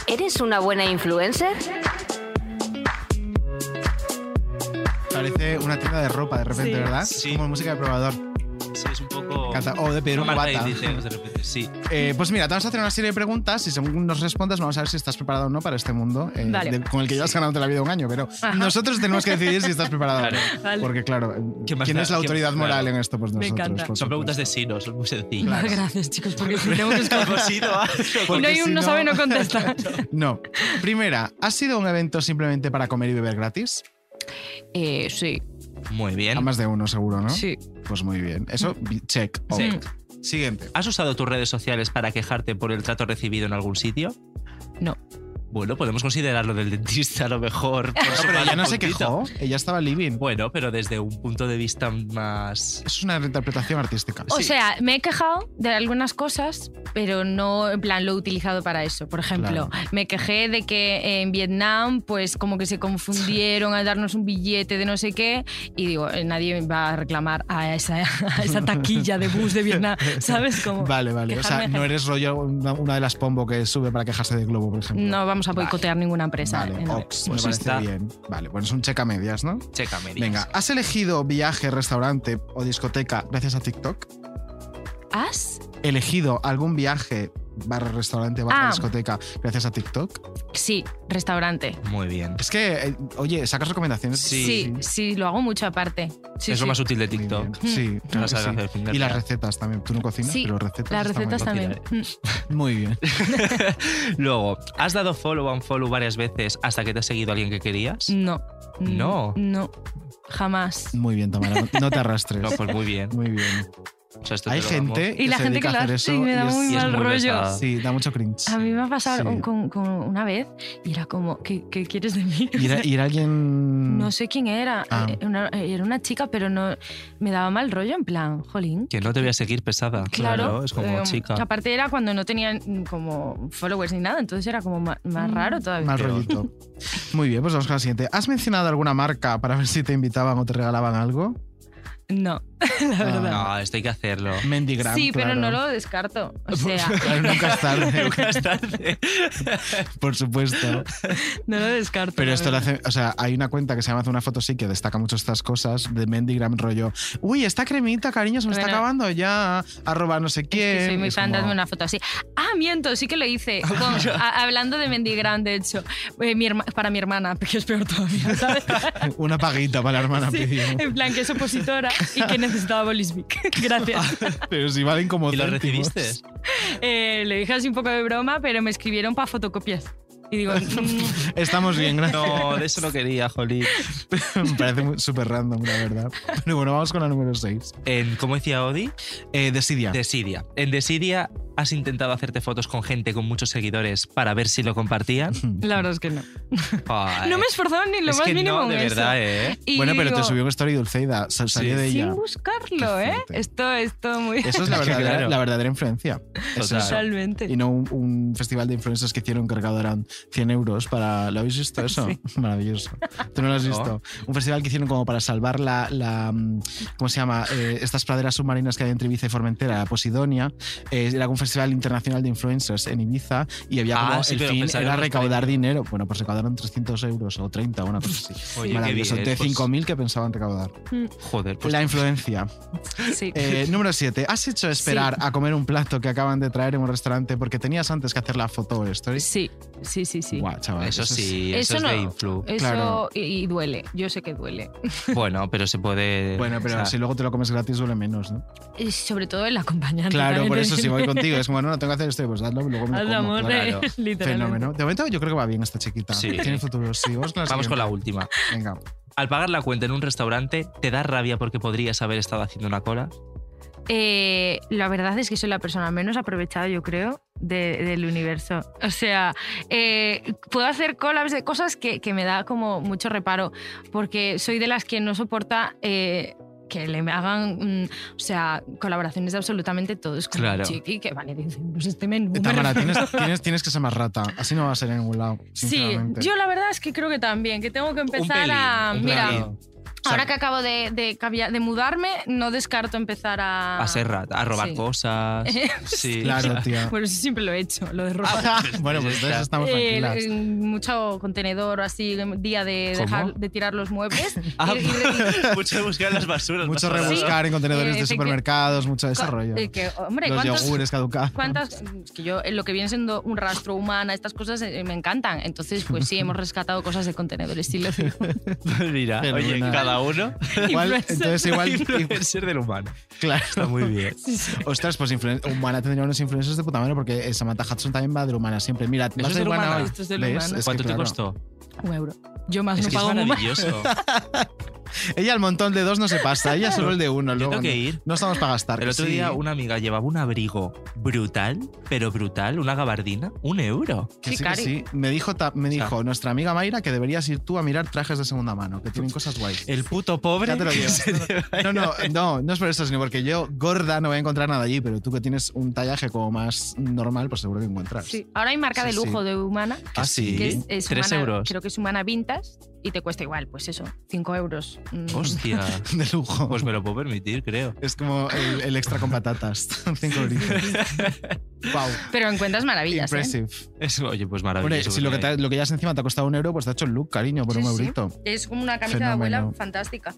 [SPEAKER 15] ¿Eres una buena influencer?
[SPEAKER 3] Parece una tienda de ropa de repente,
[SPEAKER 2] Sí.
[SPEAKER 3] ¿verdad? Como música de probador.
[SPEAKER 2] Sí, es un poco.
[SPEAKER 3] Canta- o de pedir
[SPEAKER 2] No
[SPEAKER 3] una
[SPEAKER 2] marcáis
[SPEAKER 3] bata.
[SPEAKER 2] diseños de repente, sí.
[SPEAKER 3] Eh, pues mira, te vamos a hacer una serie de preguntas y según nos respondas vamos a ver si estás preparado o no para este mundo eh,
[SPEAKER 2] Vale.
[SPEAKER 3] de- con el que llevas ganándote la vida un año. Pero nosotros tenemos que decidir si estás preparado o no.
[SPEAKER 2] Vale.
[SPEAKER 3] Porque claro,
[SPEAKER 2] ¿Qué más
[SPEAKER 3] ¿quién
[SPEAKER 2] da?
[SPEAKER 3] es la
[SPEAKER 2] ¿Qué-
[SPEAKER 3] autoridad
[SPEAKER 2] claro.
[SPEAKER 3] moral en esto? Pues nosotros. por
[SPEAKER 2] Son preguntas de sí, no, son muy sencillas.
[SPEAKER 8] No, gracias, chicos, porque tengo que
[SPEAKER 2] Algo sí, no,
[SPEAKER 3] ¿ah?
[SPEAKER 2] algo
[SPEAKER 8] Y no hay
[SPEAKER 3] si
[SPEAKER 8] un no,
[SPEAKER 3] no-
[SPEAKER 8] sabe, no contesta.
[SPEAKER 3] No. Primera, ¿ha sido un evento simplemente para comer y beber gratis?
[SPEAKER 8] Eh, sí.
[SPEAKER 2] Muy bien.
[SPEAKER 3] A más de uno, seguro, ¿no?
[SPEAKER 8] Sí.
[SPEAKER 3] Pues muy bien. Eso, bi- check.
[SPEAKER 2] Sí.
[SPEAKER 3] ok. Siguiente.
[SPEAKER 2] ¿Has usado tus redes sociales para quejarte por el trato recibido en algún sitio?
[SPEAKER 8] No.
[SPEAKER 2] Bueno, podemos considerarlo del dentista a lo mejor. por
[SPEAKER 3] No,
[SPEAKER 2] sumar
[SPEAKER 3] pero ella
[SPEAKER 2] un
[SPEAKER 3] no se
[SPEAKER 2] puntito.
[SPEAKER 3] quejó. Ella estaba living.
[SPEAKER 2] Bueno, pero desde un punto de vista más.
[SPEAKER 3] Es una interpretación artística.
[SPEAKER 8] O sea, me he quejado de algunas cosas, pero no, en plan, lo he utilizado para eso. Por ejemplo, me quejé de que en Vietnam, pues como que se confundieron al darnos un billete de no sé qué, y digo, eh, nadie va a reclamar a esa, a esa taquilla de bus de Vietnam, ¿sabes? Como
[SPEAKER 3] Vale, vale. O sea,
[SPEAKER 8] quejarme-
[SPEAKER 3] no eres rollo una, una de las pombo que sube para quejarse de Globo, por ejemplo.
[SPEAKER 8] No vamos a boicotear ninguna empresa. eh,
[SPEAKER 3] Vale, oh,
[SPEAKER 8] en-
[SPEAKER 3] Ox, me
[SPEAKER 2] Pues
[SPEAKER 3] parece
[SPEAKER 2] está.
[SPEAKER 3] bien. Vale, bueno, es un checa medias, ¿no?
[SPEAKER 2] Checa medias.
[SPEAKER 3] Venga, ¿has elegido viaje, restaurante o discoteca gracias a TikTok?
[SPEAKER 8] ¿Has?
[SPEAKER 3] ¿Elegido algún viaje, barra restaurante, barra
[SPEAKER 8] Ah.
[SPEAKER 3] discoteca gracias a TikTok?
[SPEAKER 8] Sí, restaurante.
[SPEAKER 2] Muy bien.
[SPEAKER 3] Es que, eh, oye, sacas recomendaciones.
[SPEAKER 8] Sí, sí, lo hago mucho aparte. Sí,
[SPEAKER 2] es lo
[SPEAKER 8] sí.
[SPEAKER 2] más útil de TikTok.
[SPEAKER 3] Sí, claro
[SPEAKER 2] Vas a hacer
[SPEAKER 3] que sí.
[SPEAKER 2] finger
[SPEAKER 3] Y las
[SPEAKER 2] fry.
[SPEAKER 3] recetas también. Tú no cocinas,
[SPEAKER 8] Sí,
[SPEAKER 3] pero recetas.
[SPEAKER 8] las
[SPEAKER 3] está muy ¿eh?
[SPEAKER 8] recetas
[SPEAKER 3] bien.
[SPEAKER 8] también.
[SPEAKER 3] Muy bien.
[SPEAKER 2] Luego, ¿has dado follow a un follow varias veces hasta que te ha seguido alguien que querías?
[SPEAKER 3] Mm.
[SPEAKER 8] Mm, No.
[SPEAKER 2] No.
[SPEAKER 8] No, jamás.
[SPEAKER 3] Muy bien, Tamara. No te arrastres.
[SPEAKER 2] No, pues muy bien.
[SPEAKER 3] Muy bien.
[SPEAKER 2] O sea, esto te
[SPEAKER 3] Hay
[SPEAKER 2] lo
[SPEAKER 3] gente
[SPEAKER 2] damos.
[SPEAKER 8] Y la
[SPEAKER 3] se
[SPEAKER 8] gente
[SPEAKER 3] dedica
[SPEAKER 8] que
[SPEAKER 3] a
[SPEAKER 8] lo
[SPEAKER 3] hacer
[SPEAKER 8] hace
[SPEAKER 3] eso
[SPEAKER 8] y me da muy
[SPEAKER 3] es-
[SPEAKER 8] mal
[SPEAKER 3] es
[SPEAKER 8] rollo.
[SPEAKER 3] pesada. Sí, da mucho cringe.
[SPEAKER 8] A mí me ha pasado
[SPEAKER 3] Sí.
[SPEAKER 8] con, con una vez y era como, ¿qué, qué quieres de mí?
[SPEAKER 3] Y era, y era alguien.
[SPEAKER 8] No sé quién era.
[SPEAKER 3] Ah.
[SPEAKER 8] eh, una- eh, era una chica, pero no me daba mal rollo, en plan, jolín.
[SPEAKER 2] Que no te voy a seguir pesada.
[SPEAKER 8] Claro,
[SPEAKER 2] es como
[SPEAKER 8] eh,
[SPEAKER 2] chica.
[SPEAKER 8] que aparte era cuando no tenían mm, como followers ni nada, entonces era como ma- más,
[SPEAKER 3] Mm.
[SPEAKER 8] raro todavía.
[SPEAKER 3] Mal rollito. Muy bien, pues vamos con la siguiente. ¿Has mencionado alguna marca para ver si te invitaban o te regalaban algo? Ah,
[SPEAKER 8] No, la verdad.
[SPEAKER 2] No, esto hay que hacerlo.
[SPEAKER 3] Mendigram.
[SPEAKER 8] sí, pero no lo descarto.
[SPEAKER 3] Pues
[SPEAKER 8] O sea,
[SPEAKER 3] nunca es tarde.
[SPEAKER 2] Nunca es tarde.
[SPEAKER 3] Por supuesto.
[SPEAKER 8] no lo descarto.
[SPEAKER 3] Pero
[SPEAKER 8] la
[SPEAKER 3] esto lo
[SPEAKER 8] verdad.
[SPEAKER 3] hace, o sea, hay una cuenta que se llama Hace una foto sí que destaca mucho estas cosas de Mendigram rollo. Uy, esta cremita, cariño, se me está
[SPEAKER 8] Bueno.
[SPEAKER 3] acabando ya. Arroba no sé quién.
[SPEAKER 8] Que soy muy
[SPEAKER 3] Es
[SPEAKER 8] fan,
[SPEAKER 3] como-
[SPEAKER 8] dadme una foto así. Ah, miento, sí que lo hice. con- a- hablando de Mendigram, de hecho. Eh, mi herma- para mi hermana, que es peor todavía, ¿sabes?
[SPEAKER 3] Una paguita para la hermana
[SPEAKER 8] Sí,
[SPEAKER 3] pidió.
[SPEAKER 8] en plan, que es opositora y que necesitaba Bolisvic. Gracias.
[SPEAKER 3] Pero si valen como
[SPEAKER 2] ¿Y lo
[SPEAKER 3] céntimos.
[SPEAKER 2] recibiste?
[SPEAKER 8] Eh, le dije así un poco de broma, pero me escribieron para fotocopias. Y digo, mm,
[SPEAKER 3] Estamos bien, gracias.
[SPEAKER 2] No, de eso no quería, Jolín.
[SPEAKER 3] Me parece muy- súper random, la verdad. Pero bueno, vamos con la número 6.
[SPEAKER 2] En, ¿Cómo decía Odi?
[SPEAKER 3] Desidia.
[SPEAKER 2] Desidia. En Desidia has intentado hacerte fotos con gente con muchos seguidores para ver si lo compartían.
[SPEAKER 3] Hmm.
[SPEAKER 8] la verdad es que no.
[SPEAKER 3] Ah,
[SPEAKER 2] Ay.
[SPEAKER 8] No me esforzaba ni lo
[SPEAKER 2] Es
[SPEAKER 8] más
[SPEAKER 2] que
[SPEAKER 8] mínimo
[SPEAKER 2] no, de
[SPEAKER 8] en eso.
[SPEAKER 2] verdad, ¿eh?
[SPEAKER 8] Y
[SPEAKER 3] bueno,
[SPEAKER 8] yo
[SPEAKER 3] pero te
[SPEAKER 8] digo,
[SPEAKER 3] subió una story Dulceida, sal- salí de
[SPEAKER 8] sin
[SPEAKER 3] ella.
[SPEAKER 8] buscarlo, ¿eh? Esto es todo muy...
[SPEAKER 3] Eso es la verdadera,
[SPEAKER 2] claro.
[SPEAKER 3] la verdadera influencia. Es eso.
[SPEAKER 8] Totalmente.
[SPEAKER 3] Y no un, un festival de influencers que hicieron cargado eran 100 euros para... ¿Lo habéis visto eso? Maravilloso. ¿Tú no lo has
[SPEAKER 2] No.
[SPEAKER 3] visto? Un festival que hicieron como para salvar la... la, mm, ¿Cómo se llama? Eh, estas praderas submarinas que hay entre Ibiza y Formentera, la Posidonia. Eh, era un festival internacional de influencers en Ibiza y había como...
[SPEAKER 2] Ah, sí,
[SPEAKER 3] el
[SPEAKER 2] pero
[SPEAKER 3] fin
[SPEAKER 2] pensaron
[SPEAKER 3] era
[SPEAKER 2] los
[SPEAKER 3] recaudar dinero. Bueno, pues recaudaron 300 euros o 30, una cosa así.
[SPEAKER 2] Oye, qué
[SPEAKER 3] Maravilloso.
[SPEAKER 2] bien,
[SPEAKER 3] De
[SPEAKER 2] pues-
[SPEAKER 3] 5.000 que pensaban recaudar.
[SPEAKER 2] Joder, pues.
[SPEAKER 3] La influencia.
[SPEAKER 8] Sí.
[SPEAKER 3] Eh, número 7. ¿Has hecho esperar a comer un plato que acaban de traer en un restaurante porque tenías antes que hacer la foto o story?
[SPEAKER 8] Sí, sí, sí, sí.
[SPEAKER 3] ¿eh? Guau, chaval.
[SPEAKER 2] Eso
[SPEAKER 3] es-
[SPEAKER 2] sí, eso, es de influ.
[SPEAKER 8] Eso
[SPEAKER 3] Claro.
[SPEAKER 8] y, y duele, yo sé que duele.
[SPEAKER 2] Bueno, pero se puede.
[SPEAKER 3] Bueno, pero
[SPEAKER 2] o sea,
[SPEAKER 3] si luego te lo comes gratis duele menos, ¿no?
[SPEAKER 8] Y sobre todo el acompañante.
[SPEAKER 3] Claro,
[SPEAKER 8] también
[SPEAKER 3] por
[SPEAKER 8] te
[SPEAKER 3] eso si
[SPEAKER 8] digo.
[SPEAKER 3] voy contigo es como, no, no tengo que hacer esto, pues dadlo y luego me lo
[SPEAKER 8] Hazlo,
[SPEAKER 3] como.
[SPEAKER 8] amor,
[SPEAKER 3] claro.
[SPEAKER 8] eh, literalmente.
[SPEAKER 3] Fenómeno. De momento yo creo que va bien esta chiquita.
[SPEAKER 2] Sí.
[SPEAKER 3] Tiene futuro, sí. Vamos con la,
[SPEAKER 2] Vamos con la
[SPEAKER 3] siguiente.
[SPEAKER 2] última.
[SPEAKER 3] Venga.
[SPEAKER 2] Al pagar la cuenta en un restaurante, ¿te da rabia porque podrías haber estado haciendo una cola?
[SPEAKER 8] Eh, la verdad es que soy la persona menos aprovechada, yo creo, de- del universo. O sea, eh, puedo hacer collabs de cosas que, que me da como mucho reparo, porque soy de las que no soporta eh, que le me hagan, mm, o sea, colaboraciones de absolutamente todos. Como
[SPEAKER 3] Claro.
[SPEAKER 8] Chiqui, que vale, dicen, pues este menú. me
[SPEAKER 3] Tamara,
[SPEAKER 8] refiero".
[SPEAKER 3] tienes, tienes, tienes que ser más rata. Así no va a ser en ningún lado.
[SPEAKER 8] Sí,
[SPEAKER 3] Sinceramente.
[SPEAKER 8] yo la verdad es que creo que también, que tengo que empezar
[SPEAKER 3] pelín,
[SPEAKER 8] a...
[SPEAKER 3] un
[SPEAKER 8] Mira,
[SPEAKER 3] pelín.
[SPEAKER 8] ahora que acabo de, de cambiar- de mudarme, no descarto empezar a...
[SPEAKER 2] A ser rata, a robar
[SPEAKER 8] Ah, Sí.
[SPEAKER 2] cosas.
[SPEAKER 8] Eh,
[SPEAKER 2] Sí.
[SPEAKER 3] Claro, tía.
[SPEAKER 8] Bueno, eso siempre lo he hecho, lo de robar.
[SPEAKER 3] bueno, pues entonces Ah, estamos
[SPEAKER 8] Eh,
[SPEAKER 3] tranquilas.
[SPEAKER 8] eh, mucho contenedor, así, día de,
[SPEAKER 3] ¿Cómo?
[SPEAKER 8] dejar, de tirar los muebles.
[SPEAKER 2] Ah,
[SPEAKER 8] Y- y- y-
[SPEAKER 2] mucho de buscar en las basuras.
[SPEAKER 3] Mucho
[SPEAKER 2] más barato.
[SPEAKER 3] rebuscar en contenedores
[SPEAKER 8] Eh,
[SPEAKER 3] de
[SPEAKER 8] efecti-
[SPEAKER 3] supermercados, mucho desarrollo.
[SPEAKER 8] eh, que, hombre,
[SPEAKER 3] Los
[SPEAKER 8] ¿cuántos-
[SPEAKER 3] yogures caducados.
[SPEAKER 8] ¿Cuántas? es que yo, eh, lo que viene siendo un rastro humana, estas cosas eh, me encantan. Entonces, pues sí, hemos rescatado cosas de contenedores, sí lo digo.
[SPEAKER 2] Mira, oye,
[SPEAKER 3] Fenomenal.
[SPEAKER 2] cada uno.
[SPEAKER 3] Igual, entonces igual.
[SPEAKER 2] ser del humano.
[SPEAKER 3] Claro.
[SPEAKER 2] Está muy bien.
[SPEAKER 3] Ostras, pues influen- humana tendría unos influencers de puta madre porque eh, Samantha Hudson también va de humana siempre. Mira,
[SPEAKER 2] ¿Eso
[SPEAKER 3] vas
[SPEAKER 2] es
[SPEAKER 3] de
[SPEAKER 2] del
[SPEAKER 3] humana
[SPEAKER 2] humano?
[SPEAKER 3] hoy.
[SPEAKER 8] Esto es del
[SPEAKER 3] ¿Ves?
[SPEAKER 8] humano.
[SPEAKER 3] Es que
[SPEAKER 2] ¿Cuánto te
[SPEAKER 3] claro.
[SPEAKER 2] costó?
[SPEAKER 8] Un euro. Yo más
[SPEAKER 2] Es
[SPEAKER 8] no
[SPEAKER 2] que es
[SPEAKER 8] pago un humano.
[SPEAKER 2] maravilloso.
[SPEAKER 3] Ella el montón de dos no se pasa, ella solo el de uno. Luego,
[SPEAKER 2] tengo que
[SPEAKER 3] cuando-
[SPEAKER 2] ir.
[SPEAKER 3] No estamos para gastar.
[SPEAKER 2] El
[SPEAKER 3] que
[SPEAKER 2] otro
[SPEAKER 3] Ah, pues sí.
[SPEAKER 2] día una amiga llevaba un abrigo brutal, pero brutal, una gabardina, un euro.
[SPEAKER 3] Que sí, que sí. Me dijo, ta- me dijo nuestra amiga Mayra que deberías ir tú a mirar trajes de segunda mano, que tienen cosas guays.
[SPEAKER 2] El puto pobre.
[SPEAKER 3] Ya te lo
[SPEAKER 2] que
[SPEAKER 3] llevas.
[SPEAKER 2] se lleva
[SPEAKER 3] No, no,
[SPEAKER 2] ahí.
[SPEAKER 3] no, no es por eso, sino porque yo gorda no voy a encontrar nada allí, pero tú que tienes un tallaje como más normal, pues seguro que encuentras.
[SPEAKER 8] Sí. Ahora hay marca
[SPEAKER 3] Sí,
[SPEAKER 8] de
[SPEAKER 3] sí.
[SPEAKER 8] lujo de humana.
[SPEAKER 3] Ah, sí.
[SPEAKER 8] Que es, es
[SPEAKER 2] Tres
[SPEAKER 8] humana,
[SPEAKER 2] euros.
[SPEAKER 8] Creo que es humana vintas y te cuesta igual, pues eso, 5 euros. Mm.
[SPEAKER 2] Hostia.
[SPEAKER 3] De lujo.
[SPEAKER 2] Pues me lo puedo permitir, creo.
[SPEAKER 3] Es como el, el extra con patatas. Cinco euritos. Wow.
[SPEAKER 8] Pero encuentras maravillas. ¿eh?
[SPEAKER 3] Impressive.
[SPEAKER 2] Es- oye, pues maravilloso.
[SPEAKER 3] Hombre, si lo que, te- lo que ya has encima te ha costado un euro, pues te ha hecho el look, cariño, por
[SPEAKER 8] Sí,
[SPEAKER 3] un
[SPEAKER 8] sí.
[SPEAKER 3] eurito.
[SPEAKER 8] Es como una camisa de abuela
[SPEAKER 3] Fenómeno.
[SPEAKER 8] fantástica.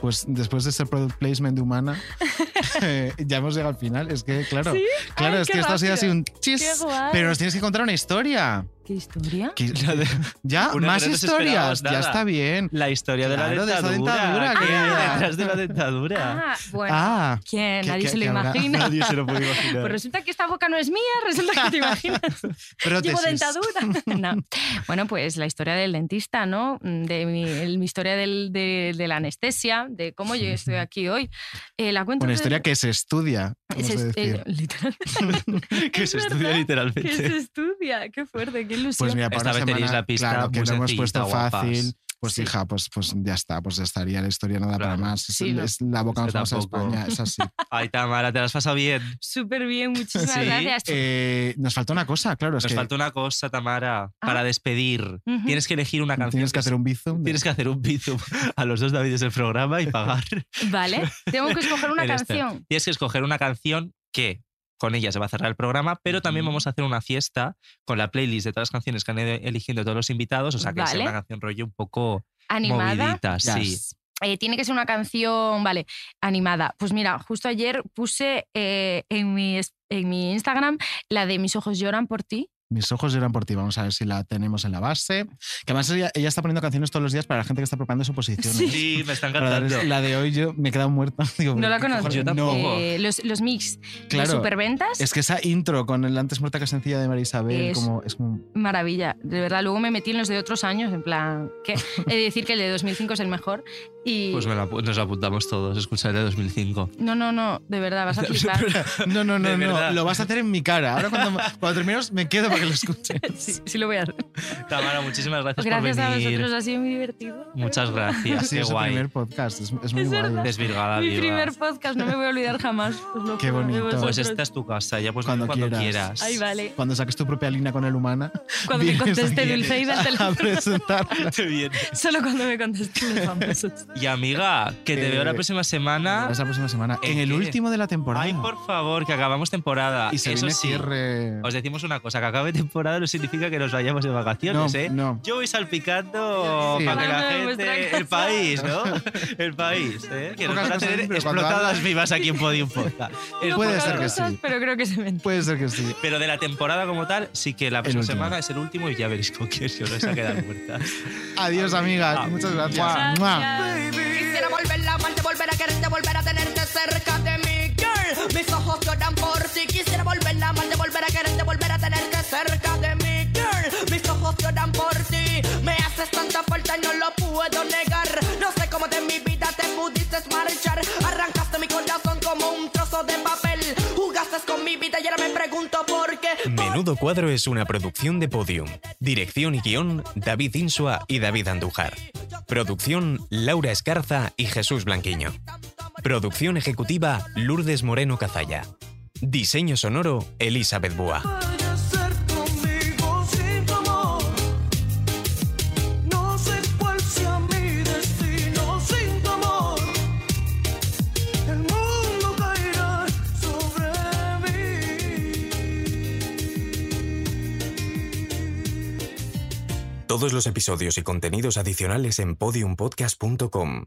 [SPEAKER 3] Pues después de ese product placement de humana, eh, ya hemos llegado al final. Es que, claro,
[SPEAKER 8] ¿Sí?
[SPEAKER 3] claro,
[SPEAKER 8] Ay,
[SPEAKER 3] es
[SPEAKER 8] qué
[SPEAKER 3] que esto ha sido así
[SPEAKER 8] rápido.
[SPEAKER 3] un chis.
[SPEAKER 8] Qué guay.
[SPEAKER 3] Pero nos tienes que contar una historia.
[SPEAKER 8] ¿Qué historia?
[SPEAKER 3] Que- ya,
[SPEAKER 2] Una
[SPEAKER 3] más
[SPEAKER 2] que no nos
[SPEAKER 3] historias.
[SPEAKER 2] esperábamos
[SPEAKER 3] Ya
[SPEAKER 2] nada.
[SPEAKER 3] está bien.
[SPEAKER 2] La historia de
[SPEAKER 3] Claro,
[SPEAKER 2] la
[SPEAKER 3] de esa
[SPEAKER 2] dentadura.
[SPEAKER 3] dentadura,
[SPEAKER 2] ¿qué?
[SPEAKER 3] querida.
[SPEAKER 2] Detrás de la dentadura.
[SPEAKER 8] Ah, bueno.
[SPEAKER 3] Ah,
[SPEAKER 8] ¿Quién?
[SPEAKER 3] que-
[SPEAKER 8] Nadie
[SPEAKER 3] que-
[SPEAKER 8] se lo
[SPEAKER 3] que habrá-
[SPEAKER 8] imagina.
[SPEAKER 3] nadie se lo puede imaginar.
[SPEAKER 8] Pues resulta que esta boca no es mía, resulta que te imaginas. Llevo
[SPEAKER 3] Prótesis.
[SPEAKER 8] dentadura. No. Bueno, pues la historia del dentista, ¿no? De mi, el- mi historia del- de, de la anestesia, de cómo yo estoy aquí hoy. Eh, la cuento
[SPEAKER 3] Una
[SPEAKER 8] de-
[SPEAKER 3] historia que se estudia. vamos
[SPEAKER 8] se
[SPEAKER 3] a
[SPEAKER 8] es-
[SPEAKER 3] decir.
[SPEAKER 8] eh, literal,
[SPEAKER 2] que se estudia
[SPEAKER 8] ¿verdad? que se
[SPEAKER 2] literalmente.
[SPEAKER 8] estudia. Qué fuerte, qué ilusión.
[SPEAKER 3] Pues mira, para
[SPEAKER 2] Esta
[SPEAKER 3] una
[SPEAKER 2] vez tenéis
[SPEAKER 3] semana,
[SPEAKER 2] la pista
[SPEAKER 3] claro, que
[SPEAKER 2] muy
[SPEAKER 3] lo hemos
[SPEAKER 2] sencillita,
[SPEAKER 3] puesto
[SPEAKER 2] guapas.
[SPEAKER 3] fácil. Pues hija, pues, pues ya está, pues ya estaría la historia nada para más. Es,
[SPEAKER 8] Sí, no.
[SPEAKER 3] es la boca más
[SPEAKER 2] Este
[SPEAKER 3] famosa de
[SPEAKER 2] tampoco.
[SPEAKER 3] España, es así.
[SPEAKER 2] Ay, Tamara, te las has pasado bien.
[SPEAKER 8] Súper bien, muchísimas
[SPEAKER 2] Sí,
[SPEAKER 8] gracias.
[SPEAKER 3] Eh, nos falta una cosa, claro. es
[SPEAKER 2] Nos
[SPEAKER 3] que
[SPEAKER 2] falta una cosa, Tamara, para despedir.
[SPEAKER 8] Ah. Ujú.
[SPEAKER 2] Tienes que elegir una canción.
[SPEAKER 3] Tienes que hacer un bizum.
[SPEAKER 2] Tienes que hacer un bizum a los dos Davides del programa y pagar.
[SPEAKER 8] Vale, tengo que escoger una
[SPEAKER 2] el este.
[SPEAKER 8] canción.
[SPEAKER 2] Tienes que escoger una canción que con ella se va a cerrar el programa, pero también vamos a hacer una fiesta con la playlist de todas las canciones que han ido eligiendo todos los invitados. O sea, que va a ser
[SPEAKER 8] Vale.
[SPEAKER 2] una canción rollo un poco
[SPEAKER 8] Animada.
[SPEAKER 2] movidita.
[SPEAKER 8] Yes.
[SPEAKER 2] Sí.
[SPEAKER 8] Eh, tiene que ser una canción, vale, animada. Pues mira, justo ayer puse eh, en, mi, es- en mi Instagram la de Mis ojos lloran por ti.
[SPEAKER 3] Mis ojos lloran por ti. Vamos a ver si la tenemos en la base. Que además ella, ella está poniendo canciones todos los días para la gente que está preparando su posición.
[SPEAKER 2] Sí. me está encantando.
[SPEAKER 3] La de hoy yo me he quedado muerto. Digo,
[SPEAKER 8] No
[SPEAKER 3] pero
[SPEAKER 8] la
[SPEAKER 3] ¿qué
[SPEAKER 8] conozco.
[SPEAKER 3] cojones? No.
[SPEAKER 8] Eh, los, los mix
[SPEAKER 3] Claro.
[SPEAKER 8] de superventas.
[SPEAKER 3] Es que esa intro con el antes muerta que sencilla de María Isabel
[SPEAKER 8] Es-
[SPEAKER 3] como, es como
[SPEAKER 8] Maravilla, de verdad. Luego me metí en los de otros años, en plan, que he de decir que el de 2005 es el mejor. Y
[SPEAKER 2] Pues me la apu- nos la apuntamos todos, escuchar de 2005.
[SPEAKER 8] no, no, no, de verdad, vas a flipar.
[SPEAKER 3] No, no, no,
[SPEAKER 2] De
[SPEAKER 3] no.
[SPEAKER 2] verdad.
[SPEAKER 3] Lo vas a hacer en mi cara. Ahora cuando, cuando terminemos me quedo para que lo escuches.
[SPEAKER 8] sí, sí lo voy a hacer.
[SPEAKER 2] Tamara, muchísimas gracias,
[SPEAKER 8] Gracias a
[SPEAKER 2] por venir.
[SPEAKER 8] vosotros, ha sido muy divertido.
[SPEAKER 2] Muchas gracias,
[SPEAKER 3] Ha sido
[SPEAKER 2] qué
[SPEAKER 3] su
[SPEAKER 2] guay.
[SPEAKER 3] primer podcast. Es, es muy
[SPEAKER 8] Es
[SPEAKER 3] guay.
[SPEAKER 8] verdad.
[SPEAKER 2] Desvirgada,
[SPEAKER 8] Mi
[SPEAKER 2] viva.
[SPEAKER 8] primer podcast, no me voy a olvidar jamás. os lo
[SPEAKER 3] Qué
[SPEAKER 8] juro, de
[SPEAKER 3] bonito.
[SPEAKER 8] vosotros.
[SPEAKER 2] Pues esta es tu casa, ya pues
[SPEAKER 3] Cuando
[SPEAKER 2] cuando,
[SPEAKER 3] quieras.
[SPEAKER 2] quieras.
[SPEAKER 8] Ay, vale.
[SPEAKER 3] Cuando saques tu propia línea con el humana.
[SPEAKER 8] Cuando me
[SPEAKER 3] vienes
[SPEAKER 8] conteste
[SPEAKER 3] aquí
[SPEAKER 8] Dulceida al
[SPEAKER 3] a
[SPEAKER 8] teléfono.
[SPEAKER 3] presentarla.
[SPEAKER 8] Solo cuando me contesten los famosos.
[SPEAKER 2] Y amiga, que te
[SPEAKER 3] Eh,
[SPEAKER 2] veo la próxima semana.
[SPEAKER 3] Es la próxima semana. En el
[SPEAKER 2] qué?
[SPEAKER 3] último de la temporada.
[SPEAKER 2] Ay, por favor, que acabamos temporada.
[SPEAKER 3] y se
[SPEAKER 2] Eso
[SPEAKER 3] viene
[SPEAKER 2] sí,
[SPEAKER 3] cierre.
[SPEAKER 2] os decimos una cosa, que acabe temporada no significa que nos vayamos de
[SPEAKER 3] No,
[SPEAKER 2] vacaciones, ¿eh?
[SPEAKER 3] no.
[SPEAKER 2] Yo voy salpicando
[SPEAKER 3] Sí.
[SPEAKER 2] para que
[SPEAKER 3] Hablando
[SPEAKER 2] la
[SPEAKER 3] de vuestra
[SPEAKER 2] gente,
[SPEAKER 3] casa.
[SPEAKER 2] el país, ¿no? El país, ¿eh? Que nos
[SPEAKER 3] Pocas
[SPEAKER 2] van a
[SPEAKER 3] cosas,
[SPEAKER 2] tener
[SPEAKER 3] pero cuando
[SPEAKER 2] explotadas
[SPEAKER 3] hablas-
[SPEAKER 2] vivas aquí en Podium Podcast. Es-
[SPEAKER 3] Puede ser que
[SPEAKER 8] Cosas,
[SPEAKER 3] sí.
[SPEAKER 8] Pero creo que se me
[SPEAKER 3] Puede ser que sí.
[SPEAKER 2] Pero de la temporada como tal, sí que la próxima
[SPEAKER 3] último.
[SPEAKER 2] semana es el último y ya veréis con quién se os ha quedado muertas.
[SPEAKER 3] Adiós, amigas. Muchas gracias. Mua.
[SPEAKER 16] Quisiera volver a amarte, volver a quererte, volver a tenerte cerca de mi girl. Mis ojos lloran por ti. Quisiera volver a amarte, volver a quererte, volver a tenerte cerca de mi girl. Mis ojos lloran por ti. Me haces tanta falta y no lo puedo negar. No sé cómo de mi vida te pudiste marchar. Arrancaste mi corazón como un trozo de papel. Jugaste con mi vida y ahora me pregunto por qué.
[SPEAKER 1] Menudo Cuadro es una producción de Podium. Dirección y guión, David Insua y David Andújar. Producción, Laura Escarza y Jesús Blanquiño. Producción ejecutiva, Lourdes Moreno Cazalla. Diseño sonoro, Elizabeth Búa.
[SPEAKER 6] Puede ser conmigo sin tu amor. No sé cuál sea mi destino sin tu amor. El mundo caerá sobre mí.
[SPEAKER 1] Todos los episodios y contenidos adicionales en podiumpodcast.com.